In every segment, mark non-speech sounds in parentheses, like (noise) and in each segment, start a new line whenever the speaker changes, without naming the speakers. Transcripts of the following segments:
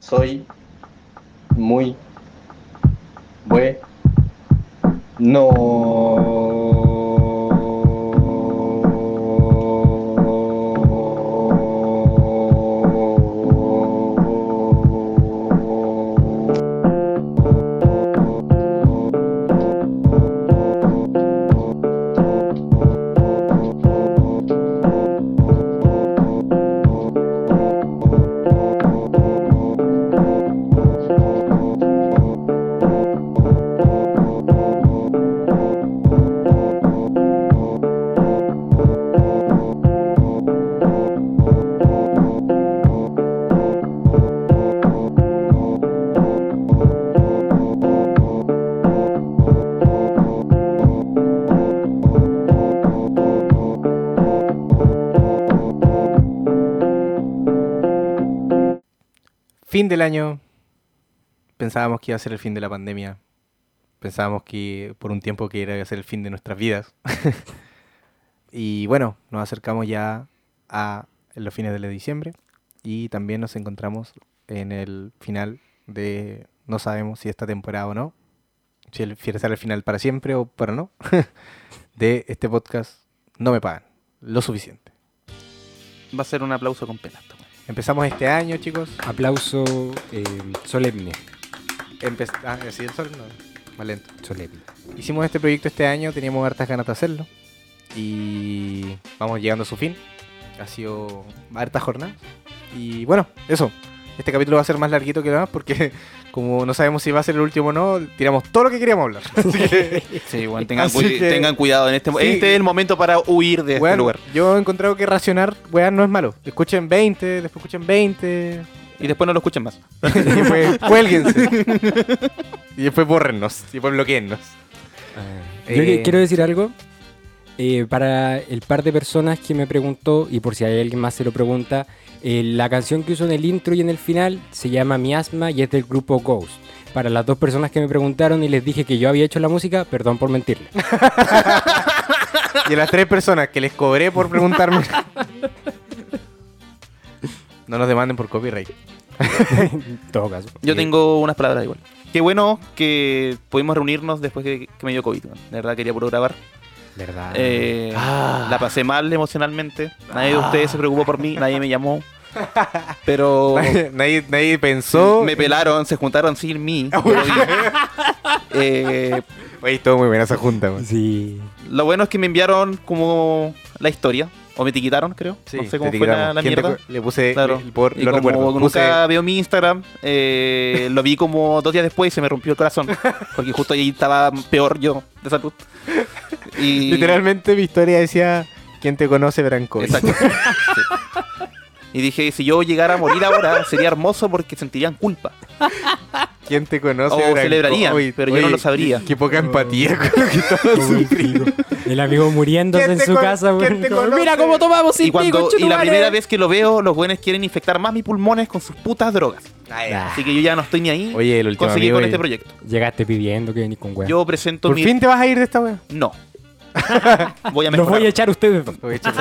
soy muy bueno.
Fin del año. Pensábamos que iba a ser el fin de la pandemia. Pensábamos que por un tiempo que iba a ser el fin de nuestras vidas. (laughs) y bueno, nos acercamos ya a los fines de diciembre y también nos encontramos en el final de no sabemos si esta temporada o no. Si el fiel será el final para siempre o para no. (laughs) de este podcast No me pagan lo suficiente.
Va a ser un aplauso con penas. esta weá.
Empezamos este año, chicos.
Aplauso eh, solemne.
Empe- ah, así el sol, no. Más lento.
Solemne.
Hicimos este proyecto este año, teníamos hartas ganas de hacerlo. Y vamos llegando a su fin. Ha sido harta jornada. Y bueno, eso. Este capítulo va a ser más larguito que lo demás porque (laughs) como no sabemos si va a ser el último o no, tiramos todo lo que queríamos (laughs) hablar. Así que,
Sí,
(laughs)
weón, tengan,
Así
cui-
que-
tengan cuidado. En este, mo-
Sí.
este es el momento para huir de
weón,
este lugar.
yo he encontrado que racionar, weón, no es malo. Escuchen 20, después escuchen 20.
Y después no lo escuchen más.
(laughs) Y después cuélguense. (laughs) y después bórrennos. Y después bloqueennos.
Ah. Yo
Eh,
que- quiero decir algo. eh, para el par de personas que me preguntó, y por si hay alguien más se lo pregunta, eh, la canción que uso en el intro y en el final se llama Miasma y es del grupo Ghost. Para las dos personas que me preguntaron y les dije que yo había hecho la música, perdón por (laughs) mentirle.
Y a las tres personas que les cobré por preguntarme. No nos demanden por copyright.
En todo caso.
Yo
Eh,
tengo unas palabras igual. Qué bueno que pudimos reunirnos después que, que me dio COVID. weón. De verdad quería puro grabar.
Ah.
¿Verdad?
Eh, La pasé mal emocionalmente. Nadie de ustedes se preocupó por mí. Nadie
(laughs)
me llamó. Pero
nadie, nadie pensó.
me pelaron, se juntaron sin mí.
Ah,
Yo lo vi.
(laughs)
Eh,
Oye, estuvo muy buena esa junta, man.
(laughs)
Sí.
lo bueno es que me enviaron como la historia. O me etiquetaron, creo. no sé cómo
te
fue la,
etiquetamos.
la
¿Quién te
mierda.
co- le puse.
Claro.
le- eh, por-
Y
lo
como
recuerdo.
nunca veo mi Instagram, eh, lo vi como (laughs) dos días después y se me rompió el corazón. Porque justo ahí estaba peor yo de salud.
puse-
Y,
Literalmente mi historia decía: Quien te conoce, Branco.
Exacto. Sí. Y dije, si yo llegara a morir ahora, sería hermoso porque sentirían culpa.
Quien te conoce,
O
Branco.
celebrarían, pero yo no lo sabría.
Qué, qué poca empatía con lo que estaba (laughs) sufriendo.
El amigo muriéndose
¿Quién
en
te
su
con-
casa.
quién
weón,
te
como,
conoce?
Mira cómo tomamos
Y,
sin ti,
cuando, y la
conchetumare".
primera vez que lo veo, los buenos quieren infectar más mis pulmones con sus putas drogas. Así que yo ya no estoy ni ahí.
Ah. Oye, el último
Conseguí
amigo
con
y-
este proyecto.
Llegaste pidiendo que venís con weón.
Yo presento
Por
mi...
fin te vas a ir de esta wea. (laughs)
No. voy a
Los
mejorar.
voy a echar ustedes dos.
Oye, chico,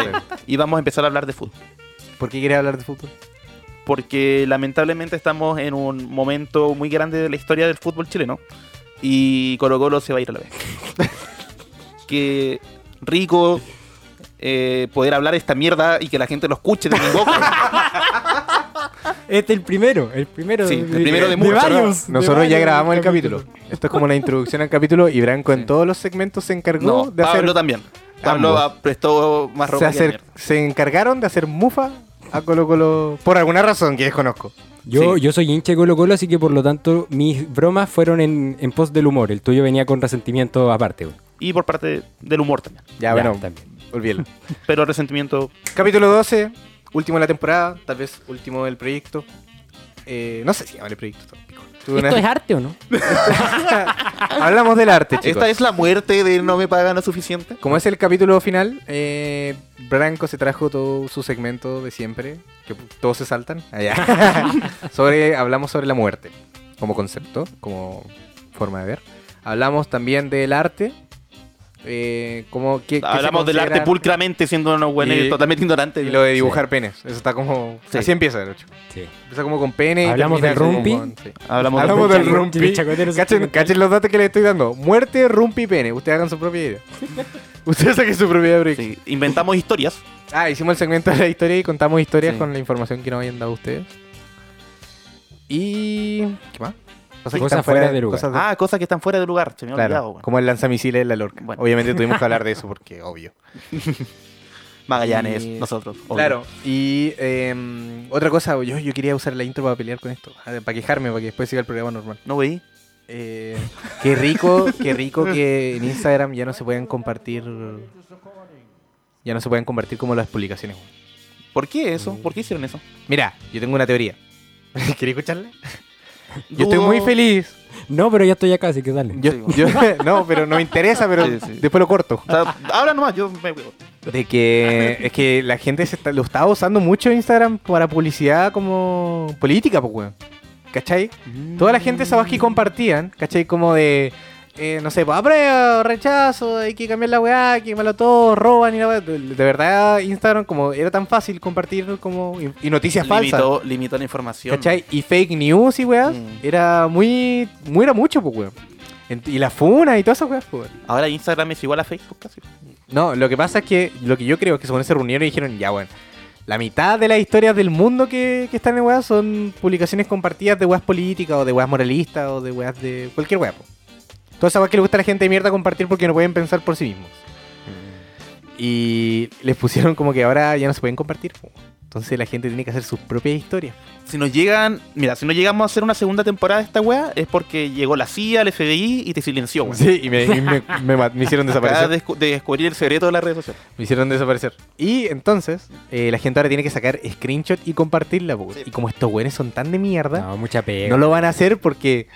Y vamos a empezar a hablar de fútbol.
¿Por qué quieres hablar de fútbol?
porque lamentablemente estamos en un momento muy grande de la historia del fútbol chileno y Colo Colo se va a ir a
(laughs)
la vez. que rico eh, poder hablar esta mierda y que la gente lo escuche de mi
(laughs)
boca.
Este es el primero, el primero.
Sí, el primero de muchos,
varios,
¿no?
de
(laughs) Nosotros ya
varios
grabamos el capítulo. Esto es como la introducción al capítulo y Branco en todos los segmentos se encargó
No,
de hacer.
Pablo también. Pablo
Ambos.
prestó más
se,
ropa. que la
acer-
mierda.
se encargaron de hacer mufa a Colo Colo por alguna razón que desconozco.
Yo,
Sí.
yo soy hincha de Colo Colo, así que por lo tanto mis bromas fueron en, en pos del humor. El tuyo venía con resentimiento aparte. güey.
Y por parte del humor también.
Ya,
Ya,
Ah, bueno,
también.
olvídalo.
Pero el resentimiento
Capítulo 12, último de la temporada, tal vez último del proyecto. Eh, no sé si llama el proyecto. tampoco. Tuve una-
¿Esto es arte o no?
(laughs) Hablamos del arte, chicos.
Esta es la muerte de no me pagan lo suficiente.
Como es el capítulo final, eh, Branco se trajo todo su segmento de siempre, que todos se saltan, allá. (laughs) sobre, hablamos sobre la muerte, como concepto, como forma de ver. Hablamos también del arte, Eh, como que, que se
Hablamos del arte
consideran-
pulcramente siendo unos
Y-
güeyes totalmente ignorantes.
Y lo de dibujar penes. Eso está como.
Sí.
Así empieza el 8.
Sí.
Empieza como con pene. y
Hablamos
termina
del
como
rumpi.
con- sí.
Hablamos, de-
Hablamos
del
del rumpi.
rumpi, chacotero
Cachen,
sentimental.
cachen los datos que le estoy dando. Muerte, rumpi, pene. Ustedes hagan su propia
(laughs)
idea. Ustedes saquen su propia break.
sí, Inventamos historias.
Ah, hicimos el segmento de la historia y contamos historias
Sí.
con la información que nos hayan dado ustedes. Y... ¿Qué más? que
Cosas
están
fuera de lugar.
cosas de-
Ah, cosas que están fuera de lugar. Se me ha
claro,
olvidado, güey.
como el lanzamisiles de la Lorca.
Bueno.
Obviamente tuvimos que hablar de eso porque obvio.
Magallanes,
Y-
nosotros. obvio.
Claro. Y em, otra cosa, yo, yo quería usar la intro para pelear con esto. ah, Para quejarme, para que después siga el programa normal.
No, güey.
Eh, (laughs) qué rico, qué rico que en Instagram ya no se pueden compartir... Ya no se pueden compartir como las publicaciones. güey.
¿Por qué eso? ¿Por qué hicieron eso?
Mira, yo tengo una teoría. (laughs) ¿Quería escucharla? Yo estoy
Dudo-
muy
(laughs)
feliz.
No, pero ya estoy acá, así que dale.
Yo, (laughs)
Sí, bueno.
yo- no, pero no me interesa, pero
Sí, sí.
después lo corto.
O sea, Ah, ahora nomás, yo me huevo.
De que es que la gente se está- lo estaba usando mucho Instagram para publicidad como política, pues, weón. ¿Cachai?
Mm.
Toda la gente sabía que compartían, ¿cachai? Como de, eh, no sé, pues, apruebo, rechazo, hay que cambiar la weá, hay que quemarlo todo, roban y la weá. De, de verdad, Instagram, como era tan fácil compartir como y, y noticias falsas.
limitó, limitó la información.
¿Cachai? Y fake news y weas.
Mm.
Era muy. muy era mucho, pues, weón. Ent- Y la funa y todas esas weas, pues. weón.
Ahora Instagram es igual a Facebook casi.
No, lo que pasa es que. Lo que yo creo es que según se reunieron y dijeron, ya, weón. La mitad de las historias del mundo que, que están en weas son publicaciones compartidas de weas políticas o de weas moralistas o de weas de. cualquier wea, pues. Todas esas weas que le gusta a la gente de mierda compartir porque no pueden pensar por sí mismos. Mm. Y les pusieron como que ahora ya no se pueden compartir. pues. Entonces la gente tiene que hacer sus propias historias. pues,
Si nos llegan, mira, si no llegamos a hacer una segunda temporada de esta weá, es porque llegó la CIA, el FBI y te silenció, weón.
Sí, y me, y me- me ma- me (laughs) hicieron
Acabas
desaparecer.
de, descu- de descubrir el secreto de las redes sociales.
Me hicieron desaparecer. Y entonces, eh, la gente ahora tiene que sacar screenshot y compartirla, po.
Sí.
Y como estos güeyes son tan de mierda,
No, mucha pega.
no,
eh.
lo van a hacer porque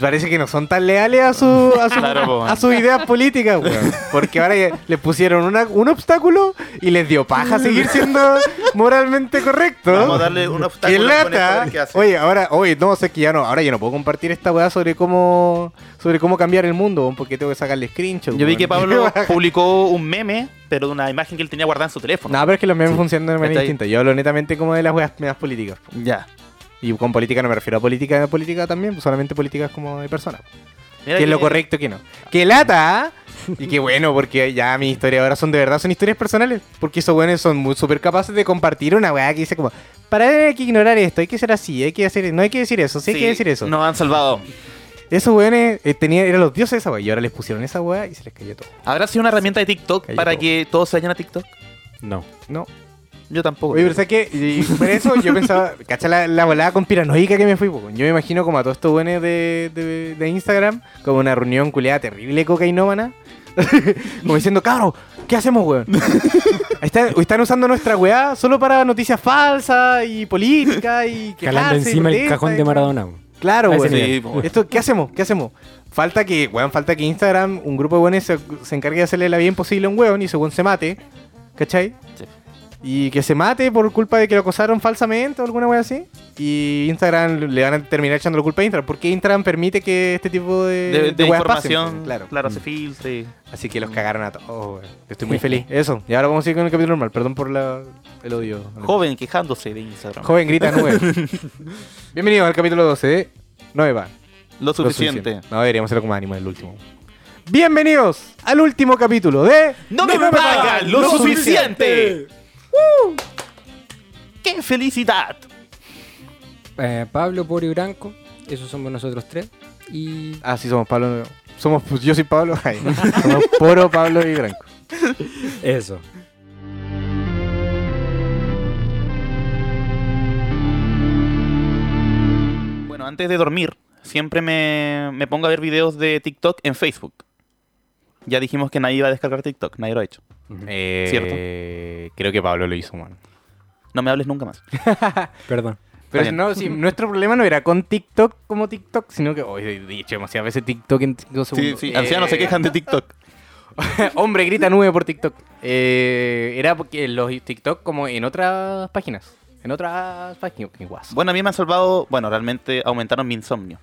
parece que no son tan leales a su, a su,
Claro, po,
a sus ideas políticas, weón. Porque ahora ya les pusieron una- un obstáculo y les dio paja seguir siendo moralmente correctos.
Vamos a darle (laughs) un
¡Qué
obstáculo. con esto, a
lata!
ver qué hace.
Oye, ahora, oye, no, sé que ya no, ahora ya no puedo compartir esta weá sobre cómo sobre cómo cambiar el mundo, weón, porque tengo que sacarle screenshot.
Yo vi
weón.
que Pablo (laughs) publicó un meme, pero de una imagen que él tenía guardada en su teléfono.
No, pero es que los memes funcionan de manera
Está ahí.
distinta. Yo hablo netamente como de las weas medias políticas. po.
Ya.
Y con política no me refiero a política de política también, solamente políticas como de personas.
Mira
Que es lo
que-
correcto que no. ¡Qué lata! ¿ah? Y qué bueno, porque ya mis historias ahora son de verdad, son historias personales. Porque esos buenos son muy súper capaces de compartir una wea que dice como, para hay que ignorar esto, hay que ser así, hay que hacer, no hay que decir eso, sí hay que decir eso.
Nos han salvado.
Esos weones eh, tenían, eran los dioses de esa wea, y ahora les pusieron esa wea y se les cayó todo.
¿Habrá sido una herramienta de TikTok
Cayó
para
todo.
que todos se vayan a TikTok?
No.
No.
Yo tampoco.
Oye, pero ¿sabes qué? Y por eso yo
(laughs)
pensaba, cacha la, la volada conspiranoica que me fui, po. Yo me imagino como a todos estos buenos de, de- de Instagram, como una reunión culeada terrible cocainómana. (laughs) como diciendo, cabro, ¿qué hacemos,
(laughs)
weón? están, están usando nuestra weá solo para noticias falsas y política y que
Calando encima el cajón de Maradona. weón.
Claro,
A ese
weón.
nivel.
Sí, po. (laughs) Esto, ¿Qué hacemos? ¿Qué hacemos? Falta que, weón, falta que Instagram, un grupo de weones se, se encargue de hacerle la vida imposible a un weón y ese weón se mate. ¿Cachai?
Sí.
Y que se mate por culpa de que lo acosaron falsamente o alguna wea así. Y Instagram le van a terminar echando la culpa a Instagram. Porque Instagram permite que este tipo de,
de, de,
de weas pasen,
información.
pues,
claro.
claro.
se filtre.
Así que los cagaron a todos, weón. Estoy
(laughs)
muy feliz. Eso. Y ahora vamos a ir con el capítulo normal. Perdón por la, el odio.
Joven quejándose de Instagram.
Joven grita nube.
(laughs)
Bienvenido al capítulo 12 de Nueva Pan.
Lo
Lo
suficiente.
No, deberíamos hacerlo como ánimo el último. Bienvenidos al último capítulo de
¡No me pagan lo suficiente! ¡Uh! ¡Qué felicidad!
Eh, Pablo, Pobre y Branco. Esos somos nosotros tres. Y
Ah, sí, somos Pablo. Somos, pues, yo soy Pablo. (laughs) ay, somos Poro, Pablo y Branco.
eso.
Bueno, antes de dormir, siempre me, me pongo a ver videos de TikTok en Facebook. Ya dijimos que nadie iba a descargar TikTok, nadie lo ha hecho.
Cierto. Eh, Creo que Pablo lo hizo, mano.
No me hables nunca más.
Perdón.
Pero
Está bien.
no, sí, nuestro problema no era con TikTok como TikTok, sino que hoy he dicho demasiadas veces TikTok en 5 segundos. Eh,
de TikTok.
(laughs) Hombre, grita nube por TikTok. Eh, era porque los TikTok como en otras páginas. En otras páginas. que guas.
Bueno, a mí me han salvado. Bueno, realmente aumentaron mi insomnio.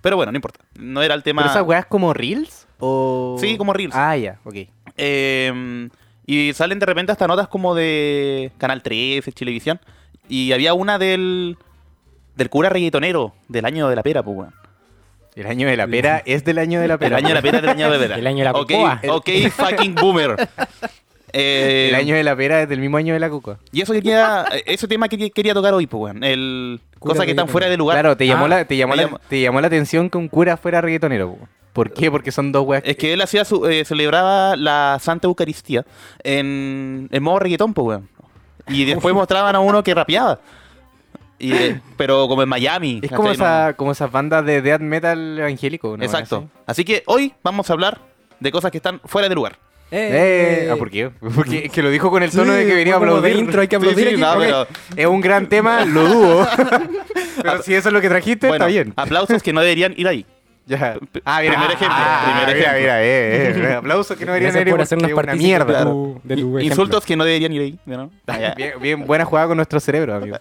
Pero bueno, no importa. No era el tema.
¿Pero esas weas como Reels? O...
Sí, como Reels.
Ah, ya, ok.
Eh, y salen de repente hasta notas como de Canal 13, Chilevisión. Y había una del, del cura reggaetonero del año de la pera, pues, weón.
El año de la pera es del año de la
El
pera.
año de la pera del año de la pera.
El año de la
Ok,
cocoa.
Ok, fucking boomer. Eh,
El año de la pera es del mismo año de la cuca.
Y eso quería, eh, ese tema que quería tocar hoy, pues, weón. El,
Cura
cosa que están
reggaetonero.
fuera de lugar.
Claro, te llamó,
Ah,
la, te, llamó
me
la,
llamó-
te llamó la atención que un cura fuera reggaetonero. po. ¿Por qué? Porque son dos weas.
Es que él hacía su- eh, celebraba la Santa Eucaristía en, en modo reggaetón, pues, weón. Y
(laughs)
después mostraban a uno que rapeaba. Y, eh, pero como en Miami.
Es como,
¿cachai? No-
esa- como esas bandas de death metal evangélico. una wea
Exacto.
así.
Así que hoy vamos a hablar de cosas que están fuera de lugar.
Eh, ah, ¿Por qué? (laughs) Porque es que lo dijo con el tono
Sí,
de que venía a
fue como de
aplaudir.
intro, hay que aplaudir aquí.
no,
ok.
pero-
(laughs) Es un gran tema, lo dudo. (laughs) pero si eso es lo que trajiste,
Ah, Bueno,
está bien.
aplausos que no deberían ir ahí.
Ya. Ah, mira.
Primer ejemplo,
Ah,
primer
mira,
ejemplo.
mira, eh, eh, mira. Aplausos que no deberían
Gracias
haber
por hacernos
porque es una
partícipes
mierda.
de tu- de tu ejemplo.
Insultos que no deberían ir ahí. ¿no? (laughs) Ah, ya.
Bien, bien, buena jugada con nuestro cerebro,
(laughs)
amigo.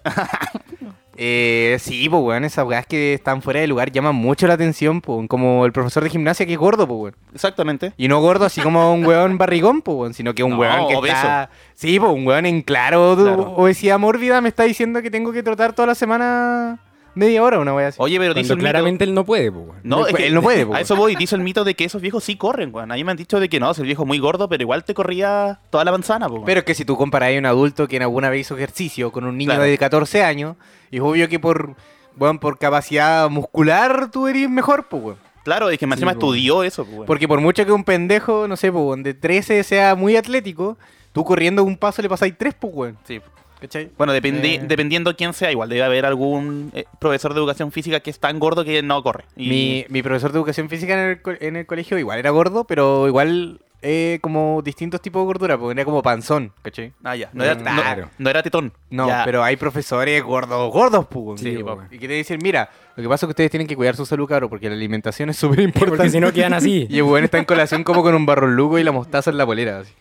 Eh, sí, pues, weón, esas weas que están fuera de lugar llaman mucho la atención, po, weón. como el profesor de gimnasia que es gordo, pues, weón.
Exactamente.
Y no gordo así como un weón barrigón, pues, weón, sino que un
No,
weón que
obeso.
está... Sí, pues, un weón en claro, de
Claro.
obesidad mórbida me está diciendo que tengo que trotar toda la semana media hora una wea así.
Oye, pero dice
Cuando
un mito-
claramente él no puede, po, weón.
No,
No
es
puede-
que
él no puede, pues. po,
(laughs) A
weón.
eso voy. Dice el mito de que esos viejos sí corren, weón. A mí me han dicho de que no, es el viejo muy gordo, pero igual te corría toda la manzana, po, weón.
Pero es que si tú comparas a un adulto que en alguna vez hizo ejercicio con un niño
Claro.
de 14 años, es obvio que por, bueno, por capacidad muscular tú eres mejor, pues, weón.
Claro, es que más
Sí,
encima
po.
estudió eso, pues, po, weón.
Porque por mucho que un pendejo, no sé, pues, weón, de 13 sea muy atlético, tú corriendo un paso le pasáis tres, pues, weón.
Sí.
¿Cachai?
Bueno, depende,
Eh.
dependiendo quién sea, igual debe haber algún eh, profesor de educación física que es tan gordo que no corre. Y-
Mi, mi profesor de educación física en el, co- en el colegio igual era gordo, pero igual eh, como distintos tipos de gordura, porque era como panzón, ¿cachai?
Ah, ya. No era, no-
Claro.
no, era tetón.
Mm, No,
Ya.
pero hay profesores gordos, gordos, pues.
Sí,
Sí,
po.
y que te dicen, mira, lo que pasa es que ustedes tienen que cuidar su salud, cabrón, porque la alimentación es (laughs) súper importante.
(laughs) Porque si no quedan (laughs) así.
Y el weón está en colación como con un barroluco y la mostaza en la polera. así.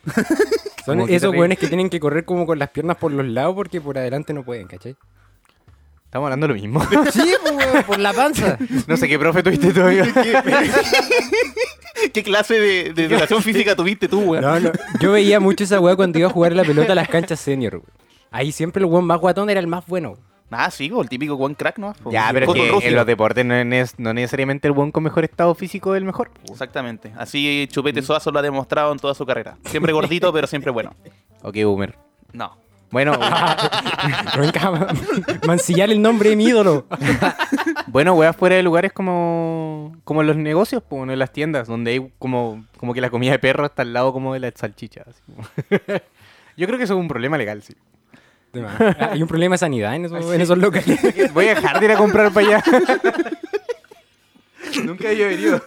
Son
Como que
esos
terrible.
weones que tienen que correr como con las piernas por los lados porque por adelante no pueden, ¿cachai?
Estamos hablando de lo mismo.
(laughs)
(laughs)
Sí, po, weón, por la (laughs) panza.
No sé qué profe tuviste
(laughs)
todavía.
(laughs) ¿Qué clase de,
(laughs)
de educación física tuviste tú, weón?
No, no. Yo veía mucho esa weá cuando iba a jugar la pelota a las canchas senior, weón. Ahí siempre el weón más guatón era el más bueno. (laughs) weón.
Ah, sí, po, el típico one crack, ¿no? Po,
ya, pero es
fútbol
que
rústico.
en los deportes no, es, no necesariamente el weón con mejor estado físico es el mejor. po.
Exactamente. Así Chupete
Mm.
Soazo lo ha demostrado en toda su carrera. Siempre gordito, pero siempre bueno.
Ok, boomer.
(laughs) No.
Bueno, (laughs)
No encama. Mancillar el nombre de mi ídolo.
bueno, weas fuera de lugares como, como en los negocios, pues, en las tiendas, donde hay como, como que la comida de perro está al lado como de la salchicha. así como. (laughs) Yo creo que eso es un problema legal, sí.
De más. Ah, Hay un problema de sanidad en esos, en esos (laughs) locales.
Voy a dejar de ir a comprar para allá. Nunca he venido.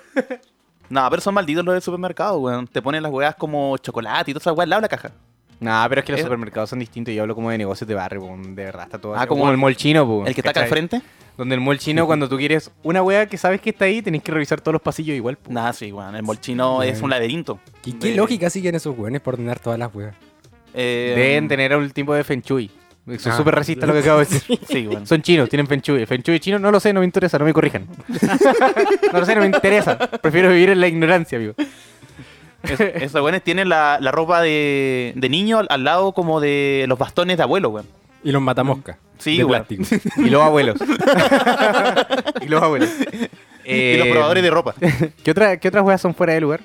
No, pero son malditos los del supermercado, weón. Te ponen las weas como chocolate y todas esas weas al lado de la caja.
(laughs) No, pero es que los
Es-
supermercados son distintos. Yo hablo como de negocios de barrio, po, de verdad, está todo
Ah,
así,
como
el mall chino, po,
El que está acá al
¿cachai?
frente.
Donde el mall chino, cuando tú quieres una wea que sabes que está ahí, tenés que revisar todos los pasillos igual. po.
Nah, sí, weón. El molchino
Sí,
es
weón.
un laberinto.
¿Qué, qué
De-
lógica siguen esos weones por ordenar todas las weas?
Eh,
Deben tener un tipo de Feng Shui. Eso es
Ah.
súper racista lo que acabo de
(laughs)
decir.
Sí, weón.
Son chinos, tienen Feng Shui. Feng Shui chino, no lo sé, no me interesa, no me
(laughs)
corrijan. no lo sé, no me interesa. Prefiero vivir en la ignorancia, amigo.
Es- esos weones tienen la, la ropa de, de niño al, al lado como de los bastones de abuelo, weón.
Y los matamoscas.
Sí,
de
weón.
plástico. (laughs)
Y los
(laughs)
abuelos. y los abuelos.
y los
Eh,
probadores de ropa.
¿Qué, otra- qué otras weas son fuera de lugar?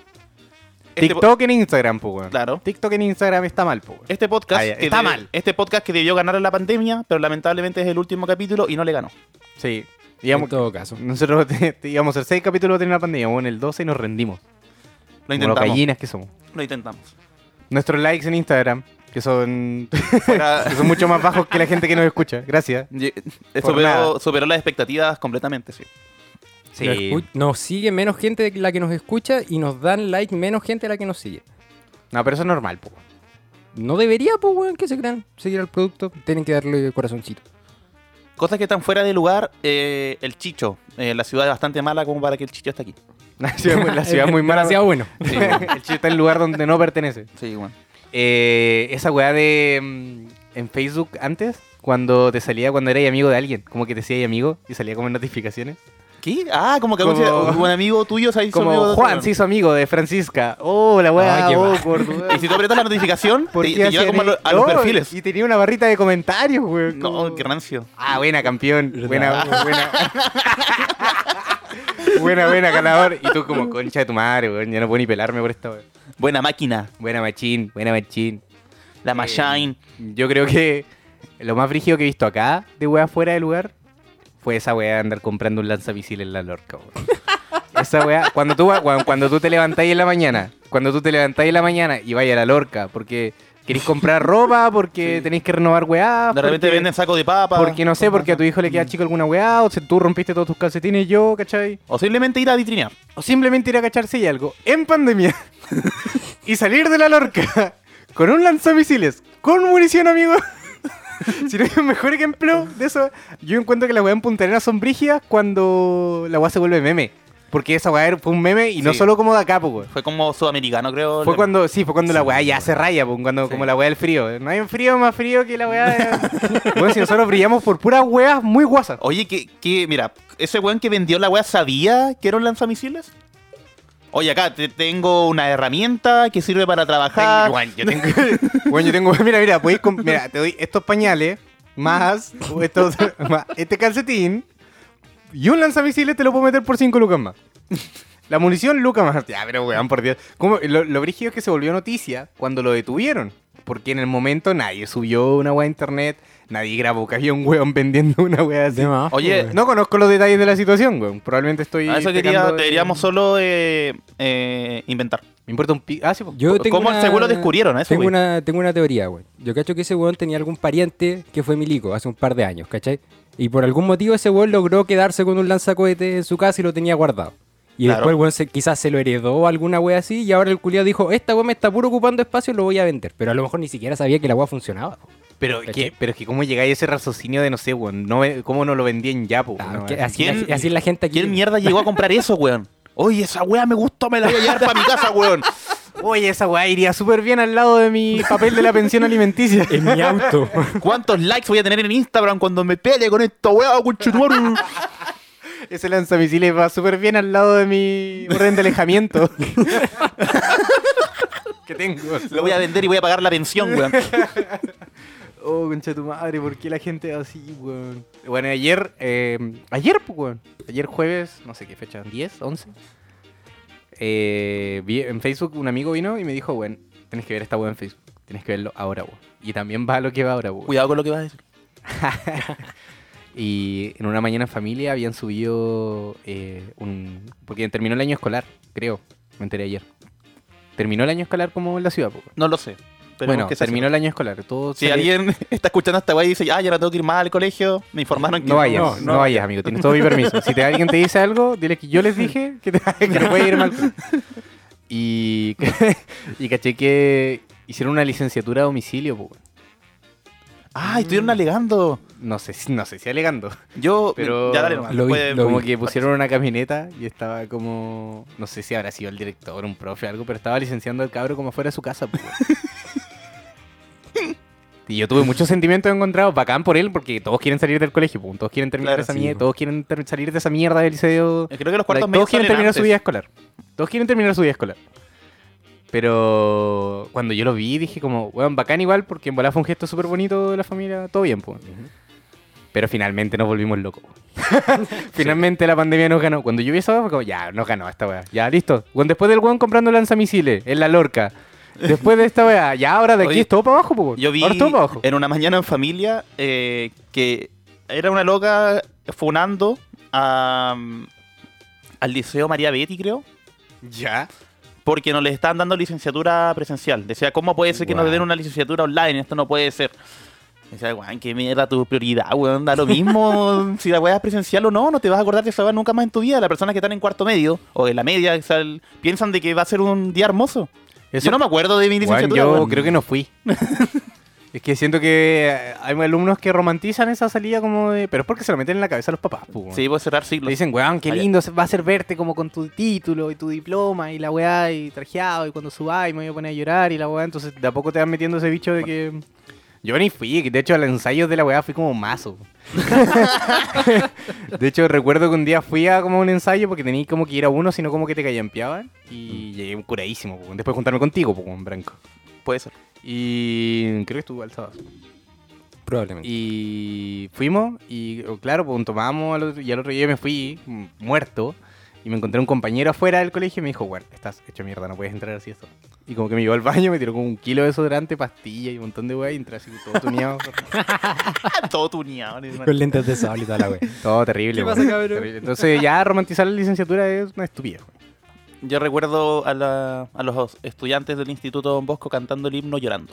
Este po-
TikTok en Instagram, pues, weón.
Claro.
TikTok en Instagram está mal, pues, weón.
Este podcast,
Ah, ya,
que
está
de-
mal.
este podcast que debió ganar en la pandemia, pero lamentablemente es el último capítulo y no le ganó.
Sí.
en
Digamos,
todo caso.
nosotros te- te- íbamos a hacer seis capítulos de la pandemia, weón, en el 12 y nos rendimos.
Lo
Como las
intentamos.
gallinas que somos.
Lo intentamos.
Nuestros likes en Instagram, que son, (laughs)
Fuera-
que son mucho más bajos que la gente que nos escucha. Gracias.
(laughs) Ye-
Por
superó,
nada.
superó las expectativas completamente, sí.
Nos, escu- nos sigue menos gente de la que nos escucha y nos dan like menos gente de la que nos sigue.
No, pero eso es normal, pues. weón.
No debería, pues, weón, que se crean. Seguir al producto, tienen que darle corazoncito.
Cosas que están fuera de lugar, eh, el chicho. Eh, la ciudad es bastante mala como para que el chicho esté aquí.
La ciudad, (laughs) la ciudad muy mala.
Demasiado bueno.
(laughs) el chiste está en el lugar donde no pertenece.
Sí, bueno.
Eh, esa weá de. mm, En Facebook antes, cuando te salía, cuando eras amigo de alguien, como que te decía amigo y salía como en notificaciones.
¿Qué? Ah, como que
Como-
un un amigo tuyo se hizo amigo
Como
de
Juan
otro,
se hizo amigo de Francisca. Oh, la weá.
Ah, qué
oh,
mal.
por, (laughs)
weón. Y si tú aprietas la notificación, te,
¿por qué
te lleva
hacían
como a, lo-
eso?
a los
No,
perfiles.
Y tenía una barrita de comentarios, güey.
No,
como-
qué rancio.
Ah, buena, campeón.
¿Verdad?
Buena, buena. buena, buena, ganador. Y tú como concha de tu madre, weón. Ya no puedo ni pelarme por esta, weón.
Buena máquina.
Buena machín, buena machín.
La machine.
Yo creo que lo más frígido que he visto acá, de weá fuera de lugar, fue esa weá de andar comprando un lanzamisil en la Lorca, weón. Esa weá, cuando tú, va- cuando, cuando tú te levantáis en la mañana, cuando tú te levantáis en la mañana y vaya a la Lorca, porque queréis comprar ropa, porque tenéis que renovar weá.
De repente
Ah, porque-
venden saco de papa.
Porque no sé, porque a tu hijo le queda chico alguna weá, o si tú rompiste todos tus calcetines yo, ¿cachai?
O simplemente ir a vitrinear.
O simplemente ir a cacharse y algo en pandemia (laughs) y salir de la lorca con un lanzamisiles, con munición, amigo. (laughs) si no hay un mejor ejemplo de eso, yo encuentro que las weas en Punta Arenas son brígidas cuando la weá se vuelve meme. Porque esa weá fue un meme y no
Sí.
solo como de acá, po, weón.
Fue como sudamericano, creo.
Fue
la-
cuando, sí, fue cuando la weá ya se raya, po, cuando, como la weá del frío. No hay un frío más frío que la weá de... bueno, si nosotros brillamos por puras weas muy guasas.
Oye, que, que, mira, ese weón que vendió la weá sabía que era un lanzamisiles. Oye, acá te tengo una herramienta que sirve para trabajar.
yo
(laughs)
tengo. bueno, yo tengo. (laughs) Mira, mira, podéis comp- mira, te doy estos pañales, más, estos, (laughs) más este calcetín y un lanzamisiles te lo puedo meter por 5 lucas más. La munición, lucas más. Ya, pero weón, por Dios. Como, lo, lo brígido es que se volvió noticia cuando lo detuvieron. Porque en el momento nadie subió una weá a internet, nadie grabó que había un weón vendiendo una weá así.
De más,
Oye,
pues,
No conozco los detalles de la situación, weón. Probablemente estoy.
A Ah, eso
pecando
quería,
de-
deberíamos solo eh, eh, inventar.
Me importa un pi. Ah, sí, po.
Yo tengo
¿Cómo
una-
el seguro descubrieron eso,
Tengo
güey?
una, tengo una teoría, güey. Yo cacho que ese weón tenía algún pariente que fue milico hace un par de años, ¿cachai? Y por algún motivo ese weón logró quedarse con un lanzacohete en su casa y lo tenía guardado. Y
Claro.
después el weón se- quizás se lo heredó o alguna wea así y ahora el culiado dijo, esta weón me está puro ocupando espacio, lo voy a vender. Pero a lo mejor ni siquiera sabía que la wea funcionaba. po.
Pero,
¿Cachai?
que, pero es que cómo llegáis a ese raciocinio de no sé, weón. No, ve- ¿Cómo no lo vendí en Yapo?
Ah,
No,
que
weón.
así,
¿quién-
así- así es la gente aquí.
¿Quién mierda llegó a comprar eso, weón? Oye, esa weá me gustó, me la voy a llevar para mi casa, weón.
Oye, esa weá iría súper bien al lado de
(laughs)
mi papel de la pensión alimenticia.
En mi auto.
¿Cuántos likes voy a tener en Instagram cuando me pele con esta weá, conchetumaru?
(laughs) Ese lanzamisiles va súper bien al lado de mi orden de
(laughs)
alejamiento. (laughs) que tengo.
Lo voy a vender y voy a pagar la pensión, weón.
Oh, concha de tu madre, ¿por qué la gente es así, weón? Bueno, ayer, eh, ayer, pues, weón. Ayer jueves, no sé qué fecha, 10, 11. Eh, vi en Facebook un amigo vino y me dijo, weón, tenés que ver esta weón en Facebook. Tenés que verlo ahora, weón. Y también va lo que va ahora, weón.
Cuidado con lo que vas a decir.
Y en una mañana en familia habían subido eh, un... Porque terminó el año escolar, creo. Me enteré ayer. Terminó el año escolar como en la ciudad, pues, weón.
No lo sé. Pero
Bueno,
que se
terminó el año escolar. Todo
Si
sale-
alguien (laughs) está escuchando esta weá y dice, ah, ya no tengo que ir más al colegio, me informaron que.
Ah, No vayas, no,
no, no
vayas, amigo. Tienes todo mi permiso. Si te- alguien te dice algo, dile que yo les dije que, te- que no puede ir mal. Y, (laughs) y caché que hicieron una licenciatura a domicilio, po, weón.
Ah, estuvieron alegando.
No sé, si- no sé si alegando.
Yo.
Pero-
Ya dale nomás.
Lo vi,
Puede-
lo
como
vi.
que pusieron una camioneta y estaba como. No sé si habrá sido el director, un profe o algo, pero estaba licenciando al cabro como fuera de su casa, po, (laughs) weón. Y yo tuve muchos sentimientos encontrados, bacán por él, porque todos quieren salir del colegio, po, todos quieren terminar
Claro,
esa
sí,
mierda,
po.
todos quieren ter- salir de esa mierda del liceo
Creo que los cuartos
Like,
medios
todos quieren
salen
terminar su
antes.
vida escolar. Todos quieren terminar su vida escolar. Pero cuando yo lo vi, dije como, weón, bacán igual, porque en volada fue un gesto súper bonito de la familia, todo bien, pues. Pero finalmente nos volvimos
(laughs)
locos. weón. (laughs) finalmente la pandemia nos ganó. Cuando yo vi eso, fue como, ya, nos ganó esta weá. Ya, listo. Bueno, después del weón comprando lanzamisiles en la Lorca. Después de esta weá, ya ahora de aquí
Oye,
es todo para abajo, pues.
Yo vi
Ahora es todo para abajo.
en una mañana en familia eh, que era una loca funando a, mm, al Liceo María Betty, creo,
Ya.
porque no les estaban dando licenciatura presencial. Decía, ¿cómo puede ser que no le den
Guau.
una licenciatura online? Esto no puede ser. Decía, weón, qué mierda tu prioridad, weón. Da lo mismo (laughs) si la weá es presencial o no, no te vas a acordar de esa weá nunca más en tu vida. Las personas que están en cuarto medio o en la media o sea, el- piensan de que va a ser un día hermoso.
Eso-
Yo no me acuerdo de mi
Weón,
licenciatura.
yo
weón.
creo que no (laughs) fui. es que siento que eh, hay alumnos que romantizan esa salida como de... Pero es porque se lo meten en la cabeza a los papás. po, weón.
Sí, puede cerrar
Le
siglos.
dicen, weón, qué
Ah, ya.
lindo se- va a ser verte como con tu título y tu diploma y la weá y trajeado y cuando subáis me voy a poner a llorar y la weá. Entonces de a poco te van metiendo ese bicho de que... Yo ni fui, de hecho, al ensayo de la weá fui como mazo. (laughs) de hecho, recuerdo que un día fui a como un ensayo porque tenía como que ir a uno, sino como que te callampeaban. Y llegué curadísimo, po, después de juntarme contigo, po, en branco.
Puede ser.
Y creo que estuvo alzado.
Probablemente.
Y fuimos y oh, claro, pues tomamos al otro- y al otro día me fui mm, muerto y me encontré un compañero afuera del colegio y me dijo, bueno, estás hecho mierda, no puedes entrar así esto. Y como que me llevó al baño, me tiró como un kilo de desodorante, pastilla y un montón de wey y entré así
(laughs)
todo tuneado.
Todo tuneado. ni
Con
madre.
lentes de sol y toda la wea.
todo terrible.
¿Qué pasa,
weón,
cabrón?
terrible. Entonces ya romantizar la licenciatura es una estupidez. weón.
Yo recuerdo a, la- a los estudiantes del Instituto Don Bosco cantando el himno llorando.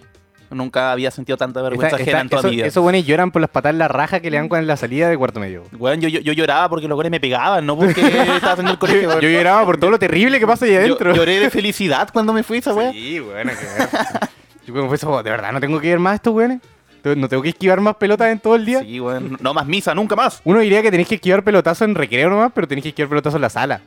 Nunca había sentido tanta vergüenza
Está-
ajena
está-
en toda
eso-
mi vida.
Esos buenos lloran por las patas en la raja que le dan con la salida de cuarto
(laughs)
medio.
Weón, yo, yo, yo lloraba porque los goles me pegaban,
(laughs)
no porque estaba haciendo el colegio.
Yo (laughs)
weón.
lloraba por todo lo terrible que pasa ahí
Yo-
adentro.
lloré de felicidad cuando me fui esa weá.
Sí, bueno, que ver. Yo me confieso, de verdad, no tengo que ir más a estos weones. Te- No tengo que esquivar más pelotas en todo el día.
Sí, weón. No más misa, nunca más.
Uno diría que tenés que esquivar pelotazos en recreo nomás, pero tenés que esquivar pelotazos en la
(laughs)
sala.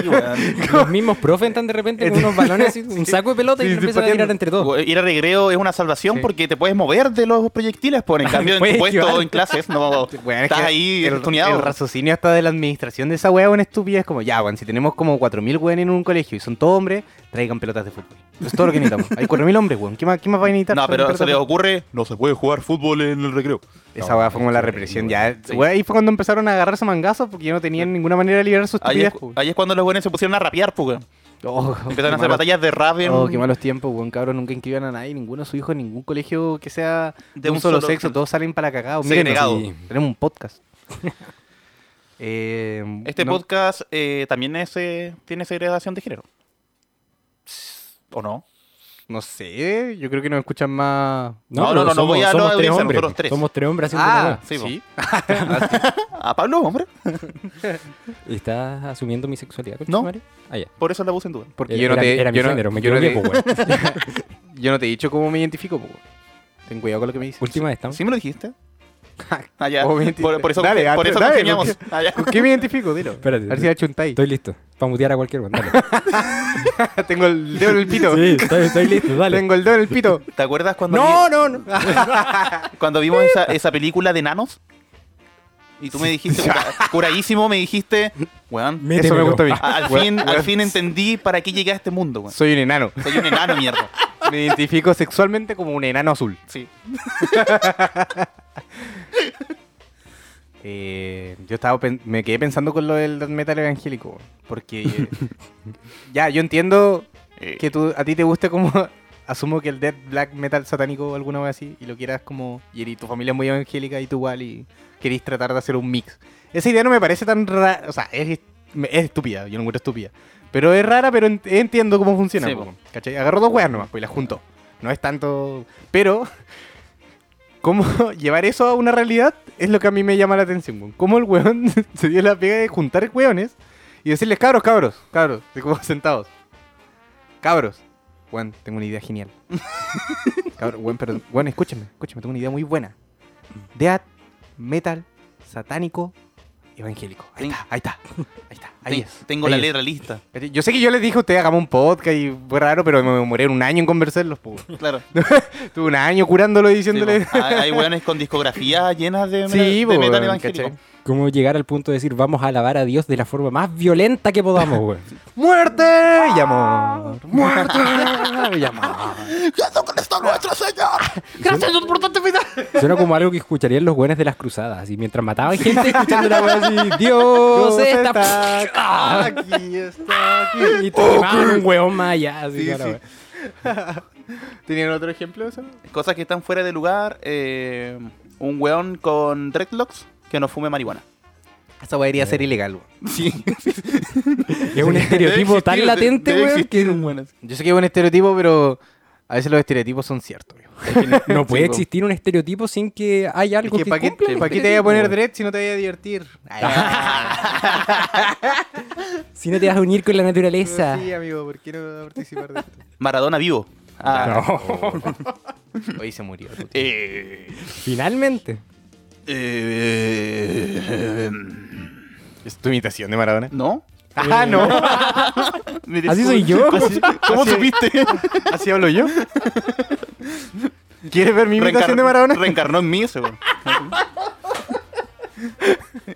Sí, (laughs) weón.
Los mismos profes entran de repente con unos balones así, un saco de pelota y
Sí,
lo
sí,
empiezan a
pateando.
tirar entre todos.
Weón, Ir a recreo es una salvación
Sí.
porque te puedes mover de los proyectiles, por
(laughs)
en cambio en
Puedes
tu puesto
esquivar.
en clases no
Weón, es
estás
que
ahí
el,
estuneado.
el raciocinio hasta de la administración de esa wea una estupidez como, ya, weón, si tenemos como 4.000 weones en un colegio y son todos hombres, traigan pelotas de fútbol. Eso es todo lo que necesitamos. Hay 4.000 hombres, weón. ¿Qué más, ¿Qué más va a necesitar?
no,
Traigan
pero
pelotas
se
de
les
fútbol.
ocurre, no se puede jugar fútbol en el recreo.
Esa weá fue como la represión. Ya, weón, ahí fue cuando empezaron a agarrarse mangazos porque ya no tenían ninguna manera de liberar sus
Ahí es,
estupidez. Oh,
cu- ahí es cuando los buenos se pusieron a rapear, pues. weón. Empezaron a
batallas
hacer batallas de rap en-
Oh, qué malos tiempos, weón, cabros. Nunca inscriban a nadie, ninguno de sus hijos, en ningún colegio que sea de un, solo, sexo. Todos salen para cagado.
Segregado.
Sí. Tenemos un
(laughs)
podcast. Eh,
Este
no,
podcast eh, también es, eh, tiene segregación de género. ¿O no?
No sé, yo creo que nos escuchan más.
No, no, no, no
somos,
voy a
somos
no
tres
audiencia,
hombres.
nosotros tres.
Somos tres hombres haciendo una
Ah,
wea.
sí,
sí.
po. (laughs)
Ah,
¿A Pablo, hombre?
¿Estás asumiendo mi sexualidad?
No.
conchetumare? Ah, ya.
Por eso la puse en duda.
Porque
Era-
yo no te.
era mi
yo, no,
género, me
yo no te,
equivoqué, po, weón.
(laughs)
(laughs) yo no te he dicho cómo me identifico, po, weón. Ten cuidado con lo que me dices.
Última vez, ¿estamos?
¿Sí me
(laughs)
lo dijiste? Ah, ya.
Obviamente.
Por, por eso,
Dale,
por
dale,
eso
dale,
congeniamos. Ah, ya.
¿Con qué me identifico? Dilo.
Espérate,
a ver si ha hecho un tai.
Estoy listo. Para mutear a
(laughs)
cualquier banda.
(laughs) Tengo el dedo en el pito.
Sí, estoy, estoy listo, dale.
Tengo el dedo en el
(laughs)
pito.
¿Te acuerdas cuando,
No, no, (laughs) no.
vi- cuando vimos esa, esa película de nanos? Y tú me
(laughs)
dijiste, cura- curadísimo, me dijiste, weón,
Eso me
Métemelo.
gusta a mí.
a- al,
Weón,
fin, al
weón,
fin entendí para qué llegué a este mundo, weón.
Soy un enano.
Soy un enano, mierda.
Me identifico sexualmente como un enano azul.
Sí.
Eh, yo estaba pen- me quedé pensando con lo del death metal evangélico, weón, porque eh, ya yo entiendo
Eh,
que tú, a ti te guste como asumo que el death black metal satánico o alguna vez así y lo quieras como y eres- tu familia es muy evangélica y tú igual y querís tratar de hacer un mix. Esa idea no me parece tan rara, o sea, es, me- es estúpida, yo no encuentro estúpida, pero es rara, pero ent- entiendo cómo funciona,
Sí,
po,
po.
¿cachai? Agarro dos weas nomás pues, y las junto. No es tanto, pero (laughs) ¿Cómo (laughs) llevar eso a una realidad? Es lo que a mí me llama la atención. weón. ¿Cómo el weón (laughs) se dio la pega de juntar weones y decirles, cabros, cabros, cabros, de como sentados? Cabros. Juan, tengo una idea genial. (laughs) Cabros, weón, pero, weón, escúchame, escúchame, tengo una idea muy buena. Death, metal, satánico, evangélico. Ahí
Ten-
está, ahí está, ahí está, ahí
te-
es.
tengo
ahí
la
es.
letra lista.
Yo sé que yo les dije a ustedes, hagamos un podcast y fue raro, pero me demoré un año en conversarlos. po. (laughs)
Claro.
Tuve un año curándolo y
Sí,
diciéndole...
po. hay, hay weones con discografías llenas de,
Sí,
de
po,
metal
weón,
evangélico.
¿cachai?
¿Cómo llegar al punto de decir vamos a alabar a Dios de la forma más violenta que podamos, güey?
pues.
Muerte y amor. Muerte y amor.
Suena como algo que escucharían los güenes de las cruzadas. Y mientras mataban
(laughs)
gente, escuchando la weá así, Dios está...
aquí, está aquí.
Y
Oh,
te quemaban un hueón más allá. así,
Sí,
toda la
sí.
weá.
¿Tenían otro ejemplo? Sam?
Cosas que están fuera de lugar. eh, un weón con dreadlocks que no fume marihuana.
Esa weá iría a ser ilegal. weón.
Sí.
Es un estereotipo
Debe
tan
existir,
latente,
debe
güey,
existir
que
un weón así.
Yo sé que es un estereotipo, pero a veces los estereotipos son ciertos. viejo.
no puede
Sí, po.
existir un estereotipo sin que haya algo
Es
que,
que ¿Para
este
qué,
cumpla el
pa' qué te voy a
estereotipo,
poner
weón.
dread si no te voy a divertir? Ay,
(laughs) Si no te vas a unir con la naturaleza.
(laughs) sí, amigo, ¿por qué no participar de (laughs) esto? Oh.
Maradona vivo. Ah,
(laughs) Hoy se murió. tu tío.
eh,
(laughs) Finalmente.
eh,
¿Es tu imitación de Maradona?
¿No?
¡Ah, no!
Me
Así
disculpo. (laughs)
soy yo.
¿Cómo supiste?
¿Así hablo yo? ¿Quieres ver mi imitación
Reencar-
de Maradona?
Reencarnó en mí ese, weón.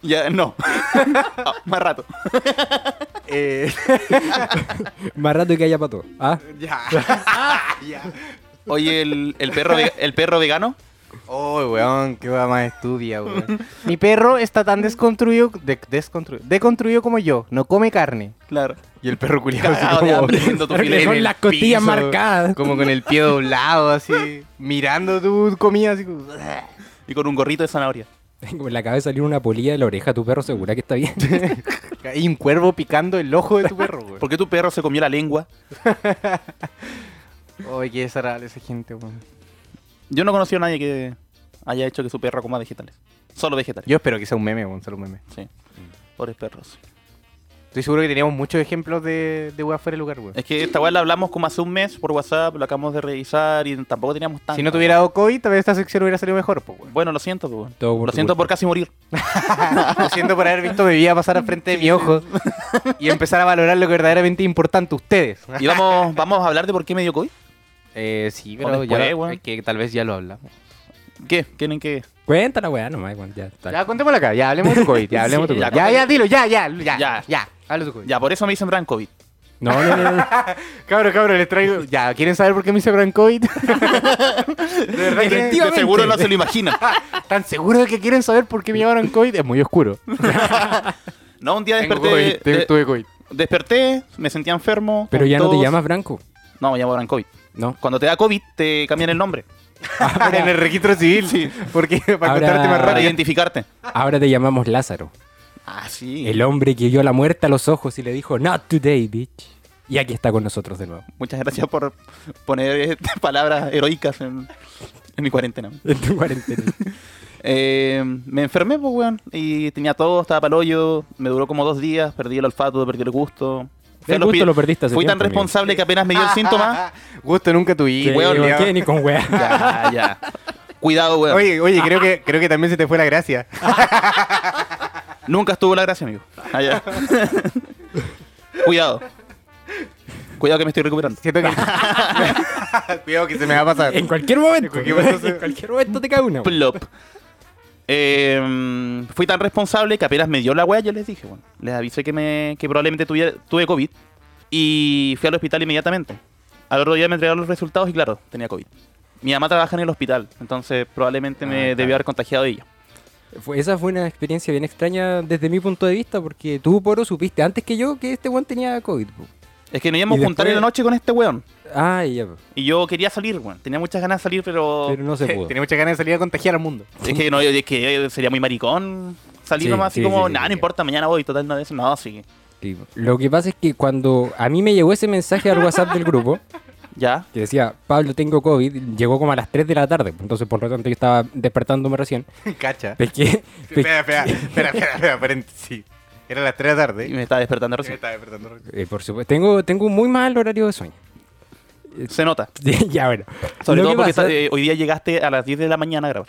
ya, no. (laughs) Ah, más rato.
Eh,
Más rato que haya para todo. ¿ah?
Ya. Oye, el, el perro, ve- el perro vegano.
(laughs) Oh, weón, qué weá más estudia, weón. (laughs) Mi perro está tan desconstruido, de- desconstruido, deconstruido como yo. No come carne.
Claro.
Y el perro culiado
Cagado de hambre,
(laughs)
(laughs)
viendo tu filete
con
en el
las
piso,
costillas marcadas.
Como con el pie doblado, así. mirando tu comida, así como...
Y con un gorrito de zanahoria.
Como en la cabeza salió una polilla de la oreja. Tu perro segura que
(laughs)
está bien.
Hay un cuervo picando el ojo de tu perro, weón.
¿Por qué tu perro se comió la lengua?
Oye, qué desagradable esa gente, weón.
Yo no conocí a nadie que haya hecho que su perro coma vegetales. Solo vegetales.
Yo espero que sea un meme, weón, solo un meme.
Sí. Pobres perros.
Estoy seguro que teníamos muchos ejemplos de, de weá fuera de lugar, weón.
Es que esta weá la hablamos como hace un mes por WhatsApp, lo acabamos de revisar y tampoco teníamos tanto.
Si no tuviera dado COVID, tal vez esta sección hubiera salido mejor, pues,
(laughs)
weón.
Bueno, lo siento, pues, weón.
Todo por
Lo
tu
siento
culpa.
por casi morir.
Lo siento por haber visto mi vida pasar al frente de mi ojo y empezar a valorar lo que verdaderamente es importante ustedes.
Y
(laughs)
vamos, vamos a hablar de por qué me dio COVID.
Eh, sí,
O
pero
después,
ya lo-
weón.
es que tal vez ya lo hablamos.
¿Qué? ¿Tienen que...?
Cuéntala, weá, nomás. weón, Ya, está.
Ya contémoslo acá, ya hablemos de tu COVID,
(laughs)
ya hablemos de tu
Sí,
COVID.
ya,
Ya, ya, dilo, ya, ya, ya,
Ya.
ya, ya. Habla de tu COVID.
Ya, por eso me sembran COVID.
No, no,
(laughs)
no, no.
Cabro, cabro, les traigo. Ya, ¿quieren saber por qué me hice gran
(laughs)
COVID? de verdad que
Efectivamente.
De seguro no se lo imaginan.
tan seguro de que quieren saber por qué me llamaron COVID, es muy oscuro.
(laughs) No, un día
Tengo
desperté...
COVID, te-
de-
tuve
(laughs)
COVID.
desperté, me sentía enfermo.
Pero
con
ya no te
tos.
llamas Branco.
No, me llamo gran COVID.
No.
Cuando te da COVID, te cambian el nombre
en el registro civil, sí. Porque (laughs) para
Ahora-
encontrarte más
para
rápido.
identificarte.
Ahora te llamamos Lázaro.
Ah, sí.
El hombre que vio la muerte a los ojos y le dijo, Not today, bitch. Y aquí está con nosotros de nuevo.
Muchas gracias por poner este, (laughs) palabras heroicas en, en mi cuarentena.
En tu cuarentena.
Eh, me enfermé, pues, weón. Y tenía todo, estaba palollo. Me duró como dos días. Perdí el olfato, perdí el gusto. Fui
El
a los
gusto
pi-
lo perdiste hace
Fui tan
tiempo, amigo.
responsable que apenas me (laughs) dio el síntoma.
Gusto nunca tuviste.
Que-
weón,
¿por
ya.
qué? Ni con weá.
ya, ya.
(laughs)
Cuidado, weón.
Oye, oye, creo que, creo que también se te fue la gracia.
Nunca estuvo la gracia, amigo. Ah,
(laughs)
ya. Cuidado. Cuidado que me estoy recuperando.
Siento
(laughs)
que. (laughs) Cuidado que se me va a pasar.
En cualquier momento.
En cualquier momento se-
En cualquier momento te cae una. weón.
Plop. Eh, fui tan responsable que apenas me dio la weá, yo les dije, bueno, les avisé que, me, que probablemente tuviera- tuve COVID y fui al hospital inmediatamente. Al otro día me entregaron los resultados y claro, tenía COVID. Mi mamá trabaja en el hospital, entonces probablemente me
Ah, claro.
debió haber contagiado ella.
Fue- Esa fue una experiencia bien extraña desde mi punto de vista, porque tú, Poro, supiste antes que yo que este weón tenía COVID. po.
Es que nos íbamos
Y
a juntar en
después-
la noche con este weón.
Ah, ya. po.
Y yo quería salir, weón. Tenía muchas ganas de salir, pero...
Pero no se
(laughs)
pudo.
eh, Tenía muchas ganas de salir a contagiar al mundo. (laughs)
Es que no, es que sería muy maricón salir
Sí,
nomás así
sí,
como,
sí, sí,
nada,
sí,
no
sí.
importa, mañana voy, total, no de eso, no, así que...
Sí, po. Lo que pasa es que cuando a mí me llegó ese mensaje al WhatsApp del grupo,
Ya,
que decía, Pablo, tengo COVID, llegó como a las 3 de la tarde. Entonces, por lo tanto, yo estaba despertándome recién.
Cacha.
Pesqué, pesqué-
Espera, espera, espera, espera, espera, paréntesis. Era las 3 de la tarde.
y me estaba despertando
Me
recién.
estaba despertando.
eh, por supuesto, tengo, tengo un muy mal horario de sueño. (laughs)
Se nota.
ya, bueno.
Sobre
Lo
todo
que
porque
pasa-
esta- eh, hoy día llegaste a las 10 de la mañana a grabar.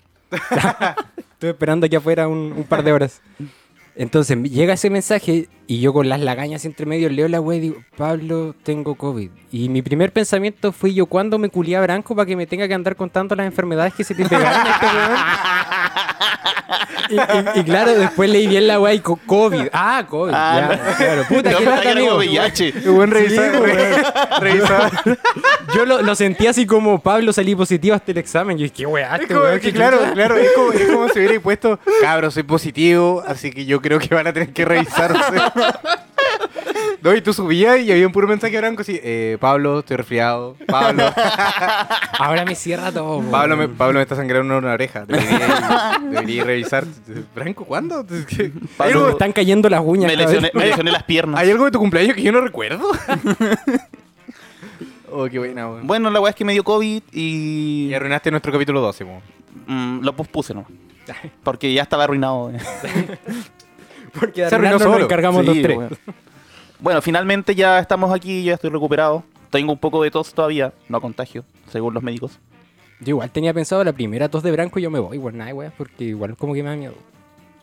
Estuve esperando aquí afuera un, un par de horas. Entonces me llega ese mensaje y yo con las lagañas entre medio leo la web y digo, Pablo, tengo COVID. Y mi primer pensamiento fue yo, ¿cuándo me culía a Branco para que me tenga que andar contando las enfermedades que se te pegaron (laughs) a este weón? Y, y- y claro, después leí bien la web y co- COVID. Ah,
(laughs)
COVID.
Ah,
ya,
no. (laughs)
claro. Puta,
No,
qué
pero
lata,
ya era como
amigo.
VIH.
Buen
revisado,
revisado, (laughs) revisado.
Yo lo, lo sentí así como, Pablo, salí positivo hasta el examen. Yo dije, qué weá,
Es
este
como,
weón,
que
qué
claro,
chucha".
claro, es como, es como si hubiera puesto, cabros, soy positivo, así que yo creo que van a tener que revisarse. No, y tú subías y había un puro mensaje blanco así, eh, Pablo, estoy resfriado, Pablo,
Ahora me cierra todo. weón.
Pablo me, Pablo me está sangrando una oreja, debería, debería revisar. Branco, ¿cuándo? (laughs) Es que- ¿Hay,
Pablo,
Me
algo,
están cayendo las uñas.
Me
cada
lesioné,
vez.
me lesioné las piernas.
hay algo de tu cumpleaños que yo no recuerdo? (laughs) oh, qué buena, weón.
Bueno, la weá es que me dio COVID y
Y arruinaste nuestro capítulo 12, weón.
mm, lo pospuse nomás. Porque ya estaba arruinado. (laughs)
Porque de
Se arruinó
arruinarnos nos
solo.
encargamos
Sí,
los tres.
weón. Bueno, finalmente ya estamos aquí, ya estoy recuperado. Tengo un poco de tos todavía, no contagio, según los médicos.
Yo igual tenía pensado la primera tos de branco y yo me voy, igual nada, weón, porque igual como que me da miedo.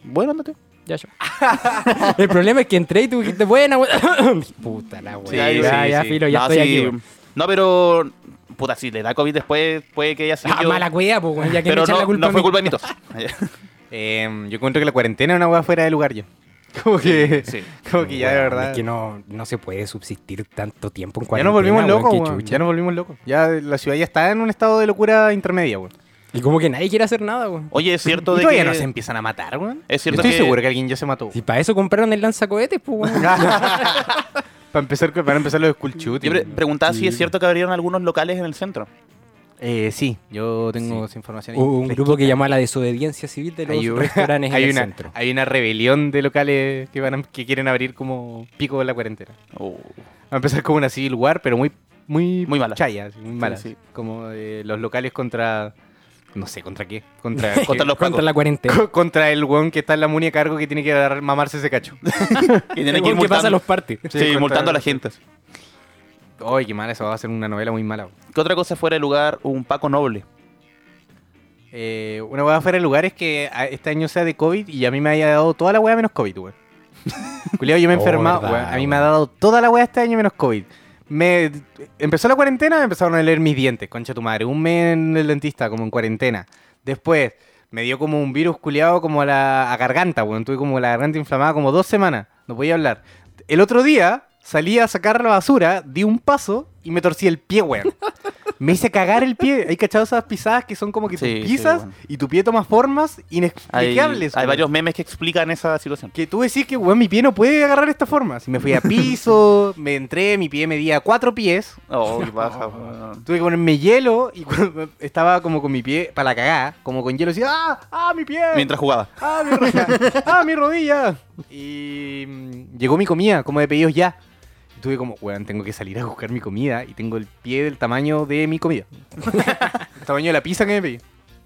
Bueno, ándate.
Ya yo. El problema es que entré y tú dijiste, buena, weón. (coughs) Puta la weón.
Sí,
ya,
sí,
ya,
sí.
filo, ya
No,
estoy
sí,
aquí. weón.
No, pero. Puta, si le da COVID después, puede que haya sido.
Ah, mala cueva, pues, weón, ya que me
pero
echan
no,
la culpa. a
no fue
mí.
culpa de
(laughs)
(laughs) Mitos.
Em, yo encuentro que la cuarentena es una weá fuera de lugar ya. Como que.
sí.
Como que ya, de
Weón,
verdad.
Es que no, no se puede subsistir tanto tiempo en
ya
cuarentena.
nos volvimos
weón,
locos,
qué
weón,
chucha.
Ya nos volvimos locos. Ya la ciudad ya está en un estado de locura intermedia, weón.
Y como que nadie quiere hacer nada, weón.
Oye, es cierto
Y
de
todavía
que.
no se empiezan a matar, weón.
Es cierto
Yo estoy
que-
seguro que alguien ya se mató.
Si para eso compraron el lanzacohetes, pues,
(laughs)
weón.
para empezar, para empezar los school
Yo
shootings.
pre- preguntaba si es
Sí.
cierto que abrieron algunos locales en el centro.
Eh, sí, yo tengo esa información. ahí.
Hubo un grupo que llamó a la desobediencia civil de los
Hay, un-
restaurantes
hay
en el
una,
centro.
hay una rebelión de locales que, van a- que quieren abrir como pico de la cuarentena.
Uh,
Oh.
Va a empezar como una civil war, pero muy muy
Muy mala.
chaya, así, muy mala.
sí.
Como eh, los locales contra no sé contra qué, contra
(laughs) (laughs) Contra los
Contra
pacos.
la cuarentena.
co- (laughs) contra el weón que está en la muni a cargo que tiene que agarrar- mamarse ese cacho.
Que
El
tienen que ir
weón que pasa
multando,
a los partes.
sí,
Sí, contra-
multando a la gente.
Ay, qué mala, eso va a ser una novela muy mala.
¿Qué otra cosa fuera de lugar? Un Paco Noble.
Eh, una hueá fuera de lugar es que a- este año sea de COVID y a mí me haya dado toda la hueá menos COVID,
(laughs)
weón. Culiao, yo me he
Oh,
enfermado,
verdad,
weón. A mí
weón.
me ha dado toda la hueá este año menos COVID. Me empezó la cuarentena, me empezaron a leer mis dientes, concha tu madre. Un mes en el dentista, como en cuarentena. Después me dio como un virus culiado como a la a garganta, weón. Tuve como la garganta inflamada como dos semanas. No podía hablar. El otro día salí a sacar la basura, di un paso y me torcí el pie, weón. Me hice cagar el pie. Hay cachado esas pisadas que son como que
Sí,
tú
sí,
pisas
weón.
y tu pie toma formas
Hay,
inexplicables.
hay
weón.
varios memes que explican esa situación.
Que tú decís que, weón, mi pie no puede agarrar esta forma. Si me fui a piso, me entré, mi pie medía cuatro pies.
Oh, qué baja. weón.
Tuve que ponerme hielo y cuando estaba como con mi pie para la cagada, como con hielo, así, ¡ah! ¡ah, mi pie!
Mientras jugaba.
¡ah, mi rodilla! ¡ah, mi rodilla! Y mm, llegó mi comida, como de pedidos ya. Tuve como, weón, tengo que salir a buscar mi comida y tengo el pie del tamaño de mi
(laughs)
comida. el tamaño de la pizza que me pedí.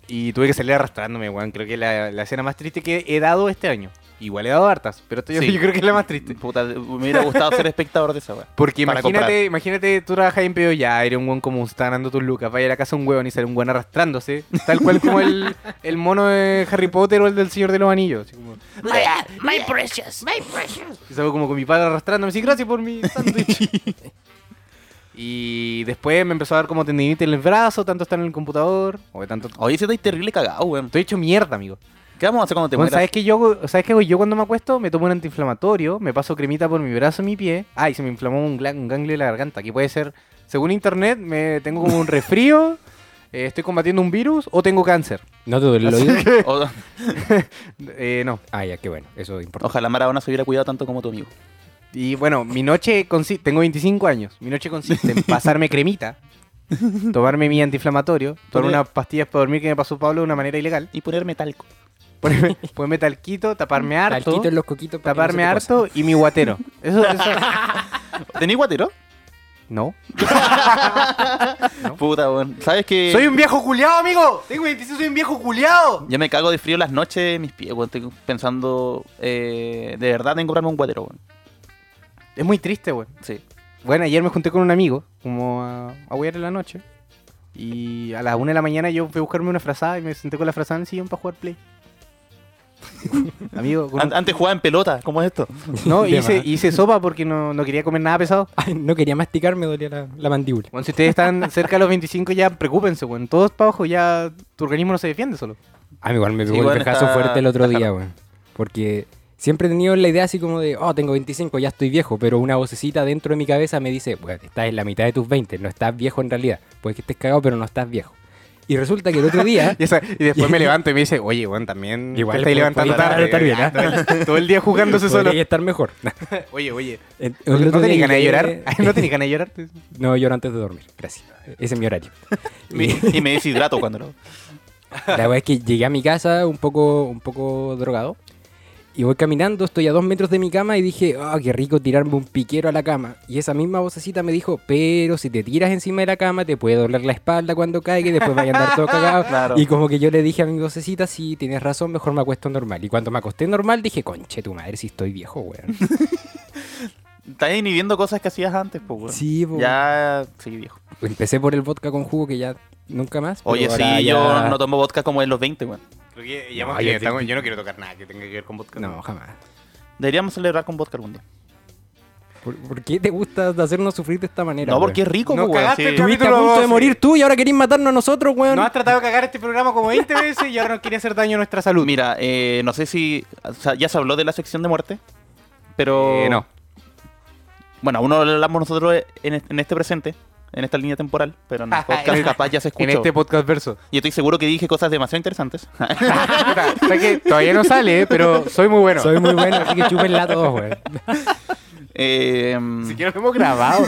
Y tuve que salir arrastrándome, weón. Creo que la, la escena más triste que he dado este año. Igual he dado hartas, pero esto yo-
Sí.
yo creo que es la más triste.
Puta, me hubiera gustado ser espectador de
(laughs)
esa weá.
Porque
Para
imagínate, imagínate, tú trabajas en pedo ya, eres un weón como está ganando tus lucas, vaya a la casa de un weón y sale un weón arrastrándose, tal cual como
(laughs)
el, el mono de Harry Potter o el del Señor de los Anillos. así como,
My precious, my precious.
y salgo como con mi padre arrastrándome, así, gracias por mi
(laughs)
sándwich. y después me empezó a dar como tendinitis en el brazo, tanto estar en el computador, o de tanto...
Oye, si estáis terrible cagado, weón.
Estoy hecho mierda, amigo.
¿Qué vamos a hacer cuando te
Bueno,
mueras?
¿sabes, qué yo, hago- ¿Sabes qué hago yo cuando me acuesto? Me tomo un antiinflamatorio, me paso cremita por mi brazo y mi pie. Ay, se me inflamó un, gla- un ganglio de la garganta, que puede ser, según internet, me tengo como un resfrío, (laughs) eh, estoy combatiendo un virus o tengo cáncer.
¿No te duele el
Así
oído?
O-
Eh, no.
Ah, ya, qué bueno. Eso es importante.
ojalá Maradona se hubiera cuidado tanto como tu amigo.
Y bueno, mi noche consiste, tengo 25 años, mi noche consiste
(laughs)
en pasarme cremita, tomarme mi antiinflamatorio, tomar unas pastillas para dormir que me pasó Pablo de una manera ilegal,
Y ponerme talco.
(laughs)
ponerme, ponerme talquito, taparme harto,
Talquito en los coquitos. para que no
taparme
se te
harto y mi guatero. Eso,
(laughs)
eso...
¿Tenés guatero?
No.
Puta, weón. ¿Sabes qué?
Soy un viejo culiao, amigo. Tengo 26, soy un viejo culiao.
Yo me cago de frío las noches, mis pies, weón. Estoy pensando, eh, de verdad, en comprarme un guatero, weón.
Es muy triste, güey.
Sí.
Bueno, ayer me junté con un amigo, como a, a huear en la noche. Y a las 1 de la mañana yo fui a buscarme una frazada y me senté con la frazada en el sillón para jugar
(laughs)
play. amigo, con un-
An- antes jugaba en pelota, ¿cómo es esto?
pase.
no,
De
hice,
más.
hice sopa porque no, no quería comer nada pesado.
Ay, no quería masticar, me dolía la, la mandíbula.
Bueno, si ustedes están cerca de los 25 ya preocúpense, güey. Todos para abajo ya tu organismo no se defiende solo.
A mí Ah, igual me
Sí,
tuvo
bueno,
el rejazo
está-
fuerte el otro
está
día,
claro.
weón. Porque siempre he tenido la idea así como de, oh, tengo 25, ya estoy viejo. Pero una vocecita dentro de mi cabeza me dice, weón, estás en la mitad de tus 20, no estás viejo en realidad. Puede que estés cagado, pero no estás viejo. Y resulta que el otro
(laughs)
día...
Y, esa- y después me levanto y me dice, oye, weón, también
(laughs) Igual
te estáis
puedo-
levantando
puedo
tarde.
estar bien, ¿ah?
¿eh? Todo el día jugándose solo.
Podría estar mejor. (laughs)
Oye, oye.
El- el
¿No,
otro
tenés
día
ganas de llorar? (laughs)
llegué-
¿No tenés ganas de llorar?
(laughs) No, lloro antes de dormir, gracias. Ese es mi horario.
Me- y me deshidrato cuando lo.
La verdad es que llegué a mi casa un poco, un poco drogado. Y voy caminando, estoy a dos metros de mi cama y dije, ah, qué rico tirarme un piquero a la cama. Y esa misma vocecita me dijo, pero si te tiras encima de la cama te puede doler la espalda cuando caiga y después vaya
(laughs)
a andar todo cagado.
Claro.
Y como que yo le dije a mi vocecita, sí, tienes razón, mejor me acuesto normal. Y cuando me acosté normal dije, conche tu madre, si estoy
(laughs)
viejo, weón.
Estás inhibiendo cosas que hacías antes, pues, weón.
Sí, po.
Ya, sí, viejo.
Empecé por el vodka con jugo que ya nunca más. pero
Oye,
ahora
sí,
ya-
yo no tomo vodka como en los 20, weón.
Creo que
ya hemos- yo-
(laughs)
estamos-
no quiero tocar nada que tenga que ver con vodka.
No, jamás.
Deberíamos celebrar con vodka algún día.
¿Por, por qué te gusta hacernos sufrir de esta manera?
No,
weón?
porque es rico,
No
po, weón,
cagaste,
sí.
cabrón.
Estuviste a
Capítulo
punto de
12.
morir tú y ahora querés matarnos a nosotros, weón.
Nos has tratado de cagar este programa como 20 veces y ahora nos quiere hacer daño a nuestra salud.
Mira, eh, no sé si. o sea, ya se habló de la sección de muerte. Pero.
Eh, no.
Bueno, aún no lo hablamos nosotros en, este- en este presente, en esta línea temporal,
(laughs)
pero en el podcast capaz ya se
En
escuchó.
este podcast (laughs) verso.
Y estoy seguro que dije cosas demasiado interesantes. (laughs)
Puta, sé que todavía no sale, eh, pero soy muy bueno.
Soy muy bueno, así que chúpenla a todos, weón.
Eh,
Ni siquiera lo hemos (laughs) grabado.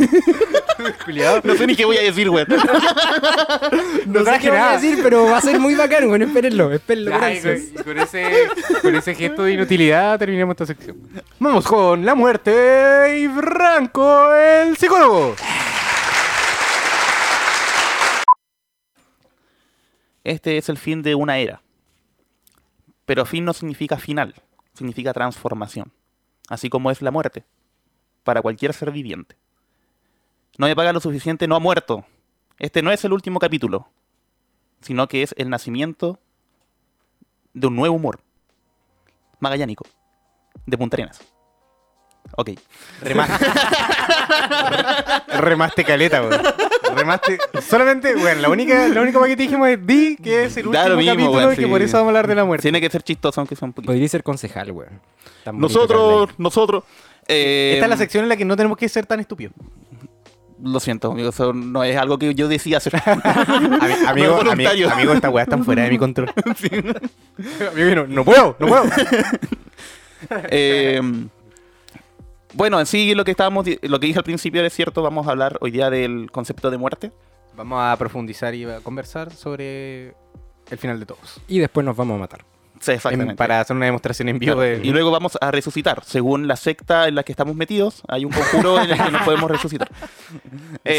Culiao.
No sé ni qué voy a decir, güey.
No
No sé
traje
qué voy a
nada.
(laughs) decir, pero va a ser muy bacán, weón. Espérenlo, espérenlo.
Ay,
gracias.
con, con ese, con ese gesto de inutilidad terminamos esta sección. Vamos con la muerte y Branco, el psicólogo.
Este es el fin de una era. Pero fin no significa final, significa transformación. Así como es la muerte. Para cualquier ser viviente. No me paga lo suficiente, no ha muerto. Este no es el último capítulo, sino que es el nacimiento de un nuevo humor. Magallánico. De Punta Arenas. Ok.
Remaste caleta, weón. Remaste. Solamente, weón, la única, la única cosa que te dijimos es di que es el último
Da lo mismo,
capítulo
weón,
y que
sí.
por eso vamos a hablar de la muerte.
Tiene que ser chistoso, aunque sea un poquito.
Podría ser concejal, weón. Tan bonito
Nosotros, nosotros. eh,
Esta es la sección en la que no tenemos que ser tan estúpidos.
Lo siento, amigo, eso no es algo que yo decía (laughs) hacer.
Ami-
No
amigo,
es
ami-
voluntario.
amigo,
(laughs)
esta weá está fuera de mi control. (laughs) Amigo, no, no puedo, no puedo.
Eh, bueno, en sí lo que estábamos, di- lo que dije al principio es cierto, vamos a hablar hoy día del concepto de muerte.
(laughs) Vamos a profundizar y a conversar sobre el final de todos.
hablarle. (laughs) Y después nos vamos a matar.
Sí,
En-
exactamente.
para hacer una demostración en vivo de.
Y luego vamos a resucitar. Según la secta en la que estamos metidos, hay un conjuro en el que nos podemos resucitar. Eh,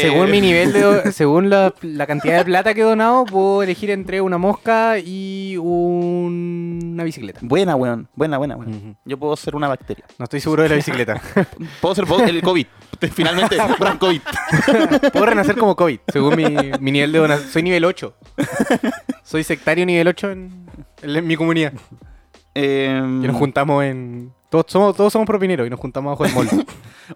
(laughs) Según mi nivel de. (laughs) do- Según la, la cantidad de plata que he donado, puedo elegir entre una mosca y un- una bicicleta.
Buena, weón. Buena, buena, buena.
Ujú.
Yo puedo ser una bacteria.
No estoy seguro de la (laughs) bicicleta.
Puedo ser vo-
(laughs)
el COVID. Finalmente, Frank COVID.
Puedo renacer como COVID, según mi, mi nivel de donación. Soy nivel 8. (laughs) Soy sectario nivel 8 en, en- en mi comunidad.
Eh,
Y nos juntamos en. Todos somos, todos somos propineros y nos juntamos bajo el mall.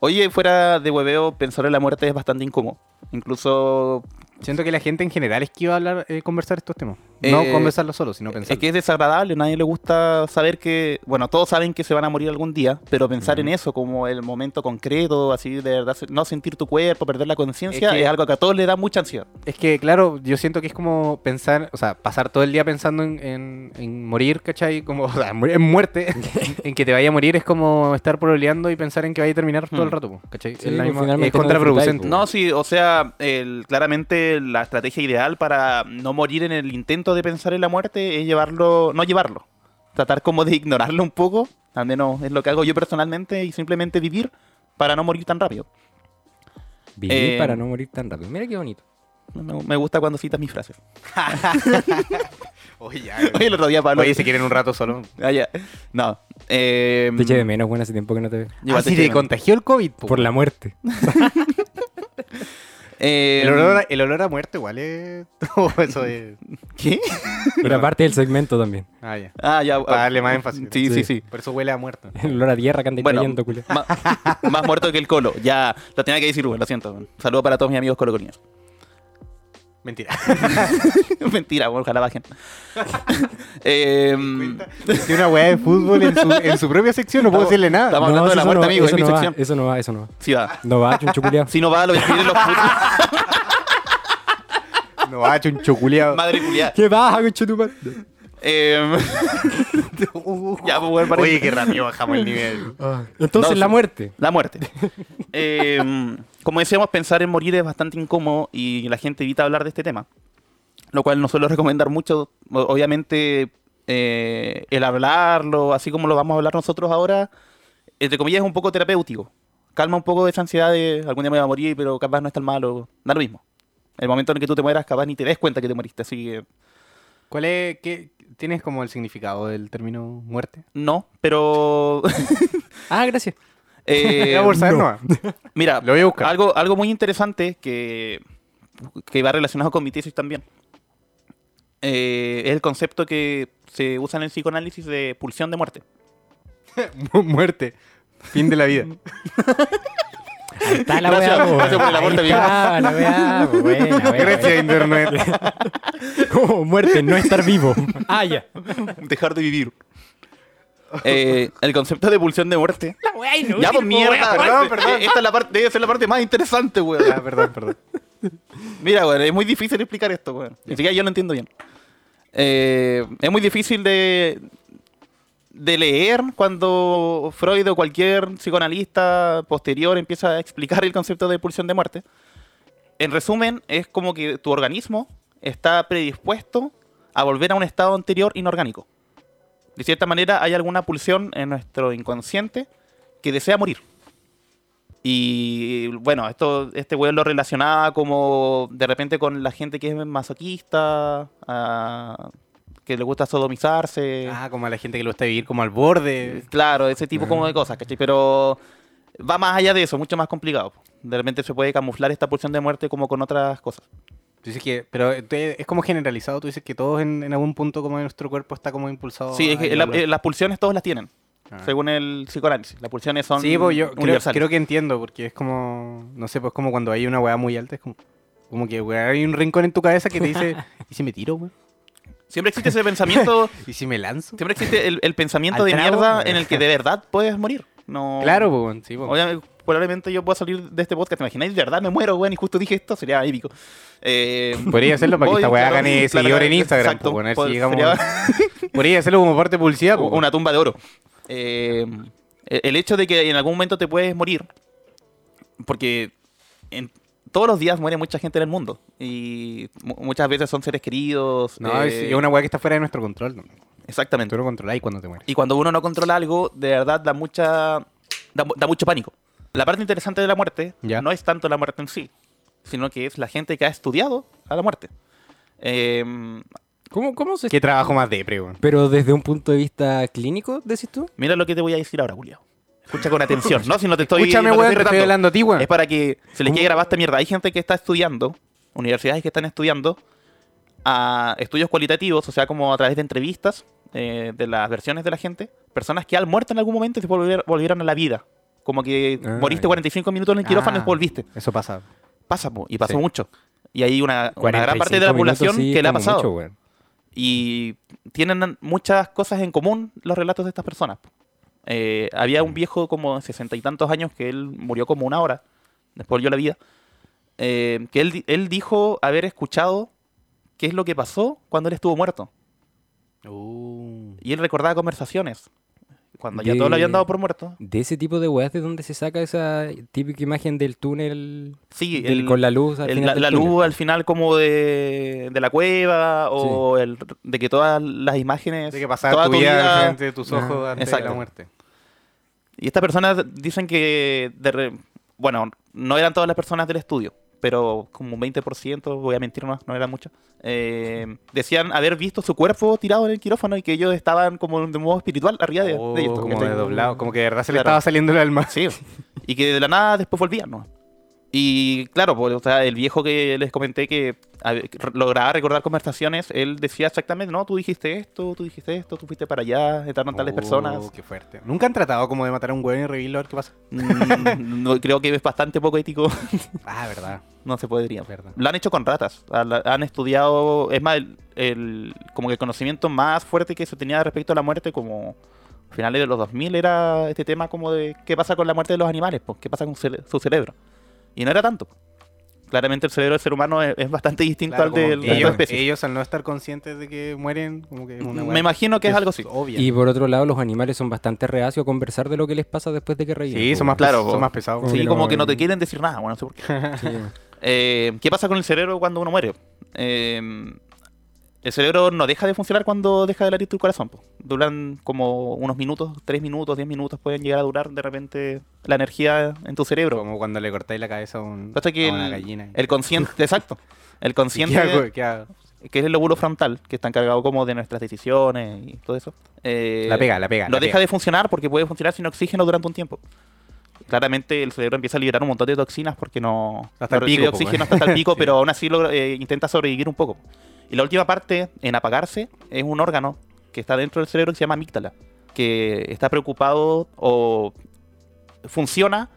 Oye, fuera de hueveo, pensar en la muerte es bastante incómodo. Incluso eh,
Siento que la gente en general esquiva hablar, eh, conversar estos temas. No
Eh,
conversarlo solo, sino pensar.
es que es desagradable, a nadie le gusta saber que, bueno, todos saben que se van a morir algún día, pero pensar en eso como el momento concreto, así de verdad, se- no sentir tu cuerpo, perder la conciencia,
Es
es,
que-
algo que a todos le da mucha ansiedad.
Es que, claro, yo siento que es como pensar, o sea, pasar todo el día pensando en, en- en morir, ¿cachai? Como, (laughs) o sea, en mu- en muerte, (laughs) en que te vaya a morir es como estar proleando y pensar en que vaya a terminar todo el
Hmm.
rato, po, ¿cachai?
Sí,
es, la
pues,
misma-
finalmente
es
no
contraproducente.
disfrutáis,
No, sí, o sea, el- claramente la estrategia ideal para no morir en el intento de pensar en la muerte es llevarlo, no llevarlo, tratar como de ignorarlo un poco, al menos es lo que hago yo personalmente, y simplemente vivir para no morir tan rápido.
Vivir
Eh,
para no morir tan rápido. Mira qué bonito.
Me, me gusta cuando citas mis frases. (laughs)
(laughs) Oye, ya,
Oye, el otro día Pablo...
Oye, si quieren un rato solo.
Ah, ya. No. Eh,
Te eché de menos, bueno, hace tiempo que no te veo.
igual
Ah,
te
si
eché
te
de menos.
contagió el COVID, po.
Por la muerte.
Eh, Em,
el, olor a, el olor a muerte igual es... (laughs) todo eso es...
¿Qué?
Era parte del segmento también.
Ah, ya.
Ah, ya.
Para darle más énfasis.
Sí, sí, sí.
Por eso huele a muerto.
El olor a tierra que andáis
Bueno.
trayendo, culiao.
Ma- (laughs) más muerto que el colo. Ya, lo tenía que decir, güey, lo siento. güey. Saludo para todos mis amigos colocolinos.
Mentira.
(laughs) Mentira, güey, ojalá bajen. (laughs) Eh,
Si una weá de fútbol en su, en su propia sección, no puedo
Estamos-
decirle nada.
estamos- hablando de la
eso
muerte,
no va,
amigo,
eso
es mi
no va,
sección.
Eso no va, eso no va.
si va.
No va,
(laughs)
chuncho culiao.
Si no va, lo destruiré
(laughs)
en los putos.
No, ah, ha hecho un choculeado.
Madre culiada.
¿Qué baja, concho tu madre?
Eh, (laughs) ya, pues, güey, paren.
Oye, qué rápido bajamos el nivel.
Entonces,
No,
la
sí.
muerte.
La muerte. Eh, como decíamos, pensar en morir es bastante incómodo y la gente evita hablar de este tema. Lo cual no suelo recomendar mucho. O- Obviamente, eh, el hablarlo, así como lo vamos a hablar nosotros ahora, entre comillas, es un poco terapéutico. Calma un poco esa ansiedad de algún día me voy a morir, pero capaz no es tan malo. Da lo mismo. El momento en el que tú te mueras, capaz ni te des cuenta que te moriste. Así que
¿Cuál es, qué, ¿Tienes como el significado del término muerte?
no, pero.
Ah, gracias.
(laughs)
eh,
Ya por saber,
no.
no.
Mira,
Lo voy a buscar.
Algo, algo muy interesante que, que va relacionado con mi tesis también eh, es el concepto que se usa en el psicoanálisis de pulsión de muerte.
Mu- muerte. Fin de la vida.
Ahí Está la
Gracias,
weá, po,
gracias por el
ahí
aporte,
está, la weá, po, buena, buena.
Gracias,
(laughs)
Internet.
Como muerte, no estar vivo. Ah, ya.
(laughs) Dejar de vivir. Eh, el concepto de pulsión de muerte.
La wea inútil.
Ya, pues
po,
mierda,
wea.
perdón, perdón. eh, Esta es la parte, debe ser la parte más interesante,
Ah,
weón.
perdón, perdón.
Mira, weón, es muy difícil explicar esto, weón. Ni siquiera yo lo entiendo bien. Eh, es muy difícil de, de leer cuando Freud o cualquier psicoanalista posterior empieza a explicar el concepto de pulsión de muerte. En resumen, es como que tu organismo está predispuesto a volver a un estado anterior inorgánico. De cierta manera, hay alguna pulsión en nuestro inconsciente que desea morir. Y bueno, esto, este weón lo relacionaba como de repente con la gente que es masoquista, ah, que le gusta sodomizarse.
(laughs) Ah, como a la gente que lo gusta vivir como al borde.
Claro, ese tipo como de cosas, ¿cachai? Pero va más allá de eso, mucho más complicado. De repente se puede camuflar esta pulsión de muerte como con otras cosas.
Tú dices que, pero eh, tú- es como generalizado, tú dices que todos en, en algún punto como de nuestro cuerpo está como impulsado.
sí, es
a
que
ir
la-
al borde.
eh, las pulsiones todas las tienen,
Ah.
según el psicoanálisis. Las pulsiones son
Sí, pues yo creo,
universales.
creo que entiendo, porque es como, no sé, pues como cuando hay una weá muy alta, es como, como que weá, hay un rincón en tu cabeza que te
(laughs)
dice, ¿y si me tiro, weón?
Siempre existe ese
(laughs)
pensamiento,
¿Y si me lanzo?
siempre existe el, el pensamiento
¿Al
de
trago?
mierda en
(laughs)
el que de verdad puedes morir. No,
Claro, pues, weón, sí, pues.
Obviamente, probablemente yo pueda salir de este podcast. ¿Te imagináis? De verdad me muero, weón, y justo dije esto, sería épico. Eh,
Podría hacerlo para que
(laughs) voy,
esta weá
claro,
gane
claro,
seguidor en
claro,
Instagram,
exacto,
pues, weón, a ver si
pod-
llegamos- (laughs)
sería-
Podría hacerlo como parte de publicidad, pues,
U-
weón.
una tumba de oro. Eh, el hecho de que en algún momento te puedes morir, porque en, todos los días muere mucha gente en el mundo y mu- muchas veces son seres queridos.
No, es,
eh,
es una weá que está fuera de nuestro control. ¿no? Tú
Exactamente.
lo controláis cuando te mueres.
Y cuando uno no controla algo, de verdad da mucha da, mu- da mucho pánico. La parte interesante de la muerte
Ya.
no es tanto la muerte en sí, sino que es la gente que ha estudiado a la muerte. Eh,
¿Cómo, cómo se.?
Qué trabajo más depre, weón.
Pero desde un punto de vista clínico, decís tú.
mira lo que te voy a decir ahora, Julio. Escucha
(laughs)
con atención, ¿no? Si no te estoy
Escúchame,
no te
weón, te estoy
retando.
hablando a ti, weón.
Es para que se
Mm.
les quede grabada esta mierda. Hay gente que está estudiando, universidades que están estudiando a estudios cualitativos, o sea, como a través de entrevistas eh, de las versiones de la gente, personas que han muerto en algún momento y se volver- volvieron a la vida. Como que
Ah,
moriste
ya.
45 minutos en el quirófano y
Ah,
volviste.
Eso pasa.
Pasa, po, y pasó
Sí.
mucho. Y hay una, una gran parte de la
45 minutos,
población
sí,
que le ha
como
pasado.
mucho, weón.
Y tienen muchas cosas en común los relatos de estas personas. Eh, había un viejo como de sesenta y tantos años que él murió como una hora, después yo la vida, eh, que él, di- él dijo haber escuchado qué es lo que pasó cuando él estuvo muerto. Uh. Y él recordaba conversaciones, cuando ya
De-
todos lo habían dado por muerto.
De ese tipo de weas de donde se saca esa típica imagen del túnel
Sí,
del-
el-
con la luz. al
el-
final
la,
del
la
túnel.
luz al final como de, de la cueva o el, de que todas las imágenes...
De que pasaba
toda
tu vida al frente de tus
Ah,
ojos antes de
exacto.
la muerte.
Y estas personas dicen que, de re- bueno, no eran todas las personas del estudio, pero como un 20%, voy a mentir más, no eran muchas, eh, decían haber visto su cuerpo tirado en el quirófano y que ellos estaban como de modo espiritual arriba de, de
Oh,
ellos.
como
¿cachai?
de doblado, como que de verdad se le
Claro.
estaba saliendo el alma.
Sí, y que de la nada después volvían, ¿no? Y claro, pues, o sea, el viejo que les comenté que a ver, que re- lograba recordar conversaciones, él decía exactamente, no, tú dijiste esto, tú dijiste esto, tú fuiste para allá, estaban tales
Oh,
personas.
Qué fuerte. Nunca han tratado como de matar a un huevo y reírlo a ver qué pasa.
Mm, no, creo que es bastante poco ético
Ah,
(laughs)
verdad.
No se podría.
Verdad.
Lo han hecho con ratas. a la- Han estudiado. Es más, el, el- como que el conocimiento más fuerte que se tenía respecto a la muerte, como finales de los 2000, era este tema como de qué pasa con la muerte de los animales, pues, qué pasa con cere- su cerebro. Y no era tanto. Claramente el cerebro del ser humano es, es bastante distinto
Claro,
al
como
del- de
que
otra
ellos,
especie.
ellos al no estar conscientes de que mueren, como que es una
Me
hueá
imagino que es algo así.
Obvia.
Y por otro lado, los animales son bastante reacios a conversar de lo que les pasa después de que reían.
Sí, son
po,
más,
Claro,
pes-
po.
son más pesados.
Como
pues, Sí,
que
como
no-
que no te quieren decir nada, bueno, no sé por qué. (laughs)
weón. Sí, weón.
Eh, ¿Qué pasa con el cerebro cuando uno muere? Eh, el cerebro no deja de funcionar cuando deja de latir tu corazón. po. Duran como unos minutos, tres minutos, diez minutos pueden llegar a durar de repente la energía en tu cerebro.
Como cuando le cortáis la cabeza a, un-
Pasa que
a una
el-
gallina.
El consciente, exacto.
(laughs)
El
¿Qué
consciente,
hago? ¿Qué hago?
que es el lóbulo frontal, que está encargado como de nuestras decisiones y todo eso. eh,
La pega, la pega.
no
la
deja
pega.
de funcionar porque puede funcionar sin oxígeno durante un tiempo. Claramente el cerebro empieza a liberar un montón de toxinas porque no,
Hasta
no
el
recibe
pico, po,
oxígeno
weón.
hasta el pico,
(laughs) Sí.
pero aún así logra- eh, intenta sobrevivir un poco. Y la última parte en apagarse es un órgano que está dentro del cerebro que se llama amígdala, que está preocupado o funciona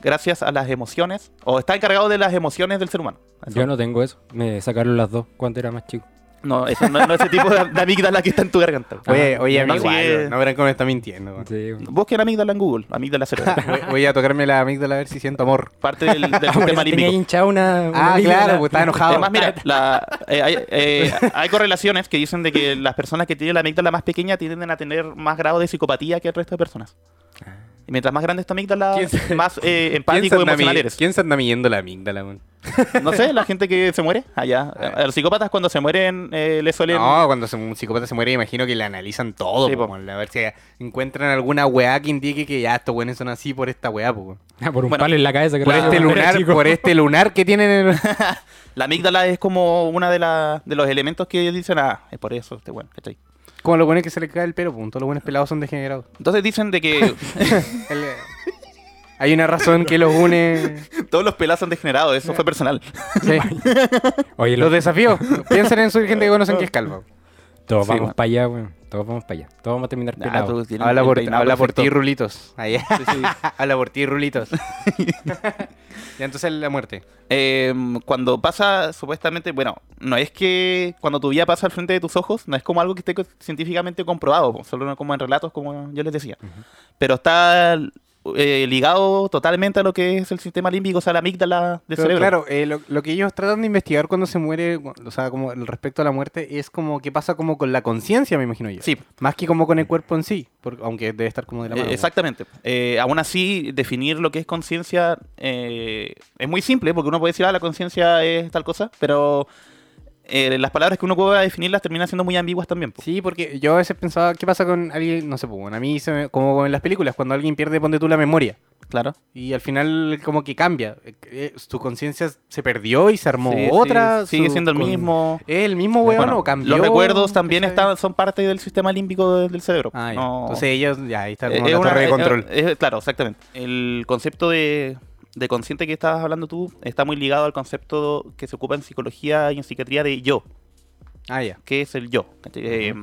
gracias a las emociones, o está encargado de las emociones del ser humano. Eso.
Yo no tengo eso. Me sacaron las dos cuando era más chico.
No, eso no, no ese tipo de, de amígdala que está en tu
(laughs)
garganta.
Oye, oye,
No,
amigo,
sí,
algo,
eh.
no verán cómo me está mintiendo.
(laughs)
weón.
Sí.
Busquen amígdala en Google, amígdala cerebral.
(laughs) Voy, voy a tocarme la amígdala a ver si siento amor.
parte del, del
Ah, por
sistema
eso tenía
límbico.
hinchada una, una
Ah,
amiga,
claro,
la-
pues estaba enojado.
Además, mira, la- eh, hay, eh, hay correlaciones que dicen de que las personas que tienen la amígdala más pequeña tienden a tener más grado de psicopatía que el resto de personas. Y mientras más grande es tu amígdala,
Ah. ¿Quién se-
más eh,
¿Quién
empático
se,
y
anda mi-
emocional eres.
quién se anda midiendo la amígdala, weón?
No sé, la gente que se muere allá.
Ah.
A los psicópatas cuando se mueren eh, les suelen...
No, cuando se- un psicópata se muere, imagino que le analizan todo,
Sí,
po,
po.
weón, a ver si encuentran alguna weá que indique que ya estos weones son así por esta weá, po, weón.
Ah, (laughs) por un
Bueno,
palo en la cabeza. que
Por
le
este
dieron,
lunar,
chico.
por
(laughs)
este lunar que tienen en el... (laughs)
La amígdala es como uno de, la- de los elementos que dicen, ah, es por eso este bueno, ¿cachai?
Como lo bueno es que se le cae el pelo, po, todos los buenos pelados son degenerados.
Entonces dicen
(laughs)
de que
El- eh, Hay una razón que los une.
todos los pelados son degenerados, eso fue personal. (laughs)
Sí.
Oye,
Los
los
desafíos. Piensen en su gente que conocen que es calva.
Todos
Sí,
vamos
bueno. Ah,
para allá, weón. Todos vamos para allá. Todos vamos a terminar
Nah,
pelados.
todos tienen
Habla
el
por,
peinado
habla por ti,
perfecto.
Rulitos. Ahí. (laughs) habla por ti, Rulitos. (laughs) y entonces la muerte.
Eh, cuando pasa, supuestamente, bueno, no es que cuando tu vida pasa al frente de tus ojos, no es como algo que esté co- científicamente comprobado, po, solo como en relatos, como yo les decía. Pero está eh, ligado totalmente a lo que es el sistema límbico, o sea, la amígdala del
Pero
cerebro.
claro, eh, lo, lo que ellos tratan de investigar cuando se muere, o sea, como el respecto a la muerte, es como que pasa como con la conciencia, me imagino yo.
Sí,
Más que como con el cuerpo en sí, porque, aunque debe estar como de la mano.
Eh, Exactamente. Eh, aún así, definir lo que es conciencia eh, es muy simple, porque uno puede decir, ah, la conciencia es tal cosa, pero eh, las palabras que uno pueda definirlas terminan siendo muy ambiguas también. po.
Sí, porque yo a veces pensaba, ¿qué pasa con alguien? No sé, pues, bueno, a mí, se me- como en las películas, cuando alguien pierde, ponte tú la memoria.
Claro.
Y al final como que cambia. Eh, eh, su conciencia se perdió y se armó
Sí, sí,
otra.
sigue
su-
siendo el
con-
mismo.
¿Es el mismo weón
Bueno,
o cambió?
Los recuerdos también
¿Cachai?
están, son parte del sistema límbico de- del cerebro.
Ah, ya.
No-
Entonces ellos, ya, ahí está
Eh,
como
es
la
una-
torre de
eh,
control.
eh, eh, claro, exactamente. El concepto de, de consciente que estabas hablando tú está muy ligado al concepto que se ocupa en psicología y en psiquiatría de yo.
ah, ya.
qué es el yo. ¿cachai? Eh,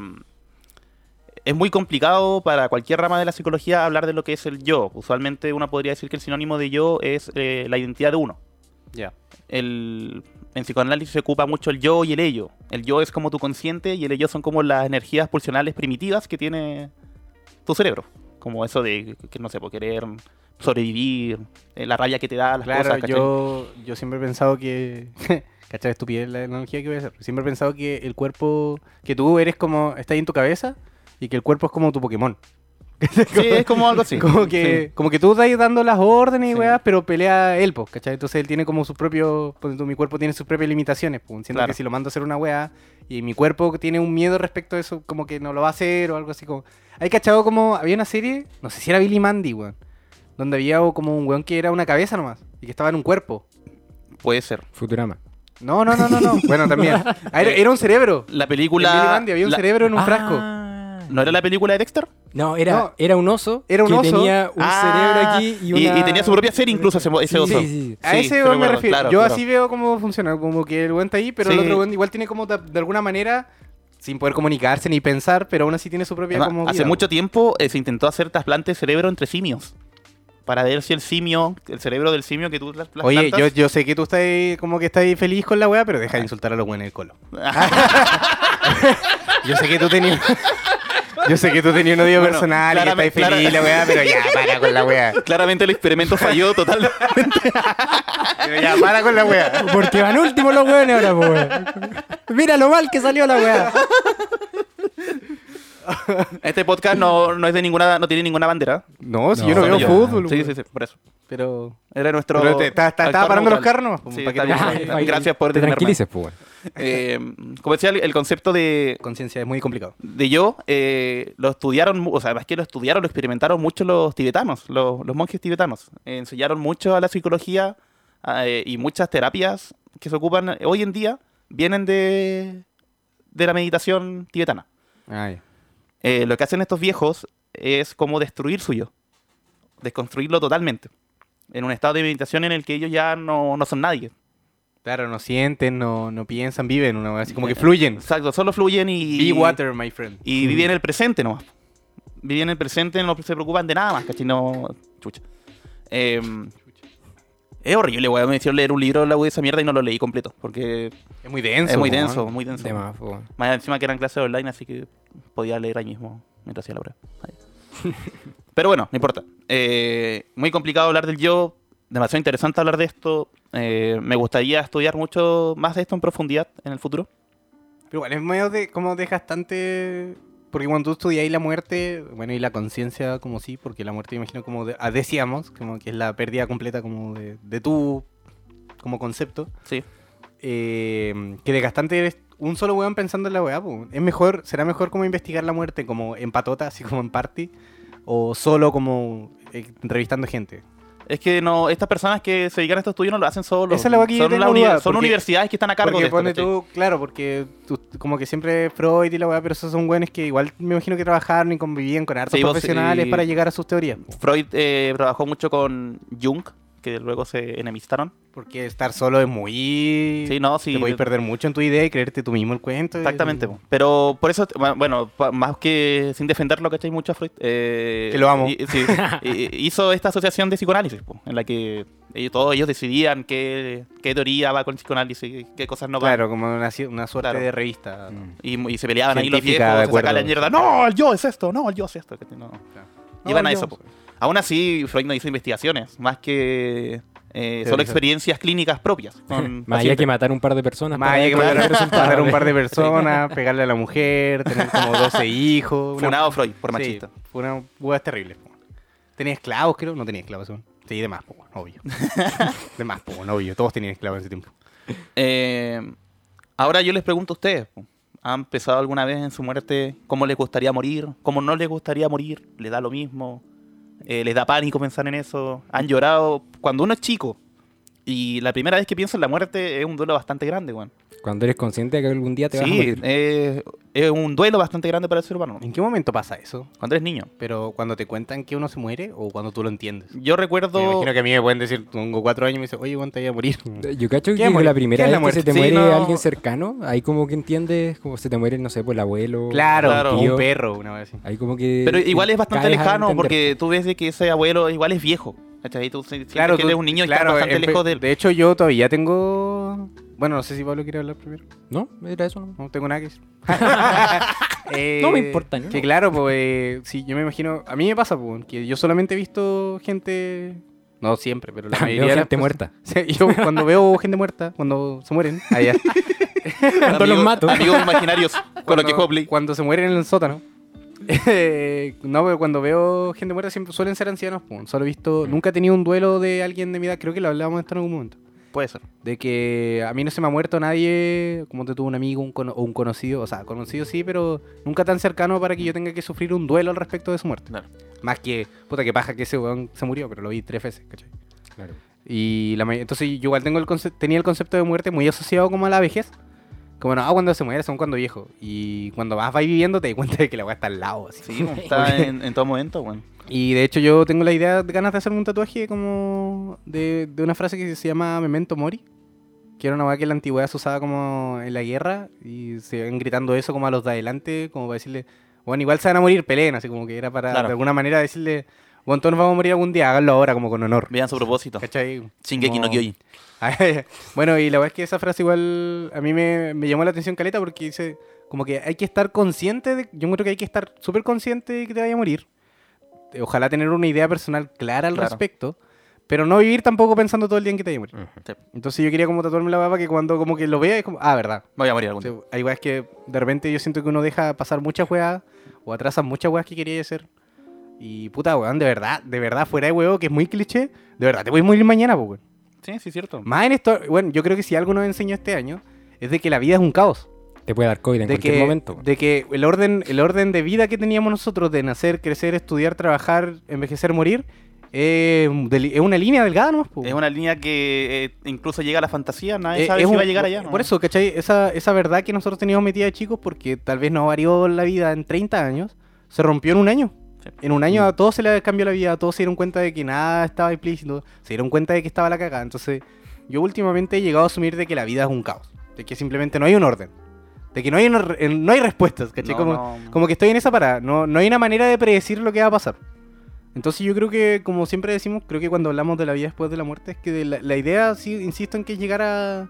es muy complicado para cualquier rama de la psicología hablar de lo que es el yo. Usualmente uno podría decir que el sinónimo de yo es eh, la identidad de uno.
Ya.
El, en psicoanálisis se ocupa mucho el yo y el ello. El yo es como tu consciente y el ello son como las energías pulsionales primitivas que tiene tu cerebro. Como eso de, que no sé, por querer sobrevivir, eh, la rabia que te da, las
Claro,
cosas, ¿cachai?
yo, yo siempre he pensado que... (laughs) ¿Cachai? Estupidez la analogía que voy a hacer. Siempre he pensado que el cuerpo... Que tú eres como... Está ahí en tu cabeza y que el cuerpo es como tu Pokémon.
(laughs) Sí, es como algo
(laughs)
así.
Como que, como que tú estás ahí dando las órdenes y
Sí.
weas, pero pelea él, pues, ¿cachai? Entonces él tiene como sus propios. ponte tú, Mi cuerpo tiene sus propias limitaciones, pues. Siento
Claro.
que si lo mando a hacer una wea y mi cuerpo tiene un miedo respecto a eso, como que no lo va a hacer o algo así como. Hay cachado como. Había una serie, no sé si era Billy Mandy, weón. Donde había como un weón que era una cabeza nomás y que estaba en un cuerpo.
Sí, puede ser.
Futurama.
No, no, no, no,
(laughs)
no. bueno, también. Ah, Era, era un cerebro.
La
En Billy
película...
Mandy había un
la-
cerebro en un frasco.
Ah.
¿No era la película de Dexter?
No, era,
No.
era un oso
Era un
que
oso.
tenía un
Ah,
cerebro aquí y
y-
una...
y tenía su propia serie incluso ese- ese
Sí,
oso.
Sí, sí.
A
Sí,
ese
sí
weón me
recuerdo,
refiero.
claro,
Yo
claro.
así veo cómo funciona, como que el weón está ahí, pero el
Sí.
otro weón igual tiene como de, de alguna manera, sin poder comunicarse ni pensar, pero aún así tiene su propia
Además,
como
Ah, hace
vida.
mucho tiempo eh, se intentó hacer trasplante de cerebro entre simios. Para ver si el simio, el cerebro del simio que tú trasplantas.
Oye, yo, yo sé que tú estás ahí- como que estás ahí feliz con la weá, pero deja de insultar a los weones del
(laughs)
colo. yo sé que tú tenías. Yo sé que tú tenías un odio
Bueno,
personal y que
claramente-
estás feliz y la weá, pero ya, para con la weá.
Claramente el experimento falló total.
Pero ya, para con la weá.
Porque van últimos los hueones ahora, po, weón. Mira lo mal que salió la weá.
Este podcast no, no es de ninguna, no tiene ninguna bandera.
No, si
No,
yo no
solo
veo
yo.
fútbol,
Sí,
weón.
sí, sí, por eso.
Pero.
Era nuestro.
Pero te- está- está-
actor
estaba parando los
neutral.
carros nomás,
Sí,
para que
está
te-
bien, está- Gracias por
Te
detenerme.
tranquilices, po, weón.
Eh, como decía, el concepto de,
Conciencia es muy complicado.
de yo eh, lo estudiaron, mu- o sea, más que lo estudiaron, lo experimentaron mucho los tibetanos, los, los monjes tibetanos. Eh, enseñaron mucho a la psicología ah, eh, y muchas terapias que se ocupan hoy en día vienen de, de la meditación tibetana.
Ay.
Eh, lo que hacen estos viejos es como destruir su yo, desconstruirlo totalmente, en un estado de meditación en el que ellos ya no, no son nadie.
Claro, no sienten, no, no piensan, viven una weá, así como que fluyen.
Exacto, solo fluyen y...
Be water, my friend.
Y viví en el presente nomás. Viví en el presente, no se preocupan de nada más, ¿cachai? No. Chucha. Em, Es horrible, weón. Me hicieron leer un libro la wea de esa mierda y no lo leí completo. Porque
Es muy denso.
es muy
po,
denso,
weón.
muy denso.
De más, po.
Más encima que eran clases online, así que podía leer ahí mismo mientras hacía la prueba.
(laughs)
Ahí. Pero bueno, no importa. Eh, muy complicado hablar del yo, demasiado interesante hablar de esto. Eh, me gustaría estudiar mucho más de esto en profundidad en el futuro.
Pero igual es medio de, como desgastante. Porque cuando tú estudias la muerte, bueno, y la conciencia, como sí, porque la muerte, imagino, como de- ah, decíamos, como que es la pérdida completa como de, de tu como concepto.
Sí.
eh, que desgastante eres un solo weón pensando en la weá. po. Es mejor, será mejor como investigar la muerte como en patota, así como en party, o solo como eh, entrevistando gente.
Es que no, estas personas que se dedican a estos estudios no lo hacen solo.
Esa es la weá que yo
son,
tengo
la uni-
duda,
son
porque-
universidades que están a cargo
porque
de esto.
pone
¿cachai?
tú, claro, porque tú- como que siempre Freud y la weá, pero esos son weones que igual me imagino que trabajaron y convivían con hartos
Sí, vos,
profesionales
sí.
para llegar a sus teorías. po.
Freud eh, trabajó mucho con Jung, que luego se enemistaron.
Porque estar solo es muy.
Sí, no, sí.
Te podéis perder mucho en tu idea y creerte tú mismo el cuento. y-
Exactamente. po. Pero por eso, ma- bueno, pa- más que sin defenderlo, ¿cachai? Mucho a Freud. eh,
Que lo amo.
y- sí,
(laughs)
y- hizo esta asociación de psicoanálisis, po, en la que ellos- todos ellos decidían qué, qué teoría va con el psicoanálisis, qué cosas no van.
Claro, como una, una suerte
Claro. Mm.
de revista.
Y, y se peleaban ahí los
Científica,
viejos,
de
se sacaban la
acuerdo.
mierda. No, el yo es esto, no, el yo es esto. ¿cachai? No. Iban
No,
a
yo-
eso. po. Aún así, Freud no hizo investigaciones, más que eh, solo
Teorizar.
experiencias clínicas propias.
(laughs)
con
Más allá
pacientes.
que matar un par de personas.
Más
(laughs) para
hay que
dar
matar,
resultados.
matar a un (laughs) par de personas, pegarle a la mujer, tener como 12 hijos. una-
Funado Freud por
Sí,
machista.
fue una hueá terrible. po. Tenía esclavos, creo. No tenía esclavos. según. Sí, de más, po, weón,
(laughs)
obvio. de más, po, weón, obvio. Todos tenían esclavos en ese tiempo.
Eh, ahora yo les pregunto a ustedes, po, ¿han pensado alguna vez en su muerte cómo les gustaría morir? ¿Cómo no les gustaría morir? ¿Les da lo mismo? Eh, ¿Les da pánico pensar en eso? ¿Han llorado? Cuando uno es chico y la primera vez que piensa en la muerte es un duelo bastante grande, weón.
Cuando eres consciente de que algún día te vas a
Sí,
morir.
eh, es un duelo bastante grande para el ser humano.
¿En qué momento pasa eso?
Cuando eres niño.
Pero cuando te cuentan que uno se muere o cuando tú lo entiendes.
Yo recuerdo...
Me imagino que a mí me pueden decir, tengo cuatro años y me dicen, oye, ¿cuánto voy a
(laughs)
morir?
Yo cacho
¿Qué
que
amor-
la
qué
primera
es
vez
la
que se te
muerte? Sí,
muere
no.
alguien cercano, ahí como que entiendes como se te muere, no sé, pues el abuelo.
Claro,
Claro.
un
tío.
perro, una vez así.
Ahí como que.
Pero igual es bastante
caes a
lejano
entender.
porque tú ves de que ese abuelo igual es viejo. ¿cachai? Tú si- sientes que
tú-
eres un niño y estás
claro,
bastante
empe-
lejos de él.
De hecho, yo todavía tengo. Bueno, no sé si Pablo quiere hablar primero.
No, era eso. ¿no?
No tengo nada que
(laughs)
decir. Eh,
No me importa, ¿no?
Que claro, pues eh, sí, yo me imagino. A mí me pasa, pues, que yo solamente he visto gente. No siempre, pero la
(laughs) Veo
mayoría. de las
gente
personas-
muerta.
(laughs) Sí,
Ah,
yo cuando veo gente muerta, (laughs) cuando se
(laughs)
mueren, allá.
Cuando los mato.
Amigos imaginarios con lo que juego Play.
Cuando se mueren en el sótano. (laughs) Eh, no, pero cuando veo gente muerta siempre suelen ser ancianos. po. Solo he visto,
Mm.
nunca he tenido un duelo de alguien de mi edad. Creo que lo hablábamos de esto en algún momento.
Puede ser.
De que a mí no se me ha muerto nadie, como te tuvo un amigo un cono- o un conocido. O sea, conocido sí, pero nunca tan cercano para que yo tenga que sufrir un duelo al respecto de su muerte.
Claro.
Más que, puta, que paja que ese weón se murió, pero lo vi tres veces, ¿cachai?
Claro.
Y la may- entonces yo igual tengo el conce- tenía el concepto de muerte muy asociado como a la vejez. Como no, ah, cuando se muere son cuando viejo. Y cuando vas, vas viviendo te das cuenta de que la weá está al lado. así.
Sí,
(laughs)
está en, en todo momento, weón.
Y de hecho yo tengo la idea, de ganas de hacerme un tatuaje como de, de una frase que se llama Memento Mori. Que era una weá que en la antigüedad se usaba como en la guerra y se iban gritando eso como a los de adelante, como para decirle, bueno, igual se van a morir, peleen, así como que era para
Claro.
de alguna manera decirle, bueno, todos nos vamos a morir algún día, háganlo ahora como con honor.
Vean su propósito.
¿Cachai?
Shingeki no
Como-
Kyojin.
(laughs) bueno, y la verdad es que esa frase igual a mí me, me llamó la atención Caleta porque dice como que hay que estar consciente, de, yo creo que hay que estar súper consciente de que te vaya a morir. Eh, Ojalá tener una idea personal clara al
Claro. Mm.
respecto, pero no vivir tampoco pensando todo el día en que te vaya a morir.
Sí.
Entonces yo quería como tatuarme la baba que cuando como que lo vea es como, ah, verdad.
Me voy a morir algún día.
O sea, hay weas que de repente yo siento que uno deja pasar muchas weas o atrasa muchas weas que quería hacer. Y puta, weón, de verdad, de verdad, fuera de huevo, que es muy cliché, de verdad, te voy a morir mañana, po, weón.
Sí, sí, cierto.
Más en esto, bueno, yo creo que si algo nos enseñó este año es de que la vida es un caos.
Te puede dar COVID en
De
cualquier
que,
momento.
de que el orden, el orden de vida que teníamos nosotros de nacer, crecer, estudiar, trabajar, envejecer, morir, eh, del- es una línea delgada nomás. po.
Es una línea que eh, incluso llega a la fantasía, nadie
Eh,
sabe
es
si
un-
va a llegar allá. ¿no?
Por eso, ¿cachai? Esa, esa verdad que nosotros teníamos metida de chicos, porque tal vez no varió la vida en 30 años, se rompió en un año.
Sí.
En un año a todos se les cambió la vida, a todos se dieron cuenta de que nada estaba implícito, se dieron cuenta de que estaba la cagada. Entonces, yo últimamente he llegado a asumir de que la vida es un caos, de que simplemente no hay un orden, de que no hay, una re- no hay respuestas, ¿cachai?
No,
como,
no.
como que estoy en esa parada, no, no hay una manera de predecir lo que va a pasar. Entonces yo creo que, como siempre decimos, creo que cuando hablamos de la vida después de la muerte, es que de la, la idea, sí, insisto, en que es llegar a-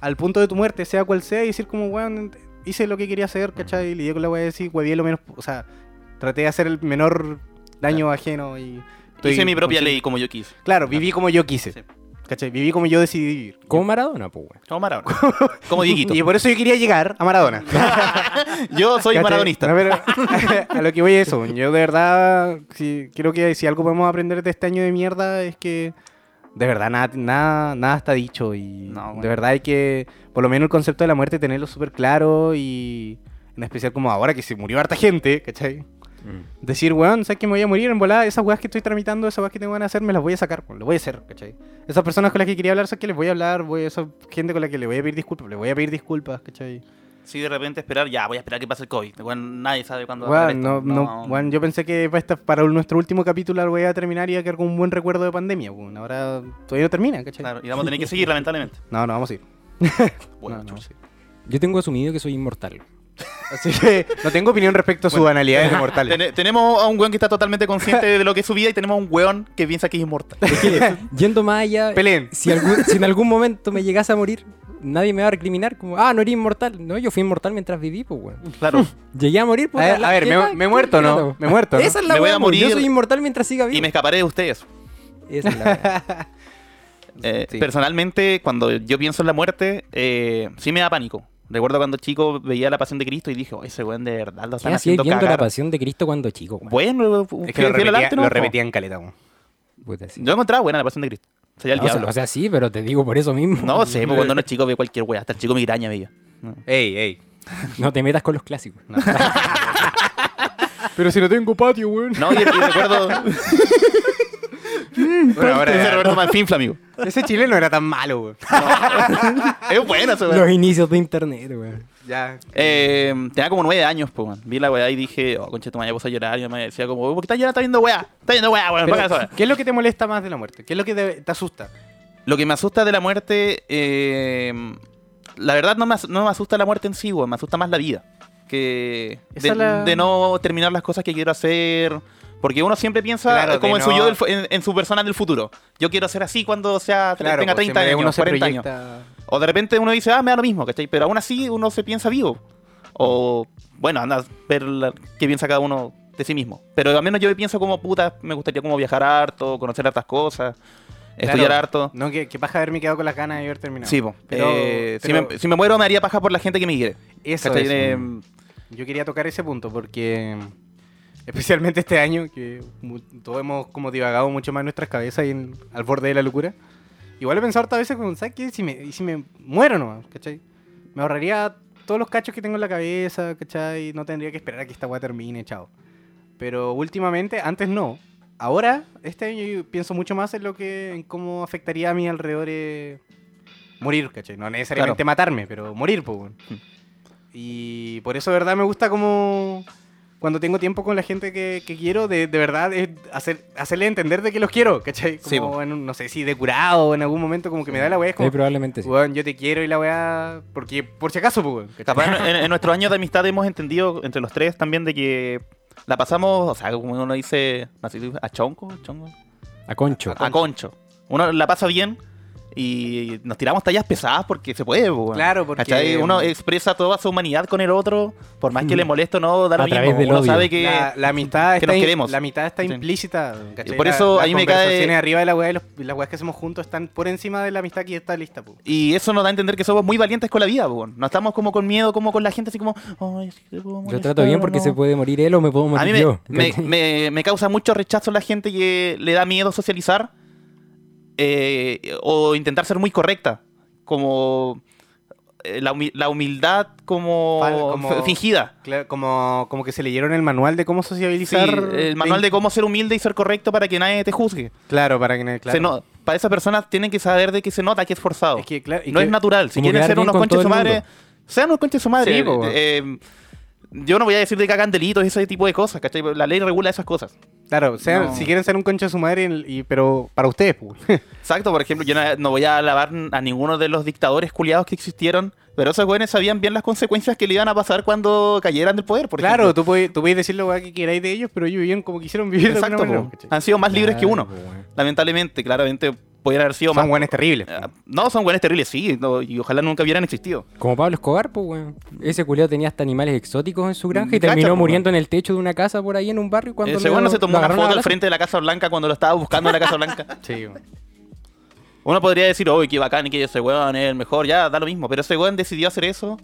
al punto de tu muerte, sea cual sea, y decir como, weón, hice lo que quería hacer, ¿cachai? Y lidié con la weá de decir, huevié lo menos, o sea, traté de hacer el menor daño ajeno y... estoy
Hice mi propia
consciente-
ley como yo quise.
Claro, viví como yo quise,
Sí.
¿cachai? Viví como yo decidí vivir.
Como Maradona, pues, weón.
Como Maradona. (laughs) Como
(laughs)
Dieguito.
Y por eso yo quería llegar a
(laughs)
Maradona.
yo
¿Cachai?
soy
No,
maradonista.
pero- a lo que voy es eso. Yo de verdad, si, creo que si algo podemos aprender de este año de mierda es que de verdad nada, nada, nada está dicho. Y
No, bueno.
de verdad hay que, por lo menos el concepto de la muerte, tenerlo súper claro y en especial como ahora que se murió harta gente, ¿cachai?
Mm.
Decir, weón, ¿sabes que me voy a morir en volada? Esas weas que estoy tramitando, esas weas que tengo van a hacer, me las voy a sacar, weón, lo voy a hacer, ¿cachai? Esas personas con las que quería hablar, ¿sabes que les voy a hablar? Voy a esa gente con la que le voy a pedir disculpas, le voy a pedir disculpas, ¿cachai?
Si de repente esperar, ya, voy a esperar que pase el COVID. Weón, nadie sabe cuándo va a
Weón,
pasar
no,
esto.
no, weón, yo pensé que para, esta- para nuestro último capítulo lo voy a terminar y iba a quedar con un buen recuerdo de pandemia, weón. Ahora todavía no termina, ¿cachai?
Claro, y vamos a tener
(laughs)
que seguir, lamentablemente.
No, no, vamos a ir.
Bueno,
No, no,
chucha.
sí.
Yo tengo asumido que soy inmortal.
Así que (laughs) no tengo opinión respecto a sus (laughs) banalidades de mortales.
Tene- tenemos a un weón que está totalmente consciente de lo que es su vida y tenemos a un weón que piensa que
(laughs)
es inmortal.
Yendo más allá,
Peleen.
si, algún- si en algún momento me llegase a morir, nadie me va a recriminar como, ah, no eres inmortal. No, yo fui inmortal mientras viví, pues, weón.
Claro.
Llegué a morir, pues.
A ver,
la-
a ver,
¿qué
me-
tal?
me he muerto,
¿Qué
¿no?
tal, weón?
Me he muerto, ¿no?
Esa es la
Me voy a
weá, weón. Yo
morir.
soy inmortal mientras siga vivo.
Y me escaparé de ustedes.
Esa es la (laughs) weá.
Eh,
Sí.
Personalmente, cuando yo pienso en la muerte, eh, sí me da pánico. Recuerdo cuando chico veía la pasión de Cristo y dije, "Oh, ese weón de verdad lo
¿Qué
están
hacías
haciendo
viendo la
cagar".
pasión de Cristo cuando chico, weón?
Bueno,
Es que lo
fiel- fiel al
repetía,
arte, ¿no?
lo repetía en caleta, weón.
Puta, sí.
Yo encontraba buena la pasión de Cristo. Sería el
o, sea,
diablo.
o sea, sí, pero te digo por eso mismo.
no sé, porque cuando uno es chico ve cualquier weá. Hasta el chico migraña veía.
Ey, ey.
(laughs) No te metas con los clásicos.
Pero si no tengo patio, weón.
No, y,
(laughs)
y recuerdo. (laughs) ese Roberto Manfinfla, amigo.
ese chileno era tan malo, weón.
(laughs) Es bueno ese weón.
Los inicios de internet, weón.
(laughs) Ya.
Eh, tenía como nueve años, pues, weón. Vi la weá y dije, oh, conche, tu madre, puse a llorar. Y me decía, como, "Oh, ¿por qué estás llorando? Estás viendo weá. Estás viendo weá, weón.
Pero,
Paga esa weá".
¿Qué es lo que te molesta más de la muerte? ¿Qué es lo que te, te asusta?
Lo que me asusta de la muerte, eh, la verdad no me, as- no me asusta la muerte en sí, weón, me asusta más la vida. Que de,
Esa la-
de no terminar las cosas que quiero hacer. Porque uno siempre piensa
Claro,
eh, como
de
en, su
no-
yo del fu- en, en su persona del futuro. Yo quiero ser así cuando sea tenga
pues,
30
siempre
años,
uno se
40 años.
proyecta-
O de repente uno dice, ah, me da lo mismo, ¿cachai? Pero aún así uno se piensa vivo. O, bueno, anda a ver la- qué piensa cada uno de sí mismo. Pero al menos yo pienso como, puta, me gustaría como viajar harto, conocer hartas cosas,
Claro.
estudiar harto.
No, que, que paja haberme quedado con las ganas de haber terminado.
Sí, po.
Pero-
Eh,
pero-
si, me, si me muero me haría paja por la gente que me quiere.
Eso
¿Cachai?
es,
Eh,
mm. Yo quería tocar ese punto porque em, especialmente este año que mu- todos hemos como divagado mucho más nuestras cabezas y en- al borde de la locura. Igual he pensado hartas veces como, ¿sabes qué? Si me, y si me muero nomás, ¿cachai? Me ahorraría todos los cachos que tengo en la cabeza, ¿cachai? No tendría que esperar a que esta weá termine, chao. Pero últimamente, antes no. Ahora, este año yo pienso mucho más en lo que en cómo afectaría a mis alrededores morir, ¿cachai? No necesariamente
Claro.
matarme, pero morir, pues. weón.
Hmm.
Y por eso de verdad me gusta como cuando tengo tiempo con la gente que, que quiero, de, de verdad es hacer, hacerle entender de que los quiero, ¿cachai? Como
Sí, po.
en un- no sé si de curado o en algún momento como que me da la weá, es como,
Sí, Eh, probablemente sí.
weón, yo te quiero y la weá, porque por si acaso, pues, weón, ¿cachai?
Capaz en,
(laughs)
en- en nuestros años de amistad hemos entendido entre los tres también de que la pasamos, o sea, como uno dice, no sé, a chonco, chongo,
A concho.
a concho. Uno la pasa bien y nos tiramos tallas pesadas porque se puede, po, weón.
Claro, porque- mm.
¿Cachai? Uno expresa toda su humanidad con el otro, por más que le moleste o no, da lo
A
mismo.
través del
uno
odio.
sabe que...
la, la amistad
que
está
nos
im-
queremos.
La amistad está
Sí.
implícita. ¿cachai?
por
La-
eso
las
ahí me cae-
conversaciones arriba de la weá y los- las weas que hacemos juntos están por encima de la amistad que ya está lista, po.
Y eso nos da a entender que somos muy valientes con la vida, po, weón. No estamos como con miedo, como con la gente, así como... "Ay, sí, te puedo
Yo
molestar
trato bien
o
porque
no".
se puede morir él o me puedo
A mí
morir
me,
yo.
me- me- me causa mucho rechazo la gente que le da miedo socializar eh, o intentar ser muy correcta. Como eh, la, humi- la humildad como,
Fal- como-
f- fingida.
Claro, como, como que se leyeron el manual de cómo
Sí,
sociabilizar.
el manual de cómo ser humilde y ser correcto para que nadie te juzgue.
Claro, para que claro.
Se no- para esas personas tienen que saber de que se nota que es forzado.
Es que, claro, y
no
que-
es natural. Si
como
quieren
quedar
ser
bien
unos
con
conches
todo
de su
el
madre,
mundo.
sean unos conches de su madre.
Sí, po.
Eh, Yo no voy a decir de que hagan delitos y ese tipo de cosas, ¿cachai? La ley regula esas cosas.
Claro, sean-
No.
si quieren ser un concha de su madre, en- y- pero para ustedes, pu.
Exacto, por ejemplo, yo no, no voy a alabar a ninguno de los dictadores culiados que existieron, pero esos güeyes sabían bien las consecuencias que le iban a pasar cuando cayeran del poder, por
claro,
ejemplo.
tú puedes, tú puedes decir lo que queráis de ellos, pero ellos vivían como quisieron vivir. de alguna
Exacto,
manera,
po.
¿cachai?
han sido más libres que
Claro,
uno.
po, weón.
Lamentablemente, claramente, podrían haber sido
Son
más...
guanes terribles.
Ah, No, son güeyes terribles, sí, no, y ojalá nunca hubieran existido.
(laughs) Como Pablo Escobar, pues, weón. Ese culiao tenía hasta animales exóticos en su granja y
Cacha,
terminó
po,
muriendo en el techo de una casa por ahí en un barrio cuando
Ese
lo-
güey no se
lo
tomó una
agarraron a
foto al
balazo.
frente de la Casa Blanca cuando lo estaba buscando en la Casa
(laughs)
Blanca.
Sí, po.
Uno podría decir, uy, qué bacán, que ese weón es el mejor, ya, da lo mismo. Pero ese weón decidió hacer eso.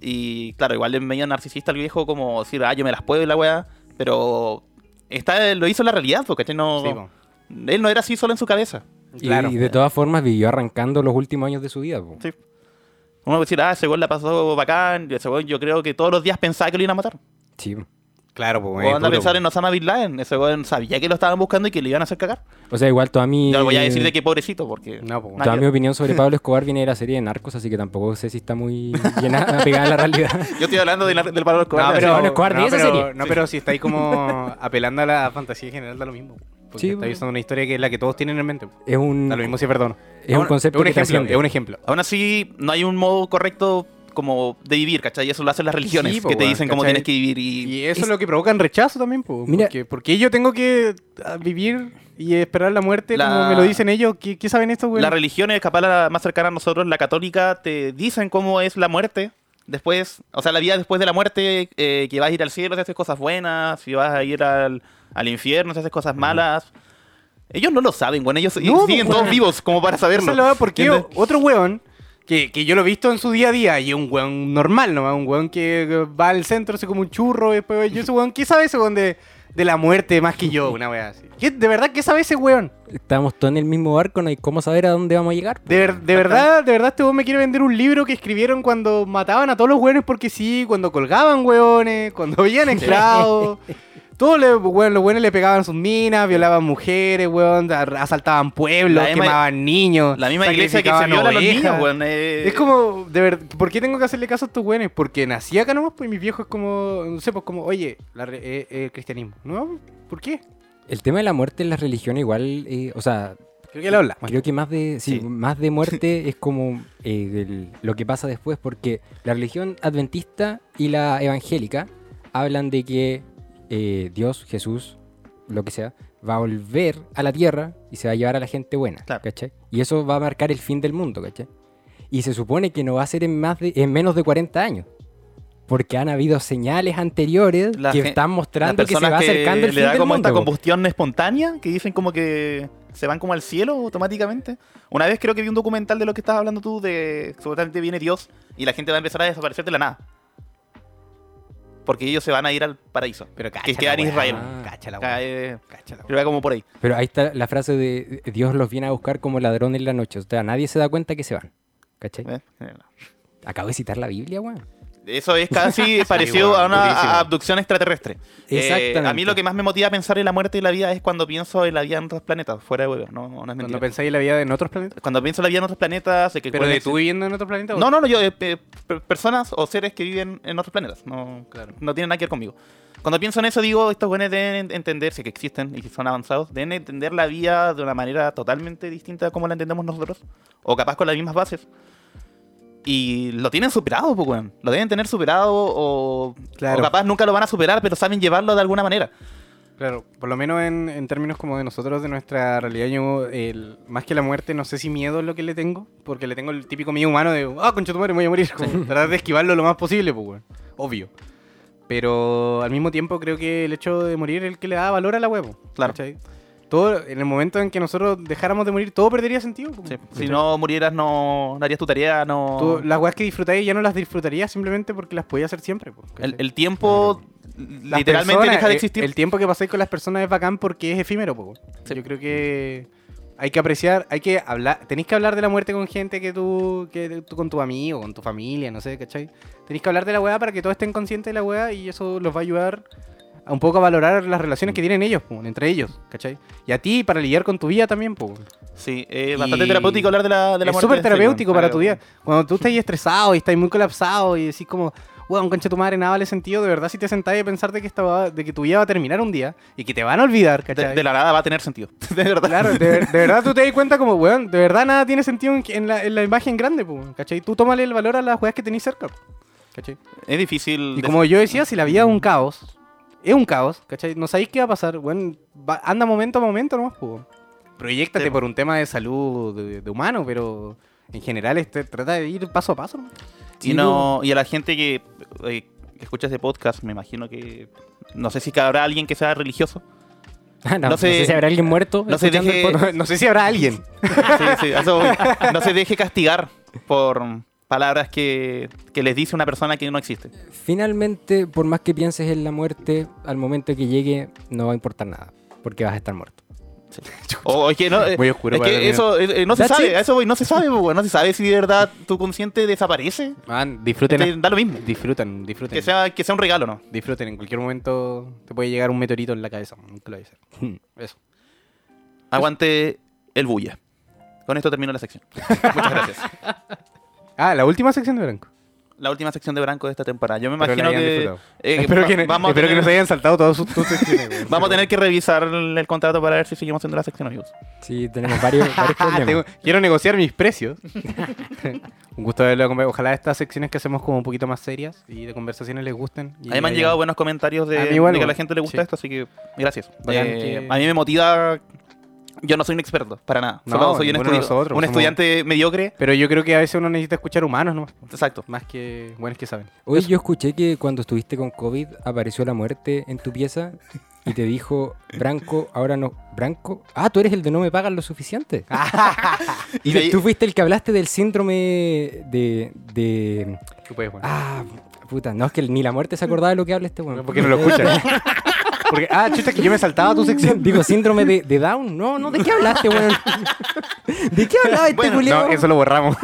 Y claro, igual es medio narcisista el viejo, como decir, ah, yo me las puedo y la weá. Pero está, lo hizo la realidad, porque No,
Sí, po.
él no era así solo en su cabeza.
Y,
Claro.
y de todas formas vivió arrancando los últimos años de su vida, po.
Sí. Uno puede decir, ah, ese weón la pasó bacán. y Ese weón yo creo que todos los días pensaba que lo iban a matar.
Sí.
Claro, po,
O
es
anda a
duro,
pensar
po.
en Osama Bin Laden. Ese weón sabía que lo estaban buscando y que le iban a hacer cagar.
O sea, igual toda mi...
Yo no voy a decir de qué pobrecito, porque.
No, po.
Nada
Toda
que-
mi opinión sobre Pablo Escobar viene de la serie de Narcos, así que tampoco sé si está muy llenada, (laughs) pegada a la realidad.
Yo estoy hablando de la- del valor
No,
cobarde.
pero,
Pablo Escobar de
no,
esa
pero-
serie.
no, pero si está ahí como (laughs) apelando a la fantasía general, da lo mismo. po. Porque
Sí, po.
está usando una historia que es la que todos tienen en mente. po.
Es un,
Da lo mismo si perdona.
es un concepto
es un
que te
ejemplo,
asciende.
es un ejemplo.
Aún así, no hay un modo correcto como de vivir, ¿cachai? Eso lo hacen las religiones,
Sí, po,
que te
weón,
dicen cómo
¿cachai?
tienes que vivir. Y,
Y eso es lo que provoca en rechazo también, po,
Mira-
porque, porque yo tengo que ah, vivir y esperar la muerte,
La-
como me lo dicen ellos. ¿Qué, qué saben estos, güey?
las religiones, capaz la más cercana a nosotros, la católica, te dicen cómo es la muerte. Después, o sea, la vida después de la muerte, eh, que vas a ir al cielo si haces cosas buenas, si vas a ir al, al infierno si haces cosas malas. Ellos no lo saben, bueno, ellos
No,
siguen
po,
todos
weón.
vivos como para saberlo.
Esa es la verdad, porque
¿Entiendes?
otro weón, que, que yo lo he visto en su día a día, y es un weón normal nomás, un weón que va al centro, hace como un churro, y después yo ese weón, ¿qué sabe ese weón de, de la muerte más que yo? Una wea así. ¿Qué- ¿De verdad qué sabe ese weón?
Estamos todos en el mismo barco, no hay cómo saber a dónde vamos a llegar. po.
De, ver- de verdad, de verdad este weón me quiere vender un libro que escribieron cuando mataban a todos los weones porque sí, cuando colgaban weones, cuando
(laughs)
habían esclavos. Todos le- weón, los weones le pegaban sus minas, violaban mujeres, weón, ar- asaltaban pueblos,
La misma-
quemaban niños.
La misma iglesia que se
sacrificaban
viola a los
ovejas.
niños, weón, eh,
Es como, de verdad, ¿por qué tengo que hacerle caso a estos güenes? Porque nací acá nomás, pues y mis viejos es como, no sé, pues como, oye, la re- eh, eh, el cristianismo. ¿No? ¿Por qué?
El tema de la muerte en las religiones igual, eh, o sea,
Creo que lo habla.
creo que más de, sí,
Sí.
más de
(laughs)
muerte es como eh, el- lo que pasa después, porque la religión adventista y la evangélica hablan de que eh, Dios, Jesús, lo que sea, va a volver a la tierra y se va a llevar a la gente buena,
Claro.
¿cachai? Y eso va a marcar el fin del mundo, ¿cachai? Y se supone que no va a ser en, más de- en menos de 40 años. Porque han habido señales anteriores
La
que
gen-
están
las
mostrando que se
personas
va
que
acercando el
le
fin
da
del
como esta
mundo. po.
combustión espontánea que dicen como que se van como al cielo automáticamente. Una vez creo que vi un documental de lo que estabas hablando tú de supuestamente viene Dios y la gente va a empezar a desaparecer de la nada. Porque ellos se van a ir al paraíso.
Pero cacha
Que queda en
la weá,
Israel.
man, Cacha la
Acá,
weá,
eh,
cacha la weá.
creo que como por ahí.
Pero ahí está la frase de eh, Dios los viene a buscar como ladrón en la noche. O sea, nadie se da cuenta que se van. ¿Cachai?
Eh, eh, no.
Acabo de citar la Biblia, weón. (laughs)
Eso es
(laughs)
casi parecido
weón,
a una
durísimo.
a- abducción extraterrestre. Eh,
Exactamente.
a mí lo que más me motiva a pensar en la muerte y la vida es cuando pienso en la vida en otros planetas, fuera de huevos, no, no es mentira.
Cuando pensáis en la vida en otros planetas.
Cuando pienso en la vida en otros planetas, de que
Pero de
pueden
tú viviendo en otro planeta.
No, no, no, yo, eh, pe- pe- personas o seres que viven en otros planetas. No, no tienen nada que ver conmigo. Cuando pienso en eso, digo, estos buenos deben entender, si es que existen y si son avanzados, deben entender la vida de una manera totalmente distinta a como la entendemos nosotros. O capaz con las mismas bases. Y lo tienen superado, pues, weón. Lo deben tener superado o,
Claro.
o capaz nunca lo van a superar, pero saben llevarlo de alguna manera.
Claro, por lo menos en, en términos como de nosotros, de nuestra realidad, yo el- más que la muerte, no sé si miedo es lo que le tengo, porque le tengo el típico miedo humano de, ah, concha tu madre, me voy a morir. como Tratar de esquivarlo lo más posible, pues, weón. Obvio. Pero al mismo tiempo creo que el hecho de morir es el que le da valor a la huevo.
Claro.
Todo, en el momento en que nosotros dejáramos de morir, todo perdería sentido. pues,
Sí.
weón.
Si no murieras, no, no harías tu tarea, no...
Tú- las weas que disfrutáis ya no las disfrutarías simplemente porque las podía hacer siempre. pues,
el,
¿cachai?
el tiempo
Las
literalmente
personas,
deja de
eh,
existir.
El tiempo que pasáis con las personas es bacán porque es efímero, po.
Sí.
Yo creo que hay que apreciar, hay que hablar, tenéis que hablar de la muerte con gente que tú, que tú con tu amigo, con tu familia, no sé, ¿cachai? Tenéis que hablar de la weá para que todos estén conscientes de la weá y eso los va a ayudar a un poco a valorar las relaciones que tienen ellos, po, entre ellos, ¿cachai? Y a ti para lidiar con tu vida también, po.
Sí, es bastante
Y-
terapéutico hablar de la, de la
es
muerte.
súper
en sí,
terapéutico
bueno,
para tu
claro.
día. Cuando tú estás estresado y estás muy colapsado y decís como, weón, concha tu madre, nada vale sentido. De verdad, si te sentás a pensar de que, esta va- de que tu vida va a terminar un día y que te van a olvidar,
De,
¿cachai?
de la nada va a tener sentido. (laughs) De verdad.
Claro, de, ver- de verdad tú te das cuenta como, weón, de verdad nada tiene sentido en, que- en la, en la imagen grande, po, ¿cachai? Tú tómale el valor a las weas que tenéis cerca, po, ¿cachai?
Es difícil.
Y
de-
como yo decía, si la vida es un caos, es un caos, ¿cachai? No sabéis qué va a pasar, weón, va- anda momento a momento nomás, po. Proyectate
Sí, po.
por un tema de salud de, de humano, pero en general este, trata de ir paso a paso. ¿no?
Y, no, y a la gente que, eh, que escucha este podcast, me imagino que. No sé si habrá alguien que sea religioso. (laughs)
Ah, no,
No
no sé,
sé-
si habrá alguien muerto.
no sé,
escuchando el
dije-
podcast.
No, (laughs) no sé si habrá alguien.
Sí, sí, a eso voy. No se deje castigar por palabras que, que les dice una persona que no existe.
Finalmente, por más que pienses en la muerte, al momento que llegue no va a importar nada, porque vas a estar muerto.
O es que no, eh,
Muy oscuro
es
para
que
terminar.
eso eh, eh, no se
That's
sabe,
it.
a eso voy, no se sabe, weón, no se sabe si de verdad tu consciente desaparece.
Man,
Te
disfruten,
da lo mismo.
disfruten, disfruten.
Este- Que sea, que sea un regalo, ¿no?
Disfruten, en cualquier momento te puede llegar un meteorito en la cabeza. Nunca lo dices. (laughs) Eso.
Aguante el bulla. Con esto termino la sección. Muchas gracias.
Ah, la última sección de Branco.
La última sección de Branco de esta temporada. Yo me
Espero la
imagino
hayan
que,
disfrutado.
eh,
espero
va-
que,
vamos,
espero
a
que
tener,
nos hayan saltado todos sus tus
(laughs)
secciones. weón.
vamos a tener que revisar el, el contrato para ver si seguimos haciendo la sección amigos.
Sí, tenemos varios,
(laughs)
varios
Ah,
problemas.
tengo- quiero negociar mis precios. (laughs) un gusto haberlo acompañado. Ojalá estas secciones que hacemos como un poquito más serias y de conversaciones les gusten. Y
A mí me han
hayan-
llegado buenos comentarios de,
A mí igual,
de que a la
weón.
gente le gusta
Sí.
esto, así que gracias.
Bacán
Eh,
que-
A mí me motiva. Yo no soy un experto, para nada.
No,
Solo soy un,
ninguno de
estudi-
nosotros,
un
somos-
estudiante mediocre.
Pero yo creo que a veces uno necesita escuchar humanos, ¿no?
Exacto.
Más que buenos que saben.
Hoy yo escuché que cuando estuviste con COVID apareció la muerte en tu pieza y te dijo, Branco, ahora no, Branco, ah, tú eres el de no me pagan
(laughs)
lo suficiente. y
Y ahí-
tú fuiste el que hablaste del síndrome de... de-
Tú puedes, weón.
ah, puta, no, es que ni la muerte se acordaba de lo que habla este bueno.
¿Por qué no lo
(laughs)
escuchan? Porque, ah, chuta, que yo me saltaba tu sección.
Digo, síndrome de, de Down. No, no, ¿de qué hablaste,
(laughs)
weón? ¿De qué hablaba (laughs) este
Bueno,
culiao?
No, eso lo
(laughs)
borramos.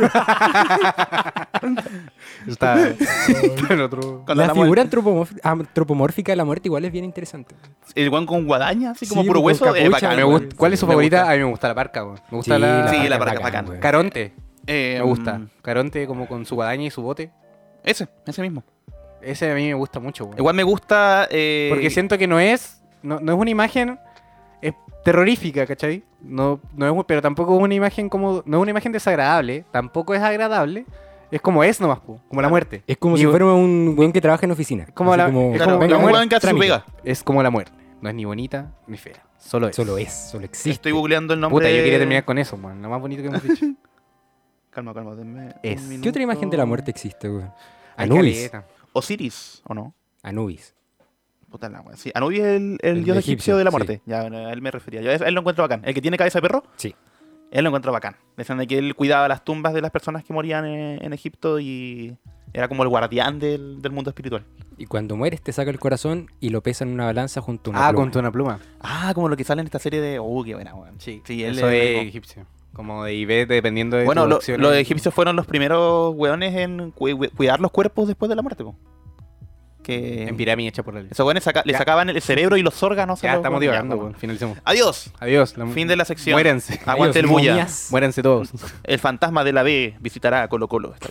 está, está en otro.
Cuando
La
hablamos
figura
del-
antropomorf- antropomórfica de la muerte igual es bien interesante.
El guan con guadaña, así como
Sí,
puro
con
hueso. eh,
capucha,
bacán,
Me
weón.
weón.
gusta- ¿Cuál es su
Me
favorita?
gusta.
A mí me gusta la parca, weón. Me gusta
Sí,
la.
Sí,
parca
la
es
parca
bacán,
bacán.
weón.
Caronte.
Eh,
Me gusta.
mm,
Caronte, como con su guadaña y su bote.
Ese, ese mismo.
Ese a mí me gusta mucho, weón.
Igual me gusta. eh,
Porque siento que no es. No, no es una imagen. Es terrorífica, ¿cachai? No, no es, pero tampoco es una imagen como. No es una imagen desagradable. Tampoco es agradable. Es como es nomás, po, como la muerte.
Es como
Ni
si
bu-
fuera un weón que trabaja en oficina.
Como
Así
la- es
Claro,
como-
venga,
un
weón,
guan que hace su
trámite.
pega.
Es como la muerte. No es ni bonita ni fea. Solo es.
Solo es, solo existe.
Estoy googleando el nombre.
Puta, yo quería terminar con eso, man. Lo más bonito que hemos dicho.
Calma, calma. denme un
Es. ¿Qué
¿Qué otra
minuto.
imagen de la muerte existe, weón?
Ay,
Anubis.
caleta.
Osiris, ¿o no?
Anubis.
Puta la wea. Sí, Anubis es el, el
El
dios egipcio,
egipcio,
de la
sí.
muerte. Ya, bueno, a él me refería. Yo a él lo encuentro bacán. El que tiene cabeza de perro,
Sí.
él lo encuentro bacán. Decían de que él cuidaba las tumbas de las personas que morían en, en Egipto y era como el guardián del, del mundo espiritual.
Y cuando mueres te saca el corazón y lo pesa en una balanza junto a una
Ah,
pluma.
con una pluma.
Ah, como lo que sale en esta serie de. Uh, qué buena, weón. sí, él
eso es
como-
egipcio. Como de IB, dependiendo de
Bueno,
tus
lo-
acciones.
los egipcios fueron los primeros weones en cu- cu- cuidar los cuerpos después de la muerte, po. Que.
En pirámide hecha por la ley.
Esos weones saca- le
Ya.
sacaban el cerebro y los órganos. a
Ya
los
estamos
weones. Ya,
divagando,
weón.
weón. Finalicemos.
Adiós.
Adiós. la-
Fin de la sección.
Muéranse.
(laughs) Aguante
Adiós,
el bulla.
momias.
Muéranse todos.
El fantasma de la B visitará a Colo Colo esta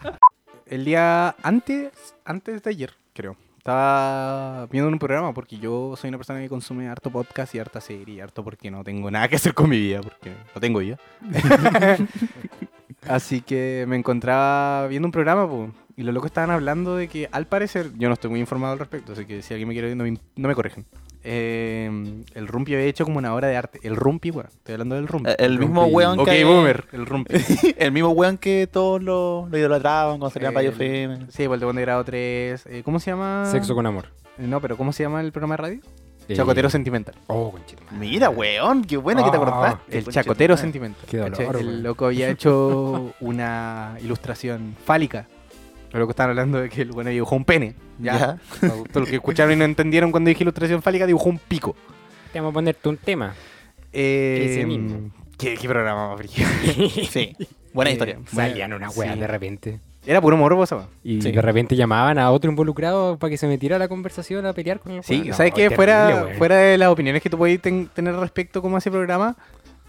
(laughs) vez.
El día antes, antes de ayer, creo. Estaba viendo un programa porque yo soy una persona que consume harto podcast y harta serie, y harto porque no tengo nada que hacer con mi vida, porque no tengo
(laughs)
vida. Así que me encontraba viendo un programa po, y los locos estaban hablando de que al parecer, yo no estoy muy informado al respecto, así que si alguien me quiere oír, no me, no me corrijan. Eh, el Rumpi había hecho como una obra de arte. El Rumpi, bueno, estoy hablando del Rumpi.
Eh, El mismo
Rompe-
weón
Ok,
que.
boomer, el Rumpi.
(laughs) El mismo weón que todos lo, lo idolatraban cuando salían
Eh,
Radio FM.
Sí, Vuelta de Grado 3. eh, ¿Cómo se llama?
Sexo con amor.
Eh, No, pero ¿cómo se llama el programa de radio?
Eh,
Chacotero Sentimental.
Oh, conchetumare.
Mira, weón, qué buena que te
Ah,
acordaste.
El Chacotero
Conchetumare.
Sentimental.
Qué dolor,
¿cachai?
weón.
el loco
(laughs)
había hecho una ilustración fálica. Los locos estaban hablando de que el bueno dibujó un pene. Ya. Todos los que escucharon y no entendieron cuando dije ilustración fálica, dibujó un pico.
Te vamos a ponerte un tema.
Eh,
Ese mismo.
¿Qué, qué programa más brígido?
(laughs)
Sí.
(laughs)
Buena
Eh,
historia.
Salían unas weas
sí.
de repente.
Era puro morbo esa. weá.
Y
Sí.
de repente llamaban a otro involucrado para que se metiera a la conversación a pelear con el
Sí,
weón. No,
¿sabes qué?
terrible,
Fuera,
weón.
fuera de las opiniones que tú podías ten- tener respecto como a ese programa,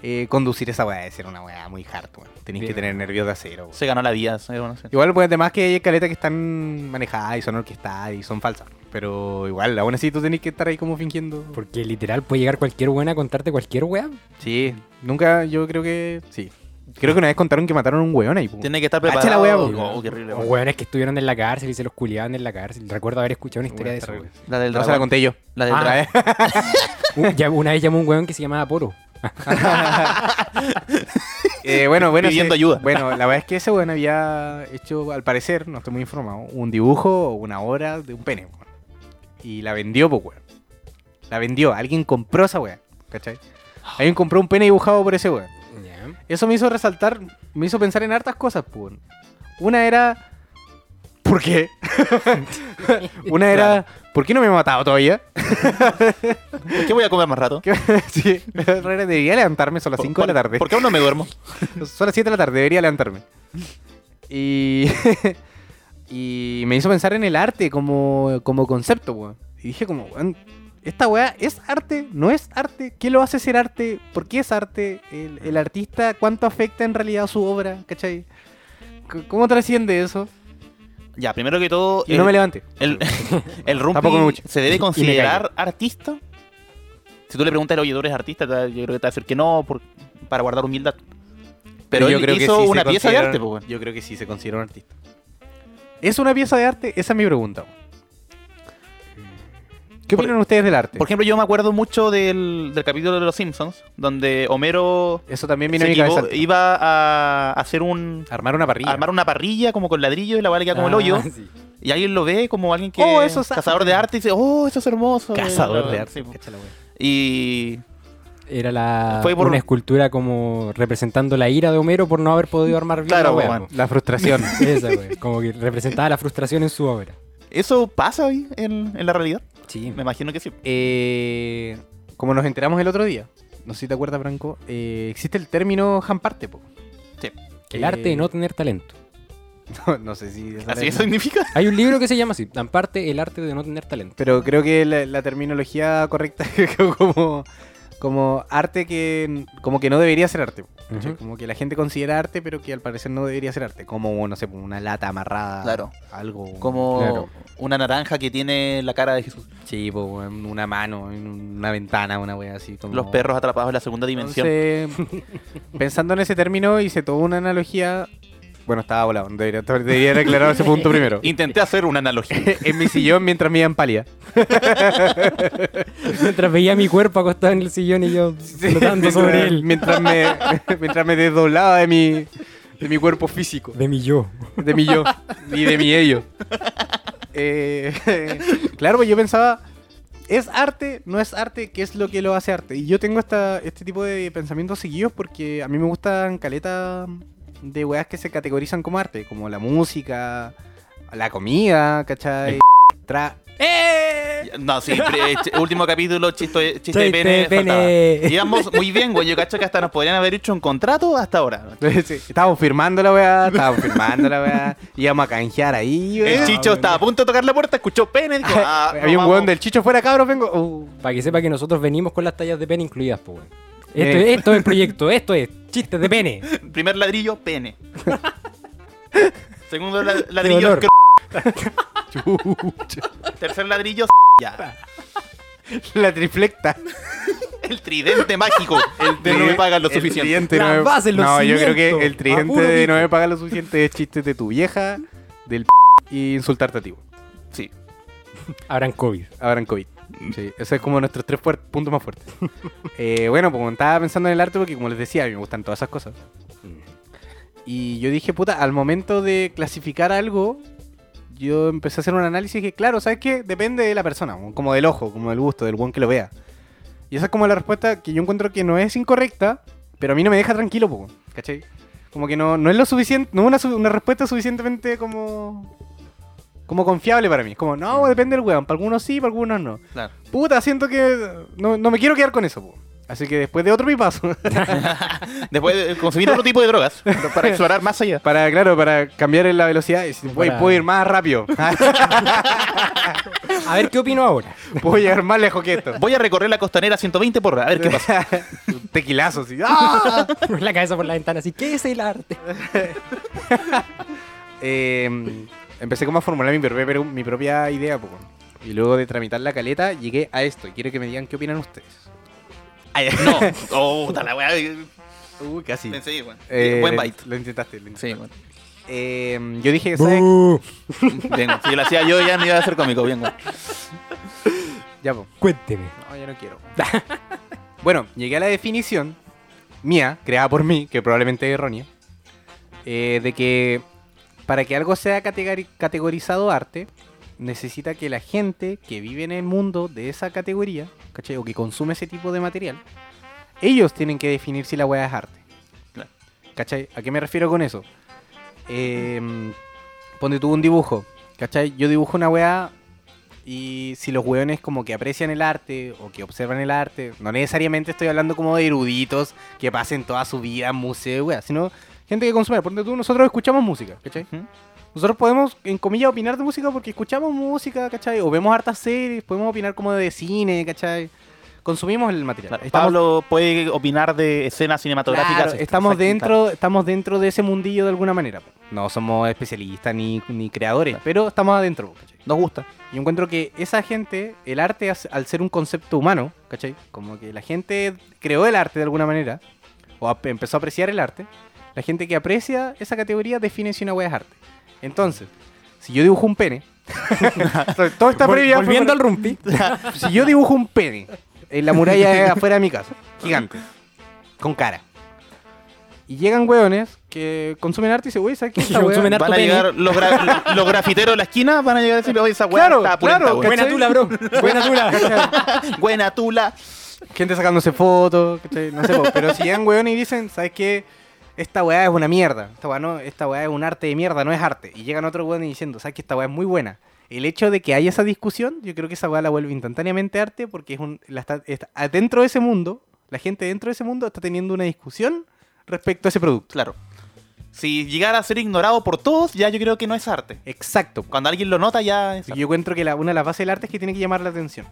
eh, conducir esa weá debe ser una weá muy hard, weón. Tenéis que
Bien.
tener nervios de acero, weón.
Se ganó la vía. se ganó, sí.
Igual, pues además que hay escaletas que están manejadas y son orquestadas y son falsas. Pero igual, aún así tú tenés que estar ahí como fingiendo.
Porque literal puede llegar cualquier buena a contarte cualquier weá.
Sí, nunca, yo creo que. Sí. Creo que una vez contaron que mataron a un weón ahí. pues. po.
Tiene que estar
Cacha la
preparado.
wea,
Oh, qué horrible,
O
weón.
weones que estuvieron en la cárcel y se los culiaban en la cárcel. Recuerdo haber escuchado una historia
Weón,
de eso.
terrible.
La del
pues. No se la
dragón.
conté yo.
La del
Ah.
dragón.
weón. Un- ya- una vez llamó un weón que se llamaba Poro.
(laughs) Eh, bueno, bueno,
Pidiendo
ese-
ayuda.
Bueno, la verdad es que ese weón había hecho, al parecer, no estoy muy informado, un dibujo o una obra de un pene, weón. Y la vendió, pues, weón. La vendió. Alguien compró esa weá, ¿cachai?
Ah.
Alguien compró un pene dibujado por ese weón. Eso me hizo resaltar, me hizo pensar en hartas cosas, pues. weón. Una era. ¿Por qué? (laughs) una era. ¿Por qué no me he matado todavía? (laughs)
¿Por qué voy a comer más rato?
sí, la otra era, debería levantarme, son las 5 de la tarde.
¿Por qué aún no me duermo?
Pues, Son las 7 de la tarde, debería levantarme. Y, (laughs) y me hizo pensar en el arte como, como concepto, weón. Y dije como, weón, esta weá es arte, no es arte. ¿Qué lo hace ser arte? ¿Por qué es arte? ¿El, el artista cuánto afecta en realidad su obra? ¿Cachai? C- ¿Cómo trasciende eso?
Ya, primero que todo.
Y no
el-
me levanté.
El, (laughs) el Rumpi
Tampoco mucho.
se debe
Y me
considerar artista. Si tú le preguntas al oye, ¿tú eres artista? Te va- Yo creo que te va a decir que no, por- para guardar humildad. Pero yo creo hizo
sí se
una pieza de
considera-
arte, pues, weón.
Yo creo que sí se considera un artista. ¿Es una pieza de arte? Esa es mi pregunta. weón. ¿Qué
Por-
opinan ustedes del arte?
Por ejemplo, yo me acuerdo mucho del, del capítulo de Los Simpsons, donde Homero
Eso también viene
se
a mi
equivo-
cabeza.
iba a hacer un.
Armar una parrilla. Ah,
armar una parrilla como con ladrillo y la vale queda como el
Ah,
hoyo. Y alguien lo ve como alguien que
Oh, eso es-
cazador de arte y dice, oh, eso es hermoso.
Cazador de arte.
Sí, pues. y
Era la
Fue por-
una escultura como representando la ira de Homero por no haber podido armar bien
Claro,
la wea,
weón.
po.
La frustración. (laughs)
Esa wea, como que representaba la frustración en su obra.
eso pasa hoy en, en la realidad.
Sí.
Me imagino que sí.
Eh, como nos enteramos el otro día, no sé si te acuerdas, Franco, eh, existe el término jamparte, po. Eh,
El arte de no tener talento.
(laughs) No, no sé si... esa
Así
la-
que (laughs) significa.
Hay un libro que se llama así, en parte el arte de no tener talento.
Pero creo que la, la terminología correcta (laughs) es como, como arte que como que no debería ser arte. po. ¿Cachai?
Ujú.
Como que la gente considera arte, pero que al parecer no debería ser arte. Como, no sé, po, una lata amarrada.
Claro.
Algo.
Como
Claro.
una naranja que tiene la cara de Jesús.
Sí, po, una mano, en una ventana, una wea así. como-
Los perros atrapados en la segunda dimensión.
Entonces, (laughs) pensando en ese término, hice toda una analogía. Bueno, estaba volado, debería, debería haber aclarado ese punto (laughs) primero.
Intenté hacer
(laughs)
una analogía.
en mi sillón mientras me iban pálida.
Mientras veía mi cuerpo acostado en el sillón y yo flotando sobre
(laughs)
él.
Mientras me, (laughs) mientras me desdoblaba de mi, de mi cuerpo físico,
De mi yo.
de mi yo y de mi ello. Eh, (laughs) claro, pues yo pensaba, ¿es arte? ¿No es arte? ¿Qué es lo que lo hace arte? Y yo tengo esta, este tipo de pensamientos seguidos porque a mí me gustan caletas de weas que se categorizan como arte, como la música, la comida, ¿cachai? Tra- ¡Eh! (laughs)
No, sí, pre- eh, ch- último capítulo, chiste, chiste de
Chiste
pene.
de pene.
faltaba. Íbamos muy bien, güey. Yo cacho que hasta nos podrían haber hecho un contrato hasta ahora.
Sí, estábamos firmando la weá, estábamos firmando la weá, íbamos a canjear ahí,
El
weá.
chicho estaba a punto de tocar la puerta, escuchó pene. Dijo, ah, no,
Ah, (laughs) Había un
vamos.
weón del chicho fuera, cabros, vengo. Uh,
Para que sepa que nosotros venimos con las tallas de pene incluidas, pues. weón. Esto,
Eh.
es- esto es el proyecto, esto es chistes de pene.
Primer ladrillo,
(laughs)
pene. Segundo la- ladrillo,
olor.
chucha.
escro- (laughs) tercer ladrillo, (laughs) ya.
(laughs) La triflecta.
El tridente mágico. El de no me pagan lo
El
suficiente.
tridente no, me-
Las bases, los
no, yo creo
cimientos,
que el
a puro
tridente de
pico.
no me paga lo suficiente es chistes de tu vieja, del p y insultarte a ti. weón.
Sí.
Habrán COVID.
Habrán COVID. Sí, ese es como nuestros tres fuert- puntos más fuertes. (laughs) Eh, bueno, pues estaba pensando en el arte porque como les decía, a mí me gustan todas esas cosas. Y yo dije, puta, al momento de clasificar algo, yo empecé a hacer un análisis que, claro, ¿sabes qué? Depende de la persona, como del ojo, como del gusto, del buen que lo vea. Y esa es como la respuesta que yo encuentro que no es incorrecta, pero a mí no me deja tranquilo, po, ¿cachai? Como que no, no es lo suficiente, no es una, su- una respuesta suficientemente como como confiable para mí. Es Como, no, depende del weón, para algunos sí, para algunos no.
Claro.
Puta, siento que no, no me quiero quedar con eso, po. Así que después de otro pipazo, (laughs)
Después de consumir otro tipo de drogas pero para explorar más allá.
para, claro, para cambiar la velocidad, y decir, "Güey,
Para-
puedo ir más rápido, (laughs) ah,
A ver qué opino ahora. (laughs)
puedo llegar más lejos que esto. (laughs)
Voy a recorrer la costanera 120 por hora, a ver qué pasa.
tequilazos. Y,
(laughs)
¡ah!
la cabeza por la ventana, así, ¿qué es el arte?
Eh, empecé como a formular mi, propia- pero- mi propia idea. po, weón. Y luego de tramitar la caleta, llegué a esto. Y quiero que me digan qué opinan ustedes.
Ay, no. Oh, puta la weá.
Uy, casi.
Pensé, weón.
Eh,
Buen bite.
Lo intentaste. lo intentaste.
Sí, bueno.
Eh, yo dije, ¿sabes?
¡Bú!
Bien, weón. si lo hacía yo ya no iba a ser cómico, bien, weón.
Ya, po.
Cuénteme.
No, yo no quiero. (laughs) bueno, llegué a la definición mía, creada por mí, que probablemente es errónea, eh, de que para que algo sea categori- categorizado arte, necesita que la gente que vive en el mundo de esa categoría, ¿cachai? O que consume ese tipo de material, ellos tienen que definir si la weá es arte.
Claro.
¿Cachai? ¿A qué me refiero con eso? Eh, ponte tú un dibujo, ¿cachai? Yo dibujo una weá y si los hueones como que aprecian el arte o que observan el arte, no necesariamente estoy hablando como de eruditos que pasen toda su vida en museo, wea, sino gente que consume. Por tú, nosotros escuchamos música, ¿cachai?
Ujú.
Nosotros podemos, en comillas, opinar de música porque escuchamos música, ¿cachai? O vemos hartas series, podemos opinar como de cine, ¿cachai? Consumimos el material.
Claro,
Estamos-
Pablo puede opinar de escenas cinematográficas.
Claro,
etcétera.
estamos
Exacto,
dentro, estamos dentro de ese mundillo de alguna manera. po. No somos especialistas ni, ni creadores, pero estamos adentro. po, ¿cachai? Nos gusta. Yo encuentro que esa gente, el arte as- al ser un concepto humano, ¿cachai? Como que la gente creó el arte de alguna manera, o ap- empezó a apreciar el arte, la gente que aprecia esa categoría define si una wea es arte. Entonces, si yo dibujo un
(laughs)
pene, (laughs) todo está
Vol-
previa. fue
Volviendo
por-
al rumpi.
(laughs) si yo dibujo un pene en Eh, la muralla de afuera de mi casa, gigante, con cara, y llegan hueones que consumen arte y dicen, güey, ¿sabes qué? Esta wea-
Que consumen
Van
Harto
a
pene.
llegar los, gra- los grafiteros de la esquina, van a llegar a decirle, oye, esa weá
Claro,
está pulenta,
claro,
weón.
Buena tula, bro. Buena tula.
Buena tula.
Gente sacándose fotos, ¿cachai? no sé, po, pero si llegan hueones y dicen, ¿sabes qué? Esta weá es una mierda, esta weá, no, esta weá es un arte de mierda, no es arte. Y llegan otros hueones diciendo, ¿sabes qué? Esta weá es muy buena. El hecho de que haya esa discusión, yo creo que esa weá la vuelve instantáneamente arte porque es un, la está, está- dentro de ese mundo, la gente dentro de ese mundo está teniendo una discusión respecto a ese producto.
Claro. Si llegara a ser ignorado por todos, ya yo creo que no es arte.
Exacto. po.
Cuando alguien lo nota, ya es
Yo
arte.
encuentro que la- una de las bases del arte es que tiene que llamar la atención.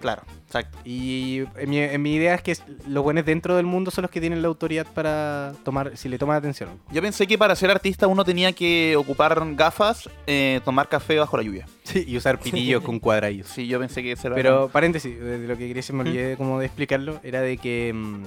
Claro, exacto.
Y en mi, en mi idea es que s- los buenos dentro del mundo son los que tienen la autoridad para tomar, si le toman atención.
Yo pensé que para ser artista uno tenía que ocupar gafas, eh, tomar café bajo la lluvia.
Sí, y usar pitillos con cuadradillos.
Sí, yo pensé que ese
(laughs)
era...
Pero paréntesis, de de lo que quería se me olvidé como de explicarlo, era de que mm,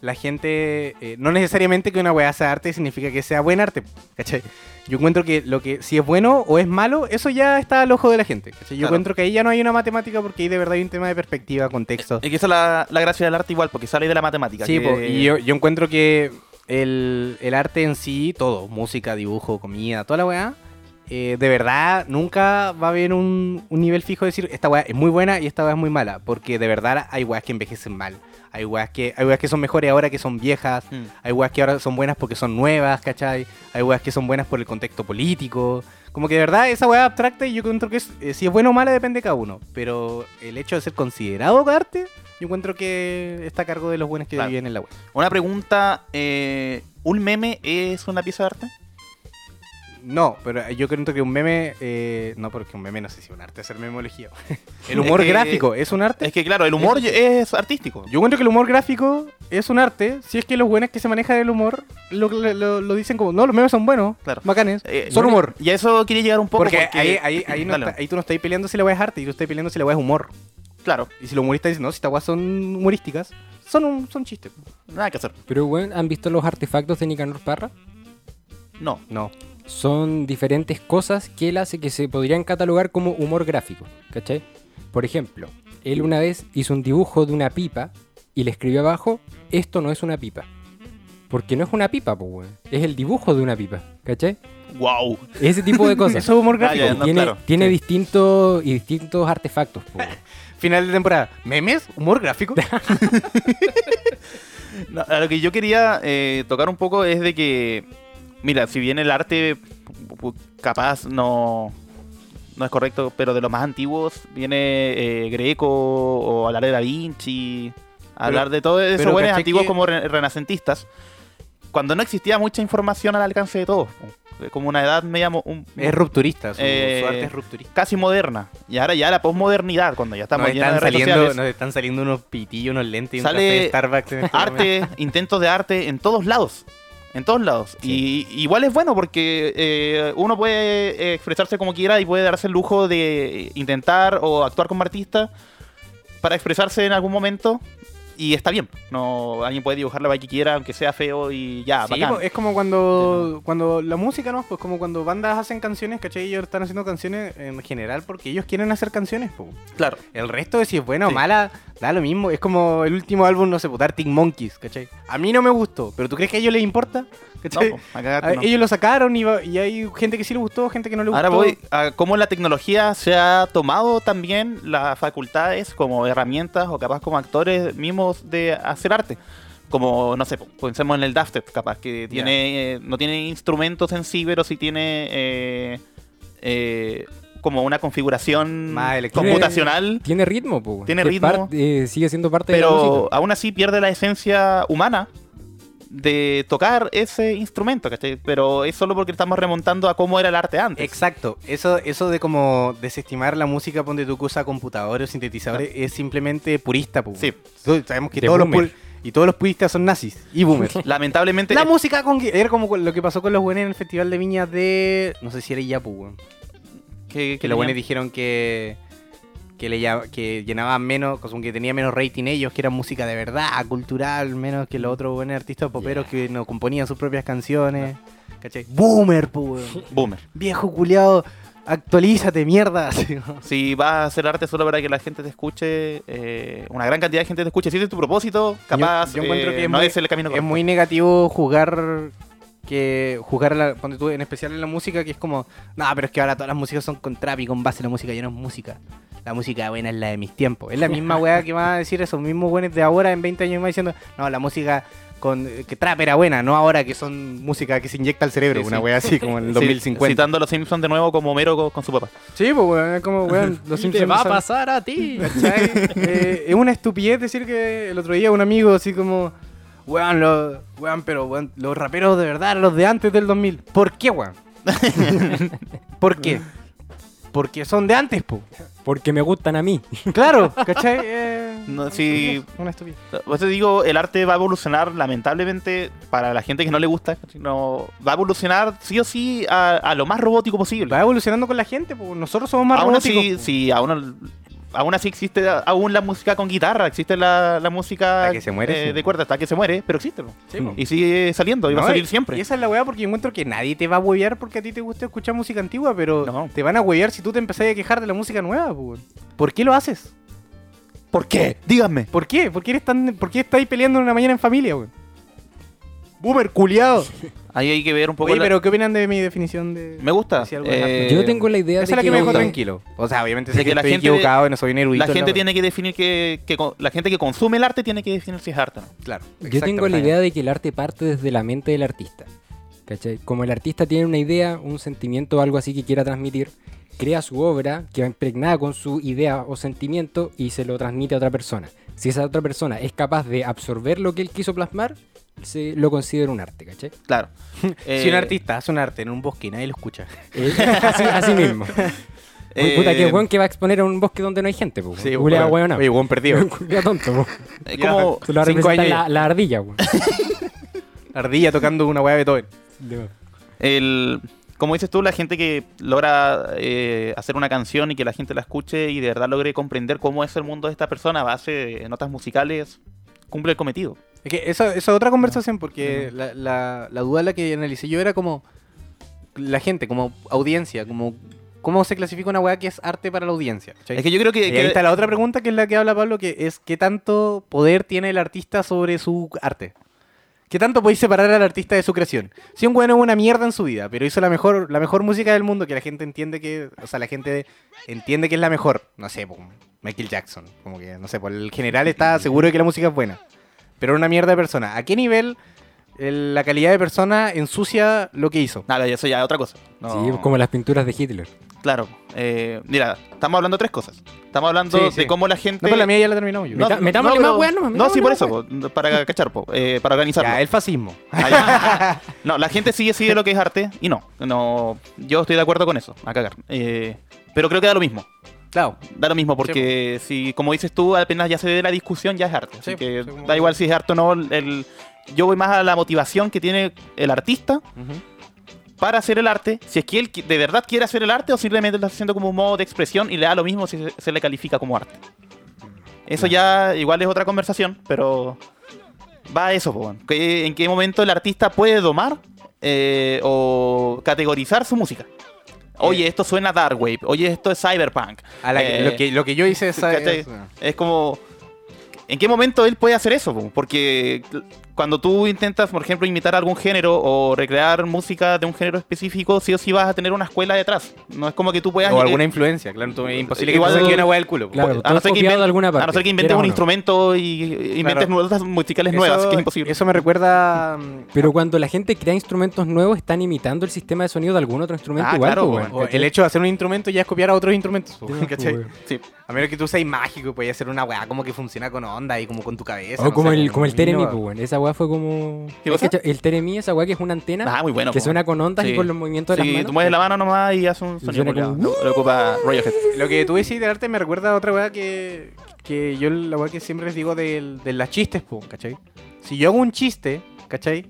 la gente, eh, no necesariamente que una weá sea arte significa que sea buen arte, ¿cachai? Yo encuentro que lo que si es bueno o es malo, eso ya está al ojo de la gente, ¿cachai? Yo
Claro.
encuentro que ahí ya no hay una matemática porque ahí de verdad hay un tema de perspectiva, contexto.
Es que esa es la, la gracia del arte igual, porque sale de la matemática.
Sí,
que-
po, y yo, yo encuentro que el, el arte en sí, todo, música, dibujo, comida, toda la weá, eh, de verdad nunca va a haber un, un nivel fijo de decir esta weá es muy buena y esta weá es muy mala, porque de verdad hay weás que envejecen mal, hay weás que, hay weas que son mejores ahora que son viejas,
Mm.
hay weas que ahora son buenas porque son nuevas, ¿cachai? Hay weas que son buenas por el contexto político. Como que de verdad esa weá abstracta y yo encuentro que es- eh, si es bueno o mala depende de cada uno. Pero el hecho de ser considerado arte, yo encuentro que está a cargo de los buenos que
Claro.
viven en la web.
Una pregunta, eh, ¿un meme es una pieza de arte?
No, pero eh, yo creo que un meme... eh, no, porque un meme no sé si es un arte, hacer
(laughs)
memología. El humor
Es que-
gráfico es un arte.
Es que claro, el humor es artístico.
Yo encuentro que el humor gráfico es un arte, si es que los buenos que se manejan el humor lo, lo- lo dicen como, no, los memes son buenos,
Claro.
bacanes,
Eh,
son humor.
Y a eso quería llegar un poco
Porque,
porque,
ahí, ahí, ahí, no
Dale.
está- ahí tú no estás peleando si la weá es arte, y tú estás peleando si la weá es humor.
Claro,
Y si los humoristas dicen, no, si estas weas son humorísticas, son, un, son chistes.
nada que hacer.
Pero, weón, ¿han visto los artefactos de Nicanor Parra?
No.
No.
son diferentes cosas que él hace que se podrían catalogar como humor gráfico, ¿cachai? Por ejemplo, él una vez hizo un dibujo de una pipa y le escribió abajo, esto no es una pipa. Porque no es una pipa, pues, weón. Es el dibujo de una pipa, ¿cachai?
Wow.
Ese tipo
(laughs)
de cosas.
Eso es humor
Ah,
gráfico.
ya, no,
tiene
claro.
tiene distintos, y distintos artefactos,
(laughs)
po, weón.
Final de temporada. ¿Memes? ¿Humor
(laughs)
gráfico?
No, a lo que yo quería eh, tocar un poco es de que, mira, si bien el arte pu- capaz no, no es correcto, pero de los más antiguos viene eh, Greco o hablar de Da Vinci, hablar de todo eso,
pero
buenos
caché
antiguos
que-
como re- renacentistas. cuando no existía mucha información al alcance de todos. po. Como una edad media mo- un-
Es rupturista, su,
Eh,
su arte es rupturista.
casi moderna. Y ahora ya la posmodernidad, cuando ya estamos
Nos
llenos de
están,
redes
saliendo,
sociales,
nos están saliendo unos pitillos, unos lentes y un
Sale
café de Starbucks. en este momento.
(laughs) arte, intentos de arte en todos lados. En todos lados. Y igual es bueno porque eh, uno puede eh, expresarse como quiera y puede darse el lujo de intentar o actuar como artista para expresarse en algún momento. Y está bien. No, alguien puede dibujar la vaina que quiera, aunque sea feo y ya,
Sí,
Ah,
pues,
bacán.
po, es como cuando, cuando la música, ¿no? Pues como cuando bandas hacen canciones, ¿cachai? Ellos están haciendo canciones en general porque ellos quieren hacer canciones, po.
Claro.
El resto de si es buena o
Sí.
mala, da lo mismo. Es como el último álbum, no sé, putar Teen Monkeys, ¿cachai? A mí no me gustó, pero ¿tú crees que a ellos les importa?
No,
¿Cachai?
po, a cagarte
A-
no.
Ellos lo sacaron y, va- y hay gente que sí le gustó, gente que no le gustó.
Ahora voy a cómo la tecnología se ha tomado también las facultades como herramientas o capaz como actores mismos de hacer arte. Como, no sé, pensemos en el Dafted, capaz, que tiene eh, no tiene instrumentos en sí, pero sí tiene eh, eh, como una configuración
Más electrónica.
computacional,
Tiene ritmo, po.
Tiene
Es
ritmo.
parte- eh, sigue siendo parte de la
pero
música.
aún así pierde la esencia humana de tocar ese instrumento, ¿cachai? Pero es solo porque estamos remontando a cómo era el arte antes.
Exacto, eso, eso de como desestimar la música, ponte tú que usa computadores, sintetizadores, es simplemente purista, po.
Sí.
Tú- Sabemos que
De
todos los,
boomer.
pur- y todos los puristas son nazis y
(laughs)
boomers.
Lamentablemente,
la música con gui- era como con lo que pasó con los buenos en el Festival de Viña de. No sé si era Iyapu, weón. Que
que, que
los
tenían-
buenos dijeron que. Que, le, lla- que llenaban menos, como que tenía menos rating ellos, que era música de verdad, cultural, menos que los otros buenos artistas poperos que no componían sus propias canciones. ¿Cachai? Boomer, po,
(laughs)
weón.
Boomer.
Viejo culiado, actualízate, mierda. (laughs) así, ¿no?
Si vas a hacer arte solo para que la gente te escuche, eh, una gran cantidad de gente te escuche, si ese es tu propósito, capaz
yo encuentro
eh,
que es
no
muy-
es el camino
es
correcto.
muy negativo jugar que jugar la, ponte tú, en especial en la música que es como no pero es que ahora todas las músicas son con trap y con base la música ya no es música la música buena es la de mis tiempos es la misma weá que van a decir esos mismos buenos de ahora en 20 años más diciendo no la música con que trap era buena no ahora que son música que se inyecta al cerebro
Sí,
una
sí.
weá así como en el
Sí,
2050
Citando a los Simpsons de nuevo como Homero co- con su papá.
sí pues weón es como
(laughs)
weón los
Y te
Simpsons
va a
son-
pasar a ti.
(laughs) ¿Cachai? Eh, es una estupidez decir que el otro día un amigo así como, weón, los, weón, pero weón, los raperos de verdad, los de antes del 2000. ¿Por qué,
(laughs)
weón? ¿Por qué? Porque son de antes, po.
Porque me gustan a mí.
Claro, ¿cachai? Eh,
No, sí.
Una estupidez.
Por eso digo, el arte va a evolucionar, lamentablemente, para la gente que no le gusta, no, va a evolucionar sí o sí a, a lo más robótico posible.
Va evolucionando con la gente, po. Nosotros somos más
aún
robóticos.
así,
po.
sí, aún, aún así existe aún la música con guitarra, existe la, la música
Hasta que se muere,
eh,
sí.
de cuerda, hasta que se muere, pero existe. po.
Sí, po.
Y sigue saliendo, y va
No,
a salir
y-
siempre.
Y esa es la weá porque yo encuentro que nadie te va a huevear porque a ti te gusta escuchar música antigua, pero
No.
te van a huevear si tú te empezás a quejar de la música nueva, po. ¿Por qué lo haces?
¿Por qué? Díganme.
¿Por qué? ¿Por qué, eres tan, ¿Por qué estáis peleando en una mañana en familia, weón? Boomer, culiado.
Ahí hay que ver un poco.
Oye,
la-
pero ¿qué opinan de mi definición de.?
Me gusta.
Sí, algo de
Eh,
Yo tengo la
Esa
idea de
es la que
que-
me dejó tranquilo. O sea, obviamente sé
de
que,
que la
estoy
gente-
equivocado y no soy un erudito.
La
en
gente
wea.
tiene que definir que, que con- la gente que consume el arte tiene que definir si es arte. o no.
Claro.
Yo tengo la idea de que el arte parte desde la mente del artista. ¿cachai? Como el artista tiene una idea, un sentimiento, algo así que quiera transmitir, crea su obra que va impregnada con su idea o sentimiento y se lo transmite a otra persona. Si esa otra persona es capaz de absorber lo que él quiso plasmar, se lo considera un arte, ¿cachai?
Claro.
(laughs) Si un
Eh,
artista hace un arte en un bosque y nadie lo escucha.
Eh, (laughs) así, así
(laughs)
mismo.
eh,
Puta, qué weón que va a exponer a un bosque donde no hay gente, po. Culea, weón,
Oye, weón
(laughs)
perdido.
tonto, po.
eh, como-
Se lo va a
Cinco
representar
años
la, la
(laughs)
ardilla, weón.
Ardilla tocando una weá de Beethoven.
el- como dices tú, la gente que logra eh, hacer una canción y que la gente la escuche y de verdad logre comprender cómo es el mundo de esta persona a base de notas musicales, cumple el cometido.
Es que eso, eso es otra conversación porque la, la- la duda a la que analicé yo era como la gente, como audiencia, como cómo se clasifica una weá que es arte para la audiencia. ¿cachai?
Es que yo creo que,
Y
que-
ahí está la otra pregunta que es la que habla Pablo, que es qué tanto poder tiene el artista sobre su arte. ¿Qué tanto podéis separar al artista de su creación? Si un bueno es una mierda en su vida, pero hizo la mejor, la mejor música del mundo que la gente entiende que, o sea, la gente entiende que es la mejor. No sé, pum, Michael Jackson, como que no sé, por el general está seguro de que la música es buena, pero era una mierda de persona. ¿A qué nivel El- la calidad de persona ensucia lo que hizo.
Nada, eso ya es otra cosa. No.
Sí, como las pinturas de Hitler.
Claro. Eh, mira, estamos hablando de tres cosas. Estamos hablando
Sí,
de
sí.
cómo la gente.
No, pero la mía ya la terminamos yo.
No,
Meta- metámosle
no,
más
pero-
weas nomás,
No, sí,
metámosle
por
más
eso, po, para cachar, po, eh, para organizarlo.
Ya, el fascismo.
Ahí va. no, la gente sigue, sigue lo que es arte y no, no, yo estoy de acuerdo con eso, a cagar. Eh, pero creo que da lo mismo,
Claro.
da lo mismo porque si, como dices tú, apenas ya se ve la discusión, ya es arte. Así
Sí,
que
sí, como-
da igual si es arte o no, el- el- yo voy más a la motivación que tiene el artista para hacer el arte, si es que él qui- de verdad quiere hacer el arte o simplemente lo está haciendo como un modo de expresión y le da lo mismo si se, se le califica como arte. Eso ya igual es otra conversación, pero va a eso, po, weón. Que- ¿En qué momento el artista puede domar eh, o categorizar su música? Oye, esto suena dark wave. Oye, esto es cyberpunk.
A la-
Eh,
lo, que, lo que yo hice es...
¿cachai? Es como. ¿En qué momento él puede hacer eso? po? Porque cl- cuando tú intentas, por ejemplo, imitar algún género o recrear música de un género específico, sí o sí vas a tener una escuela detrás. No es como que tú puedas.
o
eh,
alguna influencia, claro, entonces es imposible que
Igual-
te saque una hueá del culo.
Claro,
po-
todo es copiado de alguna
A Pues, no
parte,
ser que inventes
quieras
un
o no.
instrumento y eh, inventes
Claro.
notas musicales nuevas, que es imposible.
Eso me recuerda... mm,
Pero cuando la gente crea instrumentos nuevos, están imitando el sistema de sonido de algún otro instrumento
Ah,
igual.
claro,
po,
weón.
weón,
o el
¿cachai?
hecho de hacer un instrumento ya es copiar a otros instrumentos. po,
Sí, po,
(laughs) ¿cachai?
weón.
Sí.
A menos que tú seas mágico y puedas hacer una weá como que funciona con onda y como con tu cabeza.
O
no
como
sé,
el, como el
un
Teremi,
niño.
po, weón. Esa weá fue como.
¿Qué cosa?
¿Cachai? El Teremi, esa weá que es una antena
Ah, muy bueno.
que
po.
suena con ondas
Sí.
y con los movimientos de
Sí,
las
tú
manos.
mueves la mano nomás y haces un
Y
sonido.
suena
culiao.
como-
Lo, lo ocupa Radiohead.
Lo que tú decís de arte me recuerda a otra weá que, que yo la weá que siempre les digo del- de las chistes, po, ¿cachai? Si yo hago un chiste, ¿cachai?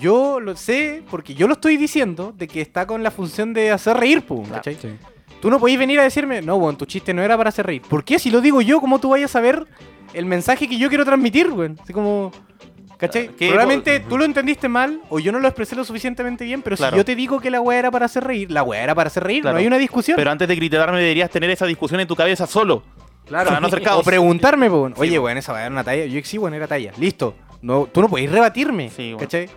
Yo lo sé porque yo lo estoy diciendo de que está con la función de hacer reír, po,
Claro.
¿cachai?
Sí.
Tú no podís venir a decirme, no, weón, tu chiste no era para hacer reír. ¿Por qué? Si lo digo yo, ¿cómo tú vayas a saber el mensaje que yo quiero transmitir, weón? Así como... ¿Cachai?
Claro, que
Probablemente tú lo entendiste mal o yo no lo expresé lo suficientemente bien, pero
Claro.
si yo te digo que la weá era para hacer reír, la weá era para hacer reír,
Claro.
no hay una discusión.
Pero antes de gritarme, deberías tener esa discusión en tu cabeza solo.
Claro,
Para no hacer
o
caos.
preguntarme, po, weón.
Sí,
Oye,
po.
weón, esa weá era una talla. Yo sí, weón, era talla. Listo. No, tú no podés rebatirme.
Sí, weón.
¿Cachai?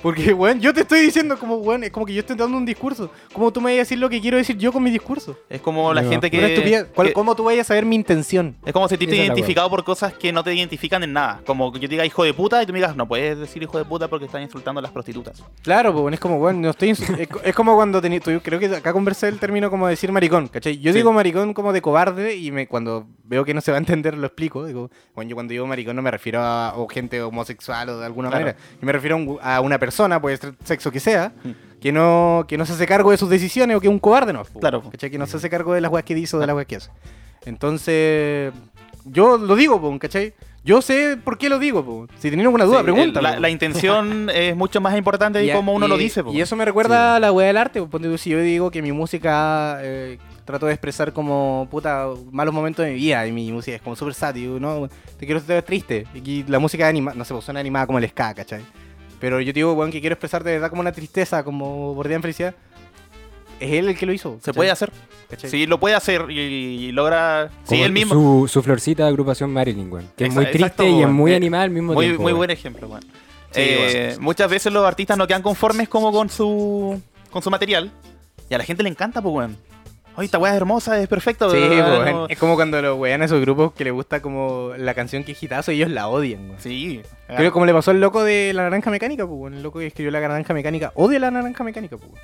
Porque, (laughs) weón, yo te estoy diciendo como, weón, es como que yo estoy dando un discurso. ¿Cómo tú me vas a decir lo que quiero decir yo con mi discurso?
Es como la
No.
gente que.
Una estupidez. ¿Cuál-
que-
¿Cómo tú vayas a saber mi intención?
Es como sentirte
Esa es la
identificado por cosas que no te identifican en nada. Como que yo te diga hijo de puta y tú me digas, no puedes decir hijo de puta porque están insultando a las prostitutas.
Claro, po, weón, es como, weón, no estoy... insu- es, co- es como cuando tení- tú- creo que acá conversé el término como decir maricón, ¿cachai? Yo
Sí.
digo maricón como de cobarde y me, cuando veo que no se va a entender lo explico. Digo, bueno, yo cuando digo maricón no me refiero a o gente homosexual o de alguna
Claro.
manera. Yo me refiero a, un- a una persona, puede ser sexo que sea,
Mm.
que no, que no se hace cargo de sus decisiones o que es un cobarde no. po,
Claro. pues. Ah.
¿Cachai? Que no se hace cargo de las weas que dice o de las weas que hace. Entonces, yo lo digo, po, ¿cachai? Yo sé por qué lo digo, po. Si tienen alguna duda,
Sí,
pregunta. pues.
el- La, la
(laughs)
intención es mucho más importante de
Y a-
cómo uno
y-
lo dice. po.
Y eso me recuerda a la weá del arte. Ponte tú, si yo digo que mi música eh, trato de expresar como puta malos momentos de mi vida y mi música es como súper sad, y digo, no, te quiero estar triste. Y que la música anima, no sé, pues, suena animada como el ska, ¿cachai? Pero yo te digo, weón, que quiero expresar de verdad como una tristeza, como bordea en felicidad. Es él el que lo hizo.
se
¿cachai?
puede hacer.
¿Cachai?
Sí, lo puede hacer y, y logra. Sí,
Como
él mismo.
Su, su florcita de agrupación Marilyn, weón, Que es muy
Exa-
triste
exacto,
y es
weón.
muy
Eh,
animada al mismo
Muy,
tiempo.
muy
weón.
buen ejemplo, weón.
Sí,
Eh, Muchas veces los artistas no quedan conformes como con su con su material. Y a la gente le encanta, pues, weón. Oye, esta weá es hermosa, es perfecta.
Sí,
weón.
weón. Es como cuando los wean a esos grupos que les gusta como la canción que es hitazo y ellos la odian, weón.
Sí.
Creo que como le pasó al loco de la naranja mecánica, pues, weón. el loco que escribió la naranja mecánica, odia la naranja mecánica, pues. weón.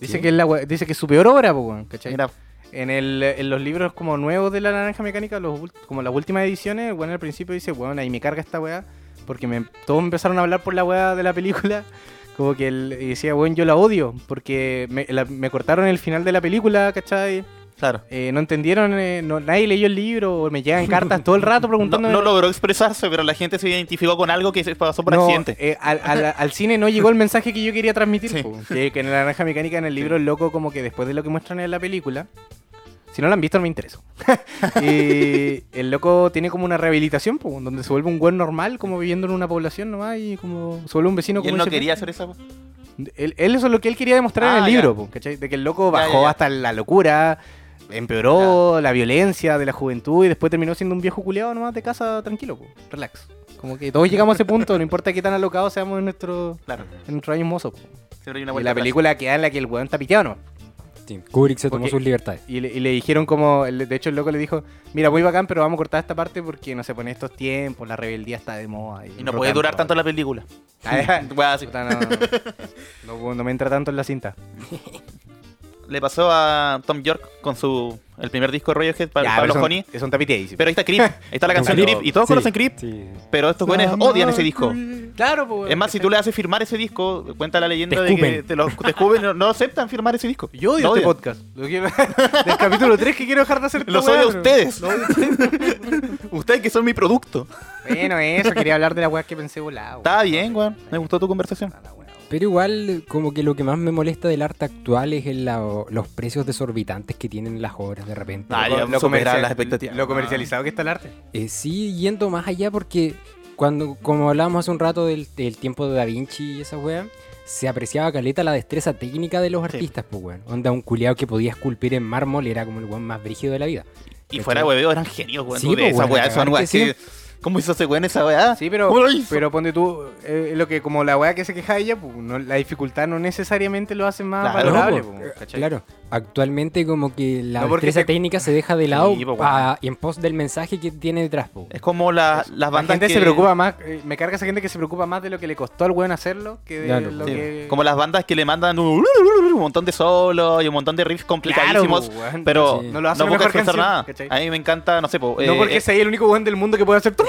Dice,
Sí.
que es la we- dice que es su peor obra, pues, weón, ¿cachai?
Mira,
En, el, en los libros como nuevos de la naranja mecánica, los, ul- como las últimas ediciones, bueno, al principio dice, bueno, ahí me carga esta weá, porque me, todos empezaron a hablar por la weá de la película, (laughs) como que él y decía, bueno, yo la odio, porque me, la- me cortaron el final de la película, ¿cachai?
claro.
Eh, no entendieron, eh, no- nadie leyó el libro, o me llegan cartas todo el rato
(laughs) No,
preguntándome...
no logró expresarse, pero la gente se identificó con algo que se pasó por
No,
accidente.
eh, al, al- al cine no llegó el mensaje que yo quería transmitir.
Sí.
po. Que, que en la naranja mecánica, en el libro, el loco, como que después de lo que muestran en la película. Si no la han visto, no me
(laughs)
interesa. y el loco tiene como una rehabilitación, po, donde se vuelve un buen normal, como viviendo en una población nomás, y como se vuelve un vecino
Y
como
él no
dice Pepe.
quería hacer eso.
Él, él eso es lo que él quería demostrar en
Ah,
el
ya.
libro, po, ¿cachai? De que el loco
Ya,
bajó
ya, ya.
hasta la locura, empeoró la violencia de la juventud y después terminó siendo un viejo culeado nomás de casa tranquilo, po, relax. Como que todos llegamos a ese punto, no importa qué tan alocados seamos en nuestro,
Claro.
en nuestro año mozo. po.
Siempre hay
Y
una vuelta
la
atrás.
película queda en la que el weón está piteado, ¿no?
Sí, Sí, Kubrick se tomó
Porque-
sus libertades.
Y le, y le dijeron como, el- de hecho el loco le dijo, mira, muy bacán, pero vamos a cortar esta parte porque no se pone estos tiempos, la rebeldía está de moda.
Y no puede durar tanto la película. (laughs) Weá,
Ah,
así.
Puta, no, no, no, no me entra tanto en la cinta.
Le pasó a Tom York con su el primer disco de Radiohead para
Ya,
Pablo
pero son-
Honey.
Son tapitéis.
Pero ahí está Creep. Ahí está la canción
Pero-
Creep. Y todos
sí,
conocen Creep.
sí.
Pero estos jóvenes odian ese disco.
Claro, pues.
Es más, si tú le haces firmar ese disco, cuenta la leyenda
Te
de que
escupen.
te lo te escupen, no, no aceptan firmar ese disco.
Yo odio
Lo
este
odian.
podcast. Lo quiero- (laughs) del capítulo 3 que quiero dejar de hacer. esta
Los
weá,
odio a
pero-
ustedes.
Lo odio a ustedes.
(laughs) Ustedes que son mi producto.
bueno, eso, quería hablar de la weá que pensé volado.
Está bien, weón. Me gustó tu conversación.
Pero igual, como que lo que más me molesta del arte actual es el la- los precios desorbitantes que tienen las obras de repente.
Ah, ya superaron las expectativas.
Lo comercializado que está el arte.
Eh, sí, yendo más allá porque cuando, como hablábamos hace un rato del, del tiempo de Da Vinci y esa weá, se apreciaba caleta la destreza técnica de los artistas, pues weón. Onda, un culiao que podía esculpir en mármol era como el weón más brígido de la vida.
Y
¿Cachai?
fuera de hueveo, eran genios, weón.
Sí,
Tú de
pues,
esa
weón,
weá,
la
son
verdad
weas
que
que- ¿Cómo hizo ese weón esa weá?
Sí, pero,
¿Cómo lo hizo?
pero ponte tú, eh, lo que como la weá que se queja ella, pues, no- la dificultad no necesariamente lo hace más
Claro,
valorable.
po,
pues,
eh,
¿cachai?
claro, actualmente como que la
No, porque
destreza
se-
técnica se deja de lado
Sí, po, weón. Eh.
pa- en pos del mensaje que tiene detrás, pues. po.
Es como la- las
La
bandas
gente
que...
se preocupa más, eh, me carga esa gente que se preocupa más de lo que le costó al weón hacerlo que de
Claro,
lo
Sí,
que...
Como las bandas que le mandan un, un montón de solos y un montón de riffs complicadísimos,
Claro, pues, weón.
pero
Sí.
No
no,
lo
lo
hace la
hacen no
mejor
busca expresar
canción,
nada.
¿cachai?
A mí me encanta, no sé, po,
no
eh,
porque
eh,
sea el único weón del mundo que puede hacer todo.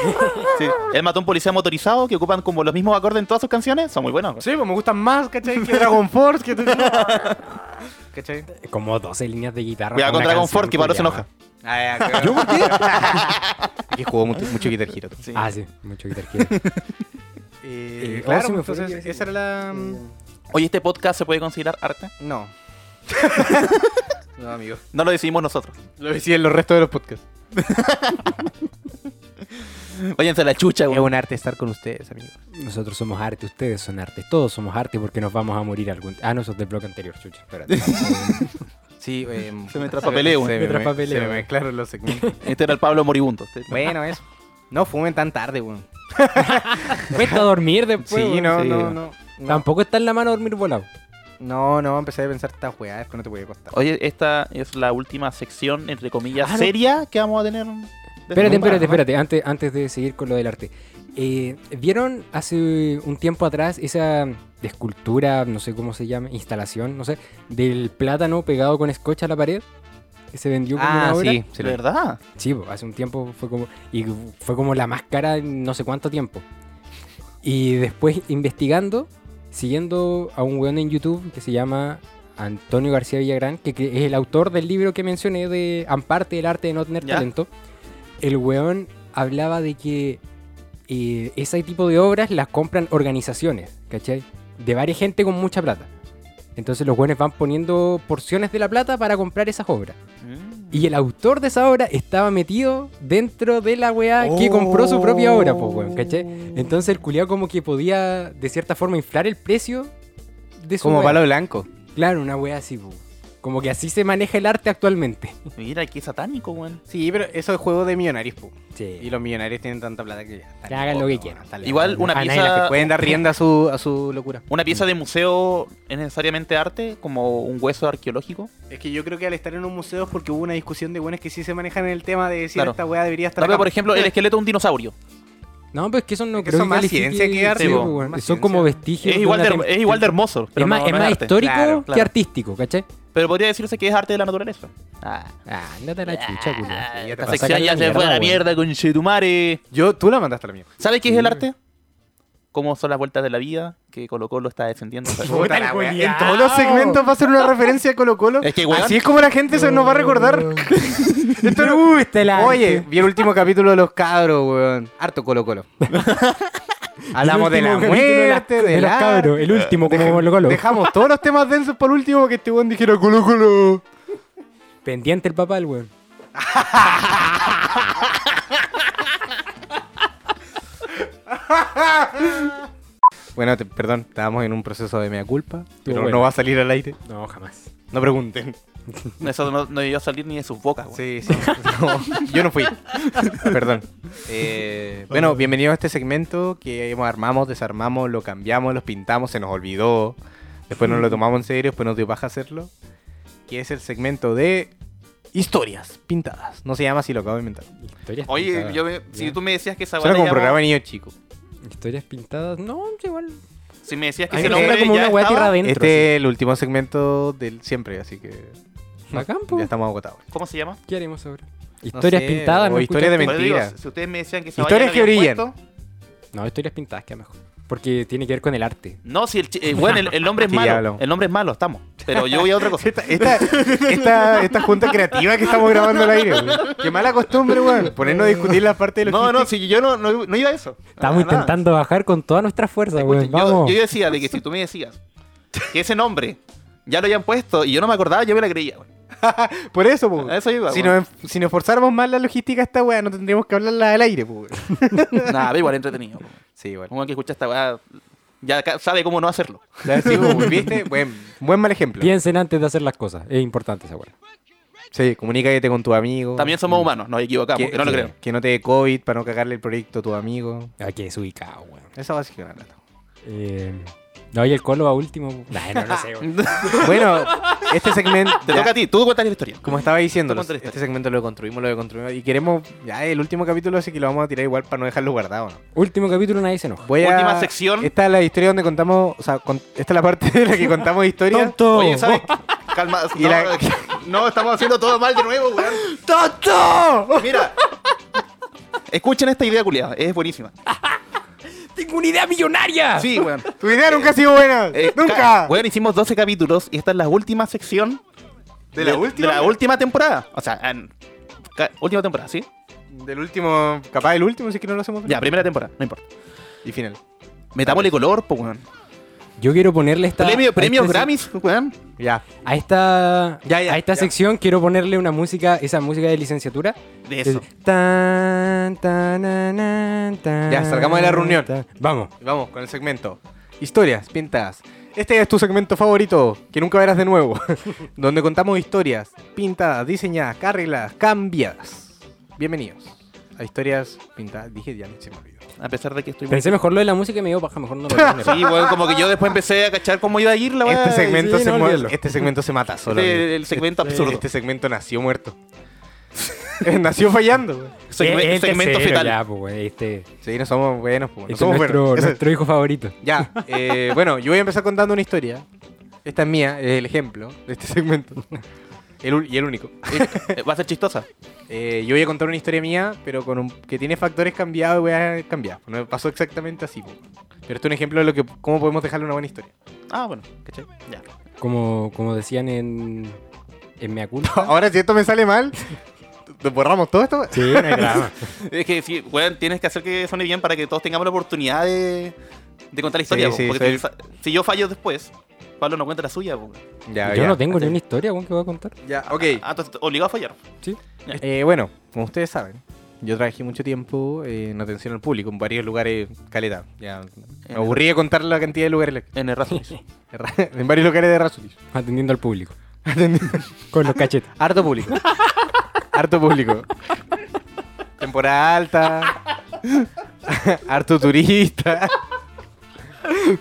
sí, es más de un policía motorizado que ocupan como los mismos acordes en todas sus canciones, son muy buenos.
sí, pues me gustan más, ¿cachai? (laughs) Que Dragon Force, que... (laughs) ¿Cachai?
Como 12 líneas de guitarra.
Cuidado
para
con
una
Dragon
canción,
Ford, que Pablo se
culiao.
enoja.
Ah, ya, ¿Yo por qué? que jugó mucho, mucho Guitar Hero.
Sí.
Ah, sí, mucho guitar Hero.
Eh,
Eh,
claro,
oh, se me fue,
entonces
¿qué
esa era la...
Oye, ¿este podcast se puede considerar arte?
No. no, amigo.
No lo decidimos nosotros. (laughs)
Lo decía en los restos de los podcasts.
Váyanse a la chucha,
Es
güey.
un arte estar con ustedes, amigos.
Nosotros somos arte, ustedes son arte, todos somos arte porque nos vamos a morir algún Ah, no, eso es del blog anterior, chucha,
(laughs)
espérate.
Sí, eh,
Se me traspapeleo,
Se,
güey.
me,
Me traspapeleo.
se me mezclaron los
(laughs)
segmentos.
Este era el Pablo moribundo. Este-
bueno, eso. No fumen tan tarde, weón.
Cuesta dormir después.
Sí,
weón.
no,
sí.
no, no, no.
Tampoco está en la mano dormir volado.
No, no, empecé a pensar estas weas que no te voy a costar.
Oye, esta es la última sección, entre comillas,
Ah, no.
seria que vamos a tener.
Espérate, espérate,
Desde-
espérate, antes, antes de seguir con lo del arte. Eh, ¿Vieron hace un tiempo atrás esa escultura, no sé cómo se llama, instalación, no sé, del plátano pegado con escocha a la pared? Que se vendió como
Ah,
una obra.
sí, sí.
¿De verdad?
Sí, po, hace un tiempo fue como. Y fue como la más cara en no sé cuánto tiempo. Y después investigando, siguiendo a un weón en YouTube que se llama Antonio García Villagrán, que, que es el autor del libro que mencioné de Amparte, el arte de no tener
¿Ya?
talento. El weón hablaba de que eh, ese tipo de obras las compran organizaciones, ¿cachai? De varias gente con mucha plata. Entonces los weones van poniendo porciones de la plata para comprar esas obras.
Mm,
Y el autor de esa obra estaba metido dentro de la weá
Oh.
que compró su propia obra, pues weón, ¿caché? Entonces el culiao como que podía, de cierta forma, inflar el precio de su
Como
weá.
palo blanco.
Claro, una weá así, po. Como que así se maneja el arte actualmente.
Mira, qué satánico, güey.
Sí, pero eso es juego de millonarios, po. Y
(laughs) Sí.
los millonarios tienen tanta plata que ya. están
Que hagan lo
locos,
que quieran.
weón, están
Igual
locos.
una
a nadie le
pieza,
Pueden dar rienda a su, a su locura.
una pieza de museo es necesariamente arte, como un hueso arqueológico.
Es que yo creo que al estar en un museo es porque hubo una discusión de buenas que sí se manejan en el tema de decir
Claro.
esta weá debería estar.
No,
acá.
pero,
Eh,
por ejemplo,
Eh.
el esqueleto de un dinosaurio.
No, pues que eso no
Es que
creo
son más
califique-
ciencia que arte,
sí,
po.
po, weón.
Más
Son como
ciencia.
vestigios.
Es
de
igual,
una
de,
tem-
es igual de hermoso, pero
es más,
no-
es
no
más
arte.
histórico
Claro,
que
claro.
artístico, ¿cachai?
Pero podría decirse que es arte de la naturaleza.
Ah, andate a la chucha, culiao.
Sí, ya te
La
pasa.
sacar
sección
la
ya se fue a
mierda,
la
güey.
mierda con Chetumare.
Yo, tú la mandaste a la mía.
¿Sabes qué es
Sí.
el arte? Cómo son las vueltas de la vida que Colo Colo está
(laughs)
defendiendo.
Puta la wea.
culiao.
En todos los segmentos va a ser una referencia a Colo Colo.
Es que, weón.
Así es como la gente se nos va a (laughs) recordar. Esto no-
Uy, este la-
Oye, vi el último capítulo de Los Cabros, weón. Harto Colo Colo. Hablamos de Eh, la
(laughs) El último capítulo de las-
muerte,
de
del
los
arte.
cabros, el último como Colo Colo.
Dejamos todos los temas densos por último porque este weón dijera Colo Colo.
Pendiente el papá, el weón.
Bueno, te- perdón, estábamos en un proceso de mea culpa, pero
bueno.
no va a salir al aire.
No, jamás.
No pregunten.
Eso no, no debió salir ni de sus bocas, güey.
Sí, sí. No, yo no fui. Perdón. Eh, bueno, bienvenidos a este segmento que hemos- armamos, desarmamos, lo cambiamos, los pintamos, se nos olvidó. Después nos lo tomamos en serio, después nos dio paja hacerlo. que es el segmento de historias pintadas. No se llama así, lo acabo de inventar.
Historias
Oye,
pintadas,
yo me-
ya.
si tú me decías que esa
Suena
guay
como programa de niño chico.
Historias pintadas, no, igual.
Si me decías que
A mí
ese
me suena
nombre
como
ya
una weá tierra
estaba,
adentro.
este es el último segmento del siempre, así que
así. Bacán, po.
ya estamos agotados.
¿Cómo se llama?
¿Qué haremos ahora?
No
Historias
sé,
pintadas,
o
¿no?
historias de
escuchaste?
Por eso digo,
Mentira.
si ustedes me decían que esa
Historias
vaina la
que
habían
brillan.
puesto-
No, historias pintadas, queda mejor. Porque tiene que ver con el arte.
No, si el, chi- eh, bueno, el, el
(laughs)
nombre es
Sí, ya
malo.
hablamos.
El nombre es malo, estamos. Pero yo voy a otra cosa.
Este (laughs) Esta, esta, esta junta creativa que estamos grabando al aire, weón. Qué mala costumbre, weón. Ponernos a discutir la parte de los
No, no, si yo no, no, no iba a eso.
Estamos
Ah, nada.
intentando bajar con toda nuestra fuerza,
Escucha, Yo,
weón. Vamos.
yo decía de que si tú me decías que ese nombre ya lo habían puesto y yo no me acordaba, yo me la
(laughs)
creía. güey.
Por eso, po.
A eso iba,
si,
weón.
nos, si nos forzáramos más la logística de esta weá, no tendríamos que hablarla al aire, po, weón.
Nada, pero igual entretenido. güey.
Sí, bueno.
Uno que escucha esta weá ya ca- sabe cómo no hacerlo.
Ya, sí, po, ¿Viste? Buen, buen mal ejemplo.
Piensen antes de hacer las cosas. Es importante esa weón.
Sí, comunícate con tu amigo.
También somos humanos, nos equivocamos, que no lo
que-
creo.
Que no te dé COVID para no cagarle el proyecto a tu amigo.
Aquí es ubicado, weón.
Esa va a ser una lata.
Eh, no, y el colo va último. Nah, no, no sé, weón.
Bueno, este segmento.
Te
ya,
toca a ti, tú cuentas la historia.
Como estaba diciendo,
Tú
los-
contra la
este
historia.
segmento lo construimos, lo construimos. Y queremos. Ya el último capítulo, así que lo vamos a tirar igual para no dejarlo guardado. ¿no?
(laughs) último capítulo, nadie se enoja.
Voy a-
Última sección.
Esta es la historia donde contamos. O sea, con- esta es la parte (laughs) de la que contamos historias.
Oye, ¿sabes? Calma,
(laughs) Y
no,
la-
no, estamos haciendo todo mal de nuevo, weón.
¡Tonto!
Mira. Escuchen esta idea, culiada. Es buenísima.
¡Tengo una idea millonaria!
(laughs)
Sí, weón.
Tu idea nunca ha sido buena.
Eh, ca-
Ah. nunca.
Weón, hicimos 12 capítulos y esta es la última sección.
¿De la última?
De la última temporada. O sea, en- ca- última temporada, ¿sí?
Del último. Capaz el último, si es que no lo hacemos.
Ya, primera temporada, no importa.
Y final.
Metámosle color, po, weón.
Yo quiero ponerle esta.
Premio-
a
premios
esta-
Grammys, weón.
Ya.
A esta,
Ya, ya,
a esta
ya.
sección quiero ponerle una música, esa música de licenciatura.
De eso.
Es- tan, tan, nan, nan, tan,
Ya, salgamos de la reunión.
tan. Vamos.
Vamos con el segmento. Historias, pintadas. Este es tu segmento favorito, que nunca verás de
(laughs)
nuevo. donde contamos historias pintadas, diseñadas, carriladas, cambiadas. Bienvenidos a historias pintadas. Dije ya, se me olvidó.
A pesar de que estoy muy...
Pensé mejor lo de la música y me dio paja, mejor no lo voy a
(laughs)
poner.
Sí, weón, como que yo después empecé a cachar cómo iba a ir la weón.
Este segmento,
sí,
se
no,
mu-
olvídalo.
este segmento se mata solo.
Este-
amigo.
el segmento
Este-
absurdo.
Este segmento nació (laughs) muerto. Eh, nació fallando. güey.
Segme-
Eh, este Es- es el
este
segmento
tercero
fetal.
ya, po, weón, este,
Sí, no somos buenos. po, no
este es
somos
nuestro,
buenos. Ese-
nuestro hijo favorito.
Ya, eh, bueno, yo voy a empezar contando una historia. Esta es mía, es el ejemplo de este segmento. El ul- y el único.
Eh, (laughs) Va a ser chistosa.
Eh, yo voy a contar una historia mía, pero con un, que tiene factores cambiados y voy a cambiar. No me pasó exactamente así. po. Pero este es un ejemplo de lo que, cómo podemos dejarle una buena historia.
Ah, bueno, ¿cachai? Ya.
Como, como decían en, en Mea Culpa.
(laughs) Ahora, si esto me sale (laughs) mal, ¿te borramos todo esto?
Sí, no (laughs) hay drama.
Es que sí, weón, tienes que hacer que suene bien para que todos tengamos la oportunidad de, de contar la historia.
Sí,
po,
sí,
porque
soy-
te- si yo fallo después, Pablo no cuenta la suya. po.
Ya,
Yo
ya.
no tengo ni
sí.
una historia, weón, que voy a contar.
Ya, ok.
Ah, entonces te- obligado a fallar.
Eh, bueno, como ustedes saben, yo trabajé mucho tiempo eh, en atención al público en varios lugares, caleta. Ya, me aburrí de contar la cantidad de lugares. en los que-
En el razón.
(laughs) En varios lugares de Rasulis.
Atendiendo al público. (laughs) Con los cachetes.
Harto
(laughs)
público. Harto público. Temporada
(laughs)
alta. Harto turista.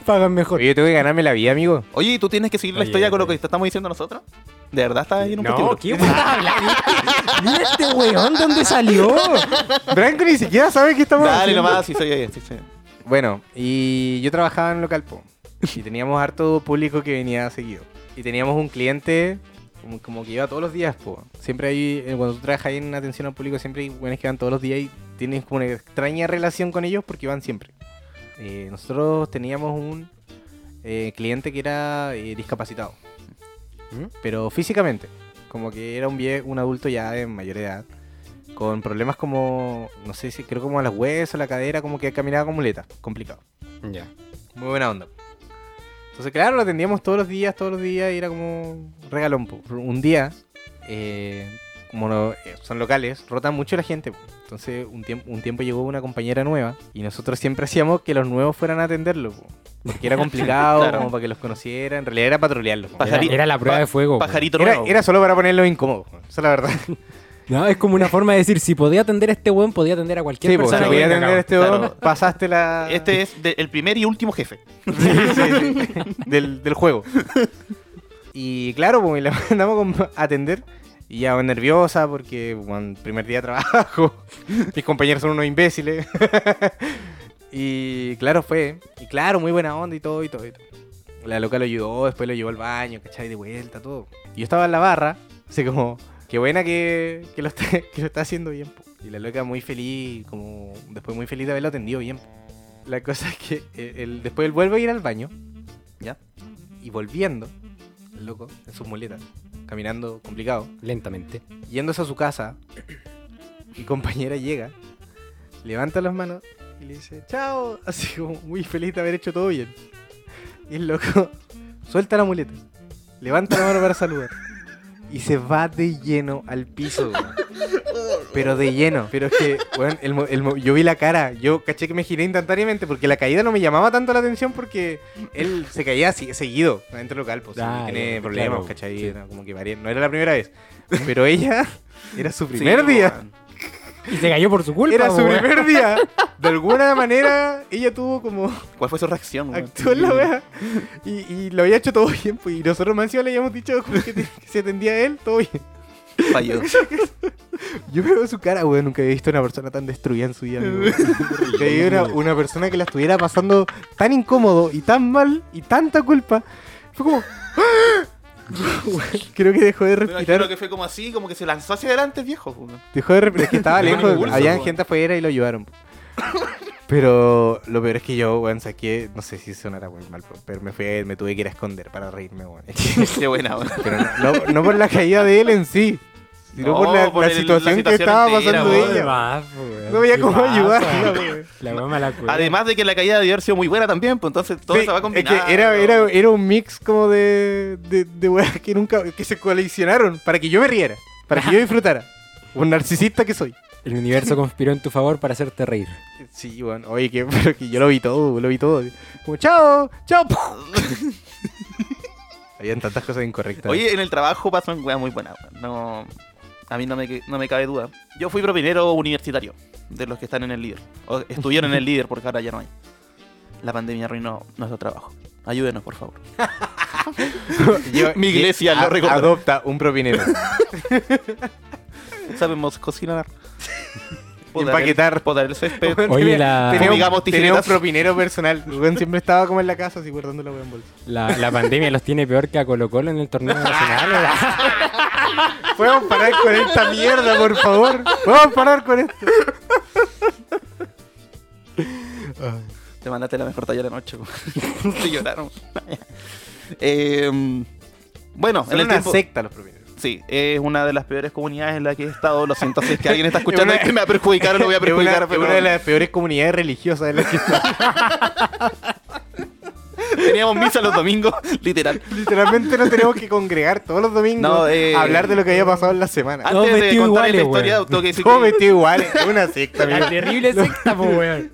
Pagan mejor.
Oye, yo tengo que ganarme la vida, amigo.
Oye, ¿y tú tienes que seguir la
Oye,
historia con lo
oye.
que te estamos diciendo nosotros? ¿De verdad estás ahí en un
No,
postíbulo?
¿qué weón habla? (laughs) Mira este weón, ¿dónde salió?
Branco ni siquiera sabe que estamos
Dale
haciendo.
nomás, sí, soy ahí. Sí, sí.
Bueno, y yo trabajaba en local po. Y teníamos harto público que venía seguido. Y teníamos un cliente como, como que iba todos los días, po. Siempre hay, eh, cuando tú trabajas ahí en atención al público, siempre hay buenos que van todos los días y tienes como una extraña relación con ellos porque van siempre. Eh, nosotros teníamos un eh, cliente que era eh, discapacitado.
¿Mm?
Pero físicamente. Como que era un, vie- un adulto ya de mayor edad. Con problemas como, no sé si creo como a las huesos, la cadera, como que caminaba con muletas. Complicado.
Ya.
Muy buena onda. Entonces, claro, lo atendíamos todos los días, todos los días, y era como regalón. po. Un día, eh, como no- eh, son locales, rotan mucho la gente. po. Entonces, un, tiemp- un tiempo llegó una compañera nueva, y nosotros siempre hacíamos que los nuevos fueran a atenderlo. po. Porque era (laughs) complicado,
Claro.
como para que los conocieran. En realidad era patrolearlos. po.
Pajari-
Era, era la prueba
pa-
de fuego. weón.
Pajarito
Era,
nuevo.
era solo para ponerlos incómodos. po. Esa es la verdad.
No, es como una forma de decir, si podía atender a este weón, podía atender a cualquier
Sí, po,
persona.
se
que
podía
venga,
atender a este
claro.
don, pasaste la...
Este
(laughs)
es de- el primer y último jefe.
del, del juego. Y claro, pues, y la (laughs) mandamos como a atender. Y ya bueno, nerviosa porque, bueno, primer día de trabajo. (laughs) Mis compañeros son unos imbéciles. (laughs) y claro, fue. Y claro, muy buena onda y todo, y todo, y todo. La loca lo ayudó, después lo llevó al baño, ¿cachai? De vuelta, todo. Y yo estaba en la barra, así como, qué buena que, que lo, está, (laughs) que lo está haciendo bien. po". Y la loca muy feliz, como, después muy feliz de haberlo atendido bien. po. La cosa es que eh, él- después él vuelve a ir al baño, ¿ya? Y volviendo, el loco, en sus muletas, caminando complicado,
Lentamente.
yéndose a su casa, mi compañera llega, levanta las manos y le dice, chao, así como muy feliz de haber hecho todo bien. Y el loco (laughs) suelta la muleta, levanta la mano para saludar y se va de lleno al piso. güey. Pero de lleno, pero es que, weón, el mo- el mo- yo vi la cara, yo caché que me giré instantáneamente porque la caída no me llamaba tanto la atención porque él se caía así, seguido dentro del local, pues
Ah,
tiene
ya,
problemas,
claro,
¿cachai?
sí.
Era como que varía, no era la primera vez. Pero ella era su
Sí,
primer día.
weón.
Y se cayó por su culpa. pues,
Era su
weón.
primer día. De alguna manera, ella tuvo como.
¿Cuál fue su reacción, weón?
Actuó en la wea. Y, y lo había hecho todo bien. Pues, y nosotros más encima le habíamos dicho como que, te- que se atendía a él, todo bien.
Falló.
(laughs) Yo veo su cara, weón. Nunca había visto una persona tan destruida en su vida, amigo. Nunca había una, una persona que la estuviera pasando tan incómodo y tan mal y tanta culpa. Fue como. ¡ah! (laughs) Weón, Creo que dejó de
Me imagino
respirar.
que fue como así, como que se lanzó hacia adelante, viejo. weón.
Dejó de respirar, es
(laughs)
que estaba
Tenía un
lejos,
impulso,
había
weón.
gente afuera y lo ayudaron. Pero lo peor es que yo, weón, saqué, no sé si sonará muy mal, pero me fui, me tuve que ir a esconder para reírme, weón.
Qué buena, weón.
(laughs) Pero no, no- no por la caída de él en sí, sino
No,
por la,
por
la
el- la
situación que
situación
estaba
entera,
pasando
weón.
ella.
Más, pues, weón.
No había
¿Qué
cómo
pasa?
ayudarla, weón.
La mamá la cueva.
Además de que la caída debió haber sido muy buena también, pues entonces todo
Pues, Sí,
se va a combinar.
Es que era, era, era un mix como de, de, de weas que nunca, que se coalicionaron para que yo me riera, para que yo disfrutara. Un narcisista que soy.
El universo conspiró en tu favor para hacerte reír.
Sí, bueno, oye, que, (laughs) pero que yo lo vi todo, lo vi todo. Como, chao, chao. (laughs) Habían tantas cosas incorrectas.
Oye, en el trabajo pasan weas muy buenas. weón. No, a mí no me, que- no me cabe duda. Yo fui propinero universitario, de los que están en el líder. O
(laughs)
estuvieron en el líder, porque ahora ya no hay. La pandemia arruinó nuestro trabajo. Ayúdenos, por favor.
Yo-
mi
yo-
iglesia lo
a-
recordará.
Adopta un (laughs) propinero. (laughs)
Sabemos cocinar.
Empaquetar.
El, podar el césped.
(laughs)
Oye, la-
Tenía,
Digamos,
un, tenía un
tijeretas.
propinero personal. Rubén siempre estaba como en la casa, así guardando la wea en bolsa.
La, la pandemia los tiene peor que a Colo Colo en el torneo nacional. weón.
Podemos parar con esta mierda, por favor. Podemos parar con esto.
Te mandaste la mejor talla de la noche. weón. (laughs) Te lloraron. Eh, bueno,
Son
en el
una
tiempo...
secta los propineros.
Sí, es una de las peores comunidades en la que he estado. Lo siento, si es que
(laughs)
alguien está escuchando
Es una-
es que me va a perjudicar o lo voy a
(laughs) Es una-
perjudicar.
es
pero
una de las peores comunidades religiosas de las que (laughs)
Teníamos misa los domingos, (laughs) literal.
Literalmente nos tenemos que congregar todos los domingos
No, eh,
a hablar de lo que había pasado en la semana.
Todos
Antes de
vestidos
contar esta
iguales,
historia,
weón.
tengo que decir
Todo
que-
metido igual, es una secta, amigo.
La terrible secta, po, weón.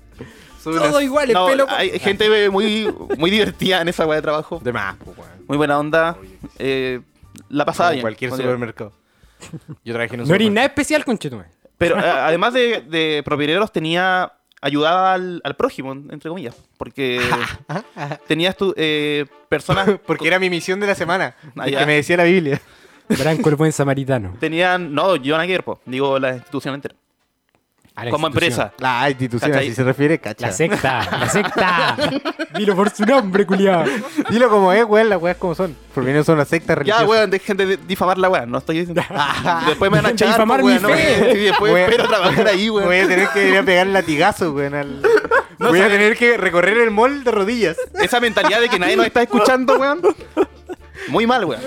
Son unas-
igual,
no, hay gente muy, muy divertida en esa weá de trabajo.
De más, pues, weón.
Muy buena onda. eh, la pasaba
Como
bien.
cualquier
como digo.
supermercado. Yo trabajé en un
No eres
supermercado.
nada especial, conchetume.
(laughs)
Pero eh, además de, de propineros, tenía. Ayudaba al, al prójimo, entre comillas.
(laughs)
Porque tenías tu, eh, personas.
Porque era mi misión de la semana,
Ah,
el
ya.
que me decía la Biblia.
Branco el buen samaritano.
Tenían. No, Joan Aguirre, po, digo, la institución entera.
A la
como
institución.
empresa.
La institución,
¿Cachai?
así se refiere, cacha.
La secta, la secta. (laughs) Dilo por su nombre, culiado.
Dilo como es, weón, las weas como son. Porque no son una secta religiosa.
Ya, weón, dejen de difamar la weón. No estoy
(laughs)
diciendo. después me van a
Dejen de
echar. po,
difamar mi
weón, no,
fe.
sí, después
Weón.
espero trabajar ahí, weón.
Voy a tener que ir a pegar latigazo, weón. al- Voy a tener que recorrer el mall de rodillas.
Esa mentalidad de que nadie nos está escuchando, weón. Muy mal, weón.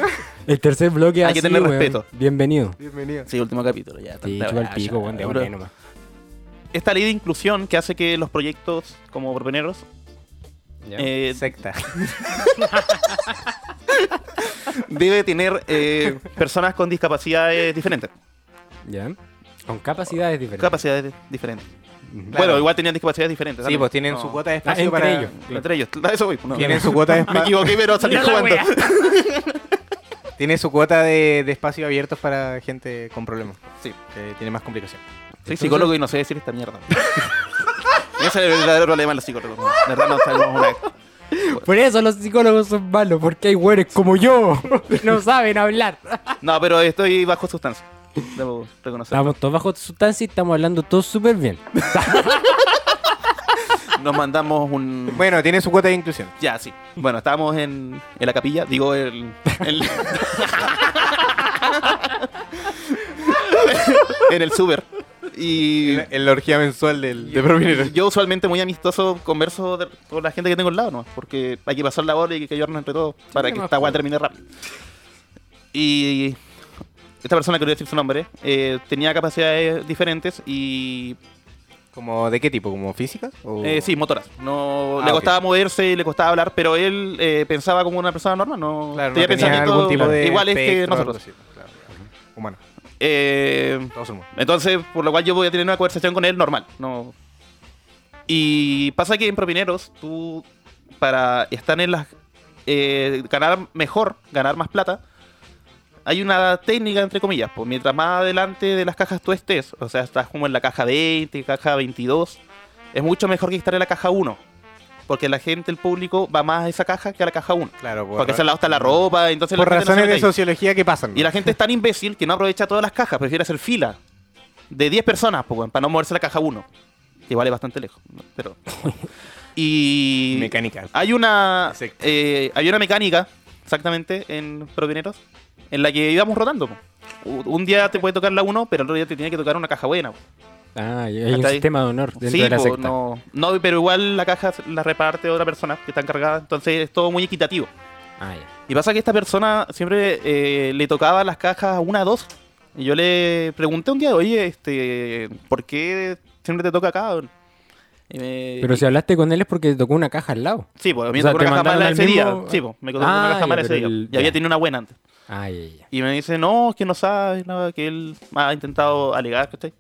El tercer bloque
Hay
así,
que tener
weón.
respeto.
Bienvenido.
Bienvenido.
Sí, último capítulo, ya.
Sí,
tanta
chupa el
weá,
pico,
ya,
weón, de
bro.
una nomás.
Esta ley de inclusión que hace que los proyectos como propineros eh,
Secta.
debe tener eh, personas con discapacidades diferentes.
¿Ya? Con capacidades diferentes.
Capacidades diferentes.
Ujú.
Bueno, igual tenían discapacidades diferentes.
Sí,
¿sabes?
pues tienen
No.
su cuota de
Ah,
espacio
entre
para...
ellos.
Entre ellos. (laughs) A Eso voy. no.
Tienen su cuota de
Me
espacio.
equivoqué, pero
(laughs)
salí
Mira la
jugando.
weá.
Tiene su cuota de, de espacios abiertos para gente con problemas.
Sí.
Que tiene más complicación.
Soy psicólogo y no sé decir (laughs) esta mierda. Ese es el verdadero problema de los psicólogos. De verdad no sabemos una weón.
Por eso los psicólogos son malos, porque hay güeres como yo que no saben hablar.
No, pero estoy bajo sustancia. Debo reconocerlo.
Estamos todos bajo sustancia y estamos hablando todos súper bien.
Nos mandamos un.
Bueno, tiene su cuota de inclusión.
Ya, sí. Bueno, estábamos en, en la capilla, digo, el, (laughs) el- en el super. Y
En la orgía mensual del, de Propinero.
yo usualmente muy amistoso converso de- con la gente que tengo al lado, ¿no? Porque hay que pasar la bola y hay que ayudarnos entre todos para que
además,
esta weá termine rápido. Y esta persona, que voy a decir su nombre, eh, tenía capacidades diferentes y
¿Como de qué tipo? ¿Como físicas? o-
Eh, sí, motoras. No,
Oh. Ah,
le
ok.
costaba moverse, le costaba hablar, pero él eh, pensaba como una persona normal. No,
Claro, no tenía
pensamientos
algún tipo de
iguales que
espectro,
este nosotros.
algo así, claro, claro. Humano,
Eh,
todos somos.
entonces, por lo cual yo voy a tener una conversación con él normal. No. Y pasa que en Propineros, tú, para estar en las. eh, ganar mejor, ganar más plata, hay una técnica, entre comillas. Pues mientras más adelante de las cajas tú estés, o sea, estás como en la caja 20, caja 22, es mucho mejor que estar en la caja 1. Porque la gente, el público, va más a esa caja que a la caja 1.
Claro, por,
Porque se al lado está la ropa, entonces
por
la gente no se
razones
mete
de
ahí.
sociología que pasan.
Y la gente es tan imbécil que no aprovecha todas las cajas, prefiere hacer fila de 10 personas pues, weón, para no moverse a la caja 1, que vale bastante lejos. ¿no?
(laughs)
Pero, y Ah,
mecánica.
hay una
Exacto.
eh, hay una mecánica, exactamente, en Provineros, en la que íbamos rotando. po. U- Un día te puede tocar la 1, pero el otro día te tiene que tocar una caja buena. po.
Ah, y hay un
Hasta ahí.
sistema de honor dentro
Sí,
de la
po,
secta.
no, no, pero igual la caja la reparte otra persona que está encargada, entonces es todo muy equitativo.
Ah, ya.
Y pasa que esta persona siempre eh, le tocaba las cajas una a dos. Y yo le pregunté un día, oye, este, ¿por qué siempre te toca acá? Y me-
Pero si hablaste con él es porque te tocó una caja al lado.
Sí, pues, me
o sea,
tocó
te
una caja
mandaron
mala
al
ese
mismo-
día. Sí, pues, me tocó
Ah,
una caja
ya,
mala ese
pero
día.
el-
Y había
ya.
tenido una buena antes.
Ah, ya, ya.
Y me dice, no, es que no sabe, nada, que él ha intentado alegar, ¿cachai?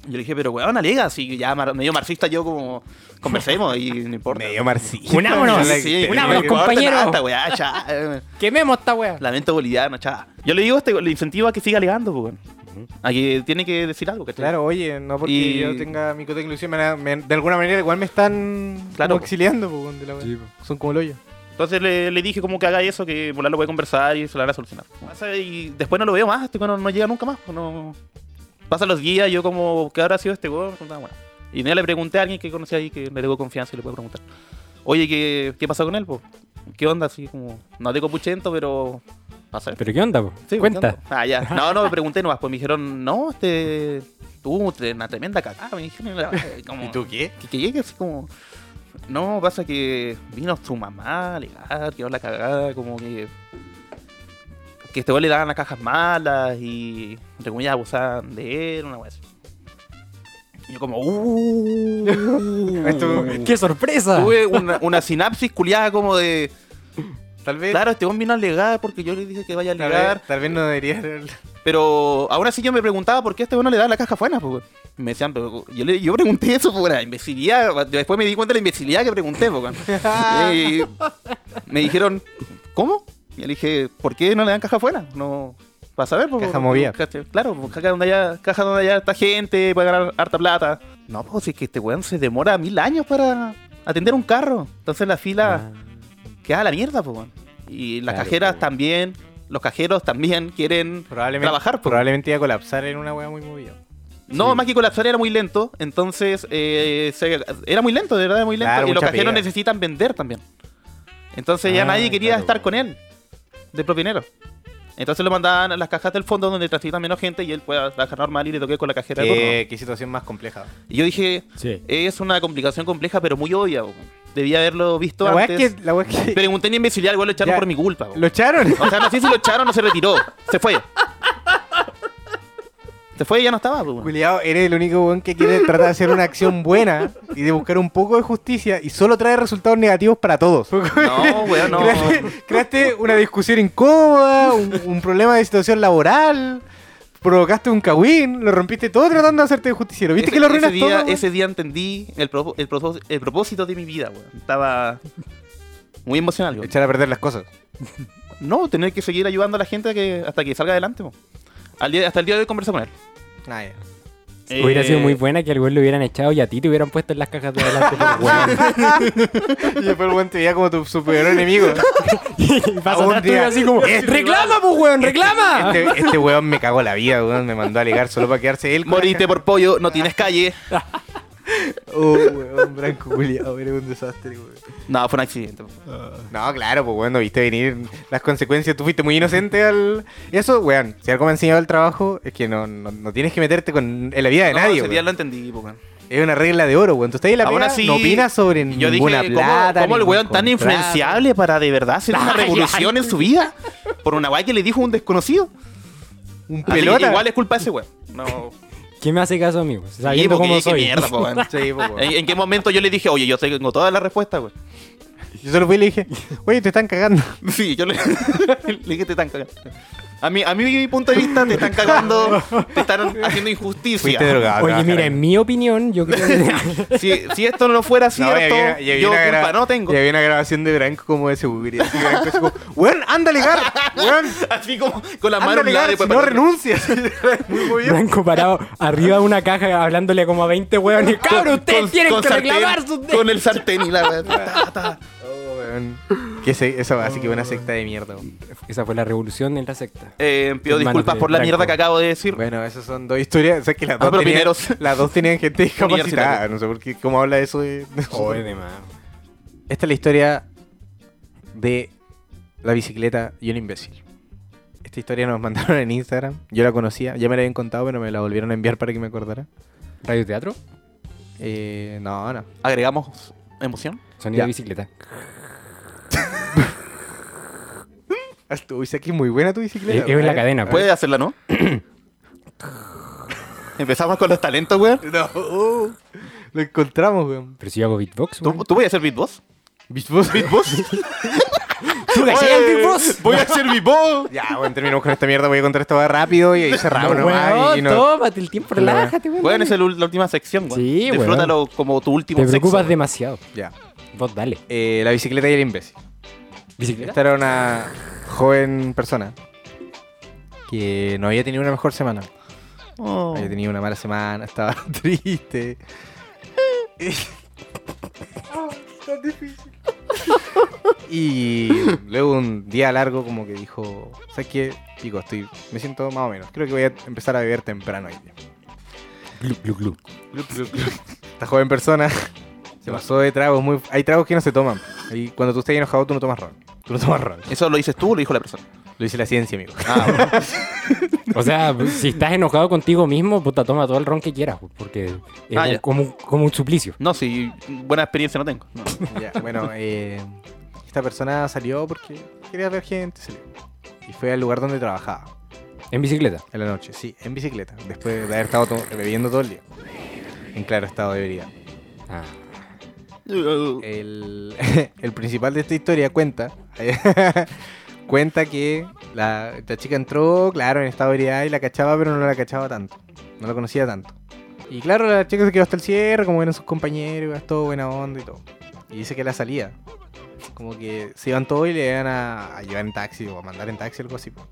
Y Yo le dije, pero weón, alega, si ya mar- medio marxista yo como conversemos y no importa.
Medio marxista.
Unámonos,
Sí,
unámonos,
no importa
compañero.
nada, esta weá, cha.
¡Quememos esta wea!
(laughs) Lamento boliviano, chava. Yo le digo, a este, le incentivo a que siga alegando, pues, weón. A que tiene que decir algo, ¿cachai?
Claro, oye, no porque
Y-
yo tenga mi cuota de inclusión, me van a- me- de alguna manera igual me están
Claro,
como
po.
exiliando. po, de la wea.
Sí, po.
Son como el hoyo.
Entonces le, le dije como que haga eso, que por lo voy a conversar y se lo van a solucionar. Pasa y después no lo veo más, este weón no, no llega nunca más. pues, No... Pasan los días, yo como, ¿qué habrá sido este weón? Preguntaba, bueno. Y un día le pregunté a alguien que conocía ahí, que le tengo confianza y le puedo preguntar. Oye, ¿qué, qué pasa con él, po? ¿Qué onda? Así como, no digo puchento, pero pasa
¿Pero qué onda, po?
Sí,
Cuenta.
buscando. Ah, ya. No, no, me pregunté nomás, pues me dijeron, no, este. Tuvo una tremenda cagada. Me dijeron, eh, como.
(laughs) qué?
Que, que llegue así como. No, pasa que vino su mamá a alegar, que la cagada, como que. Que este güey le daban las cajas malas y. Entre comillas, abusaban de él, una wea así. Y yo, como, uh.
Esto-
¡Qué sorpresa!
Tuve una, una sinapsis culiada como de.
Tal vez.
Claro, este hombre vino a alegar porque yo le dije que vaya a
tal,
alegar.
vez, tal vez no debería.
(laughs)
(laughs)
Pero ahora sí yo me preguntaba por qué a este bueno le da la caja buena, pues. weón. Y Me decían, pero yo, le, yo pregunté eso por la imbecilidad. Después me di cuenta de la imbecilidad que pregunté, pues. weón.
Ah.
Y me dijeron, ¿cómo? Y le dije, ¿por qué no le dan caja buena? No. Vas a ver, pues.
Caja
weón.
movida.
Cacha- Claro, pues, caja donde haya, caja donde haya esta gente, puede ganar harta plata. No, pues si es que este weón se demora mil años para atender un carro. Entonces la fila
Ah,
queda a la mierda, pues. weón. Y las
Claro,
cajeras
pues, weón.
también, los cajeros también quieren
Probablemente,
trabajar, pues.
probablemente iba a colapsar en una wea muy movida.
No,
Sí.
más que colapsar era muy lento, entonces eh, se- era muy lento, de verdad, era muy lento.
Claro,
y los
mucha
cajeros
pega.
necesitan vender también. Entonces
Ah,
ya nadie quería
claro.
estar con él, de propinero. Entonces lo mandaban a las cajas del fondo donde transitan menos gente y él pueda trabajar normal y le toque con la cajera de turno.
Qué, qué situación más compleja.
Y yo dije,
Sí.
es una complicación compleja, pero muy obvia. weón. Debía haberlo visto
La wea
antes.
es que. La wea es
(laughs)
que
Pregunté ni imbecilidad, igual lo echaron
Ya.
por mi culpa.
(laughs)
weón.
¿Lo (laughs) echaron?
O sea, no sé si lo echaron o se retiró.
(laughs)
Se fue. Se fue y ya no estaba. weón.
Culeado, Oh, eres el único weón que quiere tratar de hacer una acción buena y de buscar un poco de justicia y solo trae resultados negativos para todos.
No,
(laughs)
weón, no.
Creaste, creaste una discusión incómoda, un, un problema de situación laboral, provocaste un cagüín, lo rompiste todo tratando de hacerte justiciero. ¿Viste
Ese-
que lo arruinas
ese día,
todo? weón?
Ese día entendí el, propo- el, propós- el propósito de mi vida, weón. Estaba muy emocional, weón.
Echar a perder las cosas.
No, tener que seguir
Ah,
ayudando a la gente a que- hasta que salga adelante, weón. Al día, hasta el día de hoy conversé con él.
Hubiera sido
Eh,
muy buena que al güey lo hubieran echado y a ti te hubieran puesto en las cajas de adelante por weón.
(laughs) Y después el weón te veía como tu superior (laughs) enemigo.
Y pasa
Un
atrás tuyo
día-
así como, ¡reclama, pues, weón, reclama!
Este, este weón me cagó la vida, weón. Me mandó a ligar solo para quedarse él. con la
Moriste por pollo, no tienes calle.
Oh, weón, Branco culiado, eres un desastre, weón.
No, fue un accidente.
No, claro, pues bueno, viste venir las consecuencias, tú fuiste muy inocente al... Eso, weón, si algo me ha enseñado el trabajo es que no, no, no tienes que meterte con, en la vida de
No,
nadie,
ese día
weón.
lo entendí, po, weón.
Es una regla de oro, weón. Tú estás ahí en la
Aún
pega,
así,
no opinas sobre
yo
ninguna
dije, ¿cómo-
plata,
¿cómo, el
ningún
weón tan
contrato?
influenciable para de verdad hacer una revolución en su vida? Por una guay que le dijo un desconocido.
Un
Así que
pelota.
Igual es culpa de ese weón. No.
¿Quién me hace caso a mí? pues?
Sí,
Sabiendo
po,
cómo
qué- qué
soy.
mierda, po, weón.
Sí, pues, weón.
¿En, en qué momento yo le dije, oye, yo tengo todas las respuestas, weón?
Yo solo fui y le dije, oye, te están cagando.
(laughs) Sí, yo le, (laughs) le dije, te están cagando. A mí, a mí, mi punto de vista, te están cagando, te están haciendo
Fuiste
injusticia.
drogado.
(laughs) Oye,
trabajar
mira,
ahí.
en mi opinión, yo creo que...
Si, si esto no fuera
No,
cierto,
y había- y había
yo
una gra-
culpa no tengo.
Y había una grabación de Branco como de seguridad. (laughs) Y Branco así como, weón, anda a ligar, weón.
Así como con la mano
Anda a
en la
ligar, si no renuncias.
(laughs)
Muy movido.
Blanco parado arriba de una caja hablándole como a 20 weones. ¡Cabrón, ustedes tienen que reclamar sus...
Con el sartén y la
Oh, weón. Que se- esa así que una secta de mierda. weón.
Esa fue la revolución en la secta.
eh, Pido
Hermanos
disculpas
de
por la
Franco.
mierda que acabo de decir.
Bueno, esas son dos historias. O sea, que las
Ah,
dos, tenían,
propineros.
las dos tenían gente
(laughs)
discapacitada.
Universitario.
No sé por qué, cómo habla eso de. de-
Joder, de más.
Esta es la historia de la bicicleta y un imbécil. Esta historia nos mandaron en Instagram. Yo la conocía, ya me la habían contado, pero me la volvieron a enviar para que me acordara.
¿Radio teatro?
Eh, no, no.
Agregamos emoción.
Sonido
Ya.
de bicicleta.
Haz Ah, tú, Isaac, que es muy buena tu
Es,
bicicleta.
es la
¿verdad?
cadena, pues.
¿Puedes
(clears throat)
hacerla, no? Empezamos con los talentos, weón.
No, (laughs) uh, lo encontramos, weón.
Pero si yo hago beatbox,
¿Tú, ¿Tú voy a hacer beatbox?
Beatbox, beatbox.
cachai el beatbox?
Voy a hacer beatbox.
Ya, bueno, terminamos con esta mierda, voy a contar esto más rápido y ahí cerramos nomás y- y no-
tómate el tiempo, relájate, weón.
Bueno, esa es la ul- la última sección, weón.
Sí, weón.
Disfrútalo como tu último
Te preocupas
sexo,
demasiado.
Ya.
Vos dale.
Eh, la bicicleta y el imbécil. Esta
¿Bicicleta?
era una joven persona que no había tenido una mejor semana.
weón. Oh.
Había tenido una mala semana, (laughs) estaba triste. (laughs) Y luego un día largo como que dijo, ¿sabes qué? Pico, estoy, me siento más o menos. Creo que voy a empezar a beber temprano hoy día".
Glu, glu, glu.
Esta joven persona (laughs) se pasó de tragos muy... Hay tragos que no se toman. Y cuando tú estás enojado, tú no tomas ron. Tú no tomas ron.
¿Eso lo dices tú o lo dijo la persona?
Lo dice la ciencia, amigo. (laughs)
O sea, pues, si estás enojado contigo mismo, puta, toma todo el ron que quieras, pues, porque es
Ah,
un-
ya.
como, un- como un suplicio.
No, sí, buena experiencia no tengo. No.
Ya, bueno, eh, esta persona salió porque quería ver gente, salió. Y fue al lugar donde trabajaba,
En bicicleta.
en la noche, sí, en bicicleta, después de haber estado to- bebiendo todo el día. En claro estado de bebida.
Ah.
(laughs)
Eh,
El, el principal de esta historia cuenta, (laughs) cuenta que la, la chica entró, claro, en estado de ebriedad y la cachaba, pero no la cachaba tanto. No la conocía tanto. Y claro, la chica se quedó hasta el cierre, como eran sus compañeros, todo buena onda y todo. Y dice que la salía. Como que se iban todos y le iban a, a llevar en taxi o a mandar en taxi, algo así. po.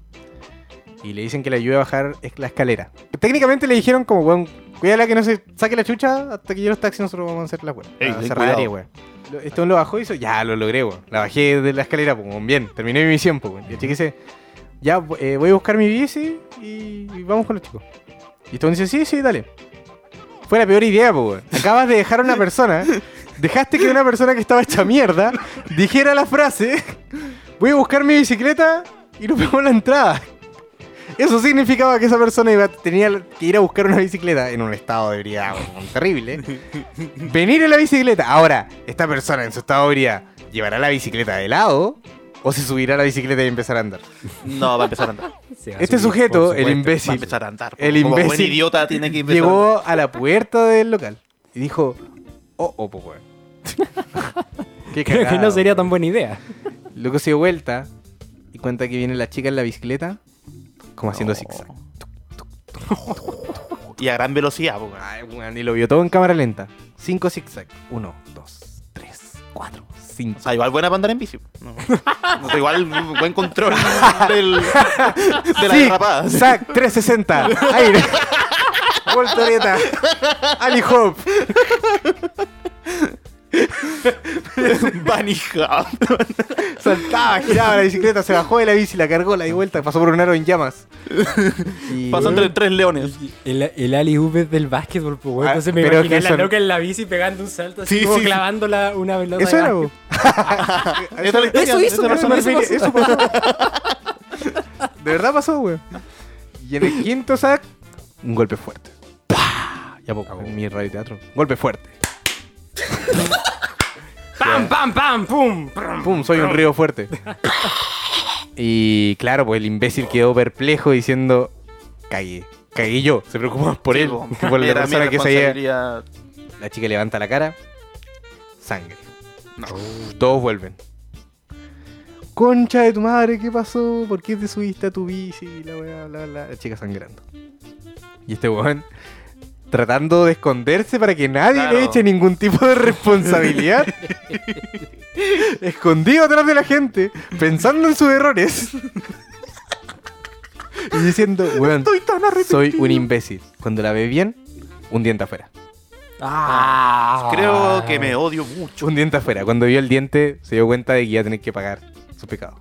Y le dicen que le ayude a bajar es- la escalera. Técnicamente le dijeron como, weón, cuídala que no se saque la chucha hasta que yo los taxis nosotros vamos a hacer la weón.
Ey,
a
ten
cerrar
cuidado.
área, weón. Lo- Este weón lo bajó y hizo, ya lo logré, weón. La bajé de la escalera, pues, weón, bien. Terminé mi misión, pues, weón. Y el chico dice, ya eh, voy a buscar mi bici y, y vamos con los chicos. Y este weón dice, sí, sí, dale. Fue la peor idea, po, weón. Acabas de dejar a una persona. Dejaste que una persona que estaba hecha mierda dijera la frase: Voy a buscar mi bicicleta y nos vemos en la entrada. Eso significaba que esa persona iba, tenía que ir a buscar una bicicleta en un estado de ebriedad weón, terrible. Venir en la bicicleta. Ahora, esta persona en su estado de ebriedad llevará la bicicleta de lado o se subirá a la bicicleta y empezará a andar.
No, va a empezar a andar.
Se va a
Este
subir,
sujeto,
por
el
supuesto.
Va a
imbécil,
empezar a andar.
El
Como buen
imbécil
idiota tiene que empezar.
llegó a la puerta del local y dijo: Oh, oh, po,
(laughs)
weón. Qué
Creo (laughs) que
cagada,
no sería
weón.
tan buena idea.
Luego se dio vuelta y cuenta que viene la chica en la bicicleta, como haciendo
No.
zigzag.
Y a gran velocidad, po, weón.
Ay, weón, y lo vio todo en cámara lenta. Cinco zigzag. Uno, dos, tres, cuatro, cinco.
O sea, igual buena para andar en bici. No. O sea, igual buen control (laughs) del, de la derrapada. (laughs)
Zigzag 360. Aire. Voltoreta. Ali Hope.
Bunny Hop.
Saltaba, giraba la bicicleta, se bajó de la bici, la cargó, la di vuelta, pasó por un aro en llamas. Y-
Pasó entre tres leones.
El, el alley-oop es del básquetbol, pues, weón.
Ah,
Entonces me
pero
imaginé
que
la
son-
loca en la bici pegando un salto así,
Sí,
como
sí.
clavándola una pelota.
Eso
de
era,
básquet.
vos. Esa es la historia,
Eso hizo,
esa es la
weón,
razón,
eso
eso pasó. (laughs) De verdad pasó, weón. Y en el quinto sac, un golpe fuerte. ¡Pah! Ya, po, en mi radioteatro. Golpe fuerte.
¡Pam, pam, pam! ¡Pum!
¡Pum! Soy un río fuerte. Y claro, pues el imbécil quedó perplejo diciendo: Cagué. Cagué yo. Se preocupó más por él que por la
Era mi
persona que se había.
responsabilidad.
La chica levanta la cara. Sangre. Todos vuelven. Concha de tu madre, ¿qué pasó? ¿Por qué te subiste a tu bici? Y La weá, bla, bla. La chica sangrando. Y este weón tratando de esconderse para que nadie
Claro.
le eche ningún tipo de
(laughs)
responsabilidad. Escondido atrás de la gente, pensando en sus errores. y diciendo, weón,
Estoy tan arrepentido.
soy un imbécil. Cuando la ve bien, un diente afuera.
Ah,
Creo que me odio mucho.
Un diente afuera. Cuando vio el diente, se dio cuenta de que iba a tener que pagar su pecado.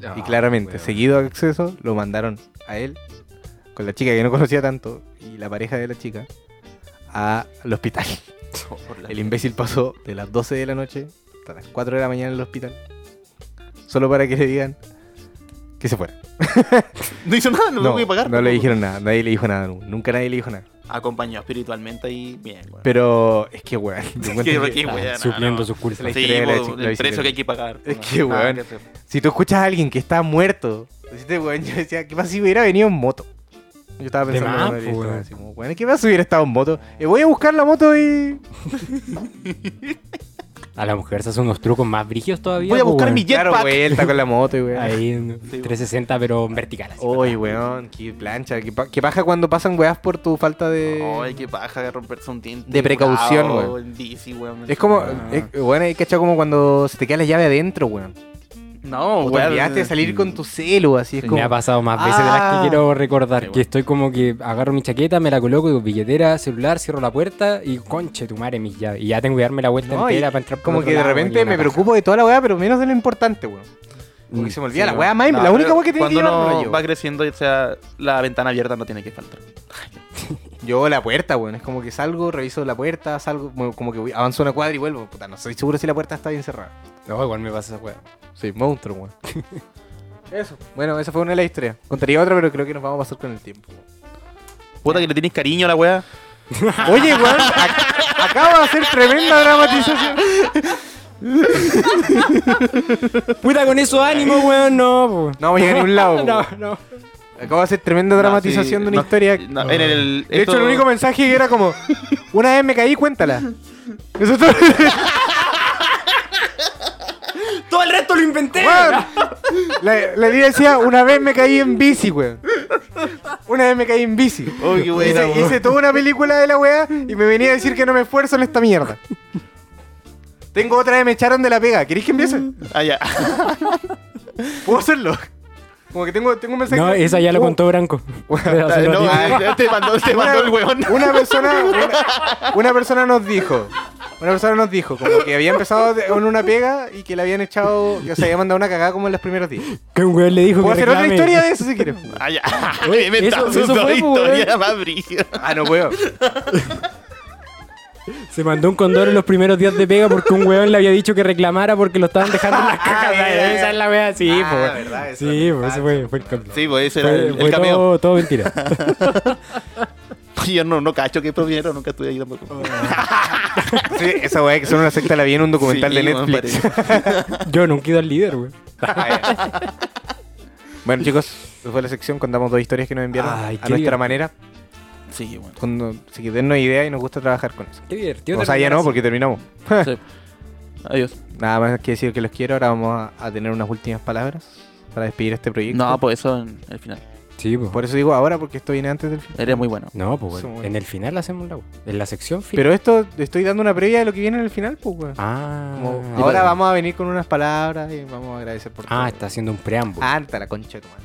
y
Ah,
claramente, seguido a acceso, lo mandaron a él, con la chica que no conocía tanto, y la pareja de la chica, a- al hospital. El imbécil pasó de las 12 de la noche hasta las 4 de la mañana en el hospital. Solo para que le digan que se fuera.
No hizo nada, no, lo
No,
voy a pagar.
no le
tampoco.
dijeron nada. Nadie le dijo nada. nu- Nunca nadie le dijo nada.
Acompañado espiritualmente y bien, weón.
Pero es que, (laughs) weón. yo encuentro
Qué-
que-
qué weá,
Supliendo
no,
sus
la
culpas.
Sí,
historia de la
po,
bici- la
el
bicicleta.
precio que hay que pagar.
Es
No,
que,
nada
weón.
que hacer.
Si tú escuchas a alguien que está muerto, este weón, yo decía, ¿qué pasa si hubiera venido en moto? Yo estaba
De
pensando,
más,
en
po,
esto,
weón.
así como, weón, ¿qué pasa si hubiera estado en moto? Eh, voy a buscar la moto y.
A la mujer se hace unos trucos más brígidos todavía.
Voy a
po,
buscar
weón.
mi
Claro,
jetpack.
vuelta con la moto y weón.
Ahí, en 360, pero en vertical. así.
Uy, weón, qué plancha, qué, pa- qué paja cuando pasan weas por tu falta de.
Ay, qué paja de romperse un diente.
De precaución,
curado
weón.
en bici, weón.
Es como,
Ah.
es, weón, hay cachado como cuando se te queda la llave adentro, weón.
No,
O te
weón.
olvidaste de salir con tu celu, así es como.
Me ha pasado más veces de las
Ah.
que quiero recordar. Que estoy como que agarro mi chaqueta, me la coloco, digo, billetera, celular, cierro la puerta y conche tu madre mis llaves. Y ya tengo que darme la vuelta
No, y
entera para entrar por
Como
otro
que de
lado, y
repente
una
me
paja.
preocupo de toda la weá, pero menos de lo importante, weón. Porque
Mm,
se me olvida
sí,
la
no.
weá más,
No,
la única
pero
weá que tiene que
Cuando
llevar
uno
rollo.
va creciendo, o sea, la ventana abierta no tiene que faltar.
Yo la puerta, weón. Es como que salgo, reviso la puerta, salgo, como- como que voy- avanzo una cuadra y vuelvo. Puta, no estoy seguro si la puerta está bien cerrada.
No, igual me pasa esa weá.
Soy monstruo, weón. (laughs) eso. Bueno, esa fue una de las historias. Contaría otra, pero creo que nos vamos a pasar con el tiempo.
Puta que le tienes cariño a la weá.
Oye, weón, ac- acaba de hacer tremenda dramatización.
Puta, con eso ánimo,
(laughs)
weón, no. po.
No voy a ningún lado,
No,
weón.
no.
Acaba de hacer tremenda dramatización de una historia.
No, en el,
De hecho, el único mensaje era como: Una vez me caí, cuéntala. Eso es todo.
Todo el resto lo inventé.
Weón. La, la tía decía, una vez me caí en bici, weón. Una vez me caí en bici. (laughs)
Uy, qué buena,
hice,
weón.
hice toda una película de la weá y me venía a decir que no me esfuerzo en esta mierda. Tengo otra vez, me echaron de la pega. ¿Queréis que empiece?
Ah, (laughs) ya.
¿Puedo hacerlo? Como que tengo, tengo un mensaje.
No, esa ya la
Oh,
Como-
contó
(laughs)
Branco. (laughs) Hace
no,
ratito.
ah, te mandó, te mandó el weón.
Una
(laughs)
persona, una, una persona nos dijo. Una persona nos dijo como que había empezado de- con una pega y que le habían echado, que se había mandado una cagada como en los primeros días.
Que un weón le dijo
Puedo
que
hacer otra
reclame.
historia de eso si quieres.
Ah, ya.
Oye,
Me he inventado
eso-
su
eso fue, po,
historia más brígida.
Ah, no puedo.
Se mandó un condor en los primeros días de pega porque un weón le había dicho que reclamara porque lo estaban dejando
(laughs)
en las cajas.
Ah, ya, ya, ya.
Esa es la wea, sí,
Ah,
po.
verdad, eso
Sí,
es
po, ese
verdad.
fue, fue el cambio.
Sí, pues ese era
Fue-
el,
fue
el cameo.
Todo,
(laughs)
todo mentira.
(laughs) Yo no, no cacho que provinieron, nunca estuve ahí tampoco. (laughs)
Sí, esa weá que son una secta la vi en un documental
Sí,
de
weón,
Netflix.
parece.
Yo nunca he ido al líder, weón.
Ah, ya. bueno, chicos, esa fue la sección. Contamos dos historias que nos enviaron
Ay,
a
qué
nuestra
bien.
manera.
Sí, bueno.
Cuando, si que dennos idea y nos gusta trabajar con eso.
Qué divertido.
O sea, ya
terminar
no,
así.
porque terminamos.
Sí. Adiós.
Nada más que decir que los quiero. Ahora vamos a, a tener unas últimas palabras para despedir este proyecto.
No, pues eso en el final.
Sí, po.
Por eso digo ahora, porque esto viene antes del final.
Eres muy bueno.
No, pues
Eso, weón.
en el final hacemos la En la sección final.
Pero esto, estoy dando una previa de lo que viene en el final, pues, weón.
Ah,
Como-
ya.
ahora vamos a venir con unas palabras y vamos a agradecer por todo.
Ah, está haciendo un preámbulo.
Harta la concha de tu madre.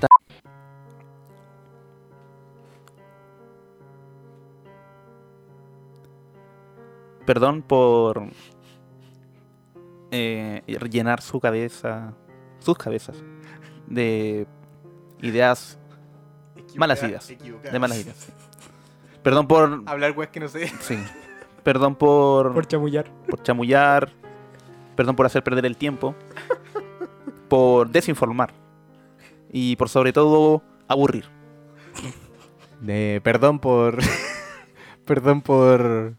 perdón por eh, llenar su cabeza, sus cabezas, de (laughs) ideas Malas ideas.
Equivocadas.
de malas ideas. Perdón por.
Hablar weas que no sé.
Sí. Perdón por,
Por
por,
chamullar.
chamullar. Perdón por hacer perder el (laughs) tiempo. Por desinformar. Y por sobre todo aburrir.
De- perdón por. (laughs) perdón por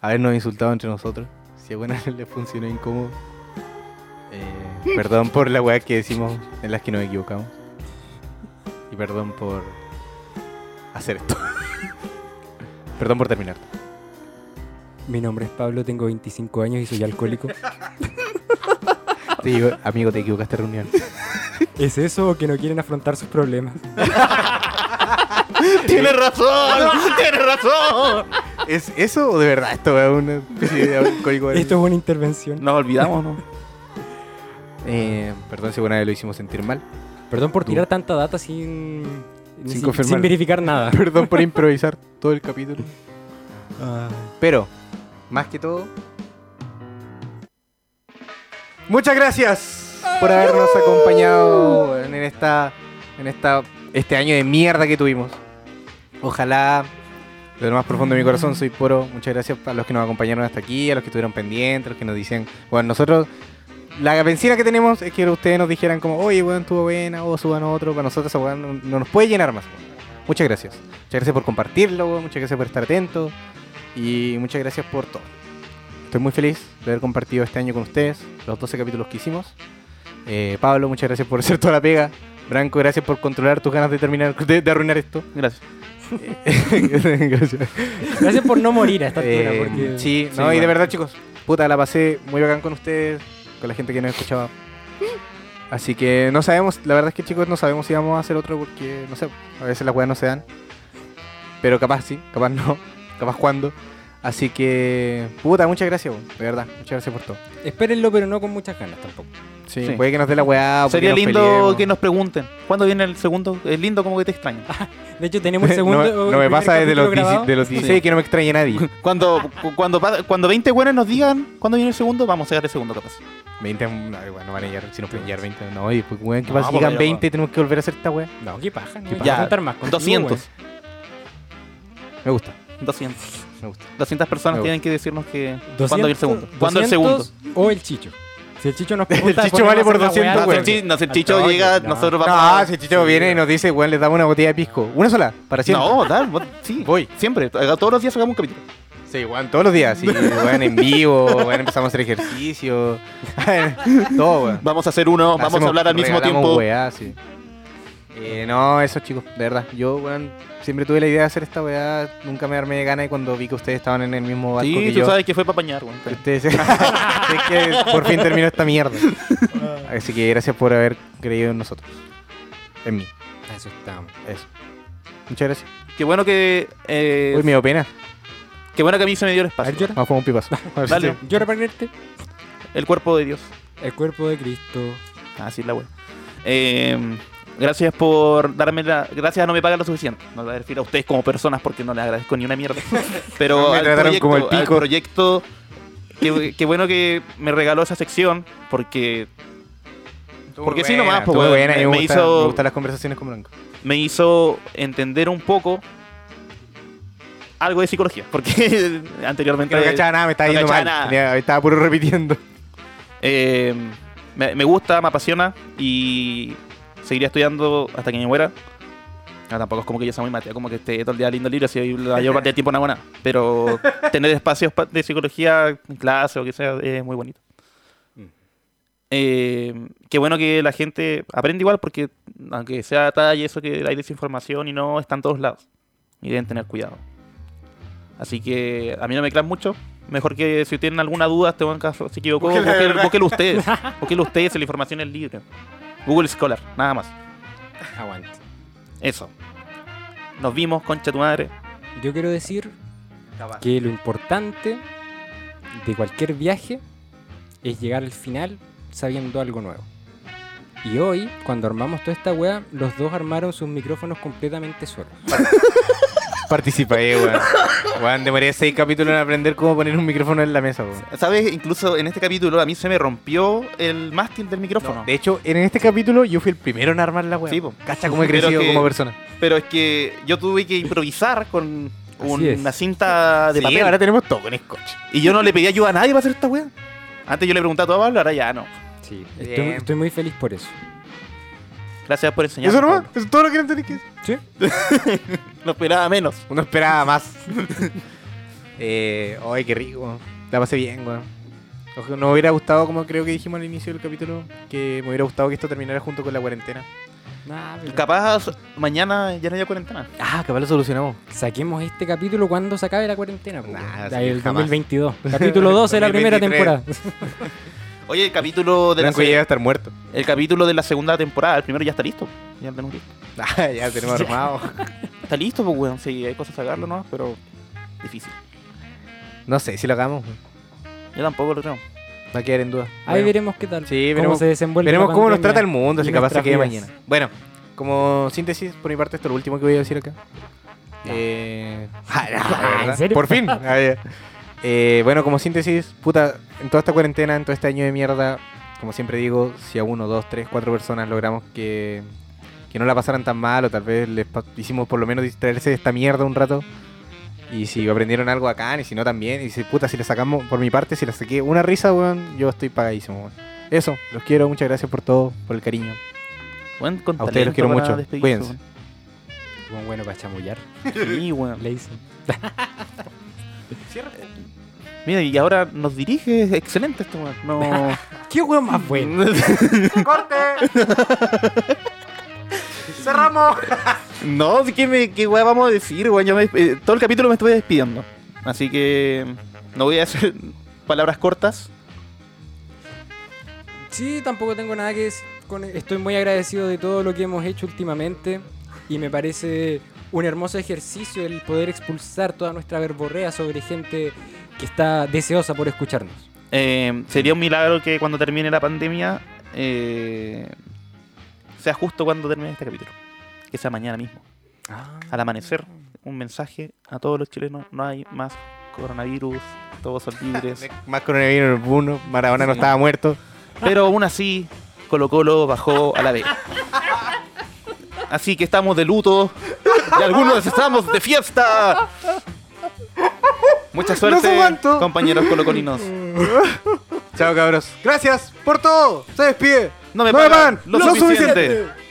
habernos insultado entre nosotros. Si a buena le funcionó incómodo. Eh, perdón por la weá que decimos en las que nos equivocamos. Y perdón por hacer esto. (laughs) perdón por terminar.
Mi nombre es Pablo, tengo 25 años y soy alcohólico.
Te digo, amigo, te equivocaste de reunión.
¿Es eso o que no quieren afrontar sus problemas?
(laughs)
¡Tienes razón! ¡Tienes razón!
¿Es eso o de verdad esto es una especie de alcohólico (laughs) de-
Esto es una intervención.
Nos olvidamos, ¿no?
Eh, perdón si alguna vez lo hicimos sentir mal.
Perdón por
Tú.
tirar tanta data sin, sin,
confirmar.
sin verificar nada.
Perdón (laughs) por improvisar todo el capítulo.
Ah.
Pero, más que todo, muchas gracias por habernos acompañado en esta, en esta, este año de mierda que tuvimos. Ojalá, de lo más profundo de mi corazón, soy puro. Muchas gracias a los que nos acompañaron hasta aquí, a los que estuvieron pendientes, a los que nos dicen, bueno, nosotros. La vencida que tenemos es que ustedes nos dijeran como, oye, weón, estuvo buena, o suban otro, para nosotros esa weá no, no nos puede llenar más. Muchas gracias. Muchas gracias por compartirlo, weón, muchas gracias por estar atentos y muchas gracias por todo. Estoy muy feliz de haber compartido este año con ustedes los 12 capítulos que hicimos. Eh, Pablo, muchas gracias por (laughs) hacer toda la pega. Branco, gracias por controlar tus ganas de terminar de, de arruinar esto.
Gracias.
(laughs) gracias.
Gracias por no morir a esta altura.
Eh,
porque...
Sí, no, y de verdad, chicos, puta, la pasé muy bacán con ustedes, con la gente que nos escuchaba. Así que no sabemos, la verdad es que chicos, no sabemos si vamos a hacer otro porque, no sé, a veces las weas no se dan. Pero capaz sí, capaz no, (laughs) capaz cuando. Así que, puta, muchas gracias, weón, de verdad, muchas gracias por todo.
Espérenlo, pero no con muchas ganas tampoco.
Sí,
Sí.
puede que nos dé la weá. puede que
Sería
nos
lindo
peleemos.
que nos pregunten. ¿Cuándo viene el segundo? Es lindo como que te extraño.
De hecho, tenemos
(laughs)
el
no,
segundo.
me- no me
el primer
pasa desde
capítulo
los, 10
grabado.
de los 16 que no me extrañe nadie.
(laughs) Cuando, cu- cuando, pa- cuando 20 buenos nos digan cuándo viene el segundo, vamos a llegar el segundo capaz.
20, no, igual no van a llegar, si nos pueden llegar 20, no, y pues, weón, ¿qué
No,
pasa si
porque
llegan
ya,
20 y tenemos que volver a hacer esta weá?
No, qué paja. No
Qué
hay que
paja.
contar más. pues. contigo,
200.
Me gusta,
200.
me gusta.
200 personas
Me gusta.
tienen que decirnos que
güey.
cuándo el
200,
segundo. ¿Cuándo el segundo?
200 O el chicho. Si el chicho nos pregunta.
chicho vale por
ponemos esa
200,
weá,
güey.
No,
al
si el chi-
toque.
no, si el
Al
chicho
toque,
llega,
no.
nosotros
No,
vamos.
si el Chicho viene y nos dice, weón, les damos una botella de pisco. Una sola, para siempre.
No, tal, vos- sí.
Voy.
Siempre. haga- Todos los días sacamos un capítulo.
Sí, weón, todos los días.
(laughs)
Sí, weón, en vivo, weón, empezamos a hacer ejercicio. (laughs) Todo, weón.
Vamos a hacer uno, vamos a
Hacemos-
hablar al mismo
regalamos
tiempo.
weá, sí. Eh, no, eso chicos, de verdad. Yo, weón, siempre tuve la idea de hacer esta weá. Nunca me armé de gana y cuando vi que ustedes estaban en el mismo barco
Sí,
que
tú
yo.
sabes que fue para apañar, güey.
que ustedes- (laughs) es que por fin terminó esta
(laughs)
mierda. Así que gracias por haber creído en nosotros. En mí,
Ah, Eso estamos.
eso. Muchas gracias.
Qué bueno que. eh,
Uy, me dio pena.
qué bueno que a mí se me dio el
A ver,
espacio.
llora.
Vamos a fumar un (laughs) pipazo. A ver si
Dale.
te-
Llora para creerte.
El cuerpo de Dios.
El cuerpo de Cristo.
Así es Ah, la web. gracias por darme la. Gracias a No Me Pagan lo suficiente. No me refiero a ustedes como personas porque no les agradezco ni
(laughs)
una mierda. Pero
Me
al,
trataron
proyecto,
como el
al
pico.
proyecto. Qué, qué bueno que me regaló esa sección porque Porque sí nomás, pues,
Estuvo
weón.
buena, a mí me,
Me
gusta-
hizo-
me gustan las conversaciones con Blanco.
me hizo entender un poco algo de psicología. Porque (laughs) anteriormente.
Que no cachaba nada, me estaba
no
yendo
cachaba
mal.
nada.
Tenía- estaba puro repitiendo.
Eh, me, me gusta, me apasiona y seguiré estudiando hasta que me muera. Ah, tampoco es como que yo sea muy matea, como que esté todo el día lindo libro, si la mayor parte del tiempo no hago nada. Pero (laughs) tener espacios pa- de psicología, en clase o que sea, es muy bonito. Eh, qué bueno que la gente aprende igual porque aunque sea tal y eso que hay desinformación y no, está en todos lados. Y deben tener cuidado. Así que a mí no me crean mucho. Mejor que si tienen alguna duda, este buen caso se equivocó,
Búsquela de
búsquenlo
verdad.
búsquenlo ustedes. Búsquenlo ustedes, la información es libre. Google Scholar, nada más.
Aguante.
Eso. Nos vimos, concha tu madre.
Yo quiero decir que lo importante de cualquier viaje es llegar al final sabiendo algo nuevo. Y hoy, cuando armamos toda esta weá, los dos armaron sus micrófonos completamente solos.
(laughs) Participé, weón. Weón, demoré seis capítulos en aprender cómo poner un micrófono en la mesa, weón.
¿Sabes? Incluso en este capítulo a mí se me rompió el mástil del micrófono.
De hecho, en este capítulo yo fui el primero en armar la weón.
Sí, po.
Cacha cómo he
Pero
crecido
que-
como persona.
Pero es que yo tuve que improvisar con
Así
una
es.
cinta de
Sí,
papel.
ahora tenemos todo con scotch.
Y yo no le pedí ayuda a nadie para hacer esta weá. Antes yo le preguntaba a Pablo, ahora ya no.
Sí,
Bien.
estoy, estoy muy feliz por eso.
Gracias por enseñarme.
eso nomás,
Pablo.
eso es todo lo que no tenés que decir.
Sí.
No esperaba menos.
Uno esperaba más. (laughs) eh, ay, qué rico. La pasé bien, weón. Ojo, No me hubiera gustado, como creo que dijimos al inicio del capítulo, que me hubiera gustado que esto terminara junto con la cuarentena.
Capaz mañana ya no haya cuarentena.
Ah, capaz lo solucionamos.
Saquemos este capítulo cuando se acabe la cuarentena. po,
Nah,
weón.
sí,
el
jamás. (laughs)
2022. Capítulo 12 de la primera
2023.
temporada.
Oye, el capítulo de la
Franco
se-
llega a estar (laughs) muerto.
el capítulo de la segunda temporada, el primero ya está listo. Ya lo tenemos listo.
Ah, ya lo tenemos armado.
Está listo, pues weón. Sí, hay cosas a sacarlo, ¿no? Pero difícil.
No sé si lo hagamos. weón.
Yo tampoco lo creo.
Va a quedar en duda.
Ahí
Bueno.
veremos qué tal.
Sí,
cómo
veremos-
se desenvuelve.
Veremos
la
cómo nos
pandemia.
trata el mundo,
y
si capaz se
nuestras
quede
vidas.
mañana. Bueno, como síntesis, por mi parte, esto es lo último que voy a decir acá.
Ya.
Eh, (laughs)
¿en
¿verdad?
serio?
Por (laughs) fin. Ah, ya. Eh, bueno, como síntesis, puta, en toda esta cuarentena, en todo este año de mierda, como siempre digo, si a uno, dos, tres, cuatro personas logramos que, que no la pasaran tan mal, o tal vez les pa- hicimos por lo menos distraerse de esta mierda un rato. Y si aprendieron algo acá, y si no también, y si puta, si le sacamos, por mi parte, si le saqué una risa, weón, yo estoy pagadísimo, weón. Eso, los quiero, muchas gracias por todo, por el cariño.
Weón, con
A ustedes los
talento
quiero
para
mucho.
despedirse,
Cuídense.
Bueno, bueno, para chamullar.
weón. Sí, weón.
Le dicen.
Mira, y ahora nos dirige. Excelente esto, weón. No.
¿Qué hueón más bueno?
¡Corte! ¡Cerramos!
No, ¿qué, me, qué weá vamos a decir, weón? Yo me desp- eh, todo el capítulo me estoy despidiendo. Así que no voy a hacer (laughs) palabras cortas.
Sí, tampoco tengo nada que decir. con- Estoy muy agradecido de todo lo que hemos hecho últimamente y me parece un hermoso ejercicio el poder expulsar toda nuestra verborrea sobre gente que está deseosa por escucharnos.
Eh, sería un milagro que cuando termine la pandemia eh, sea justo cuando termine este capítulo. Que sea mañana mismo. Al amanecer, un mensaje a todos los chilenos. No hay más coronavirus, todos son libres.
Más coronavirus en el mundo, Maradona no estaba muerto.
Pero aún así, Colo Colo bajó a la B. Así que estamos de luto. Y algunos estamos de fiesta. Mucha suerte,
aguanto.
compañeros colocolinos.
Chao, cabros. Gracias por todo. Se despide.
No me
pagan
pagan lo suficiente.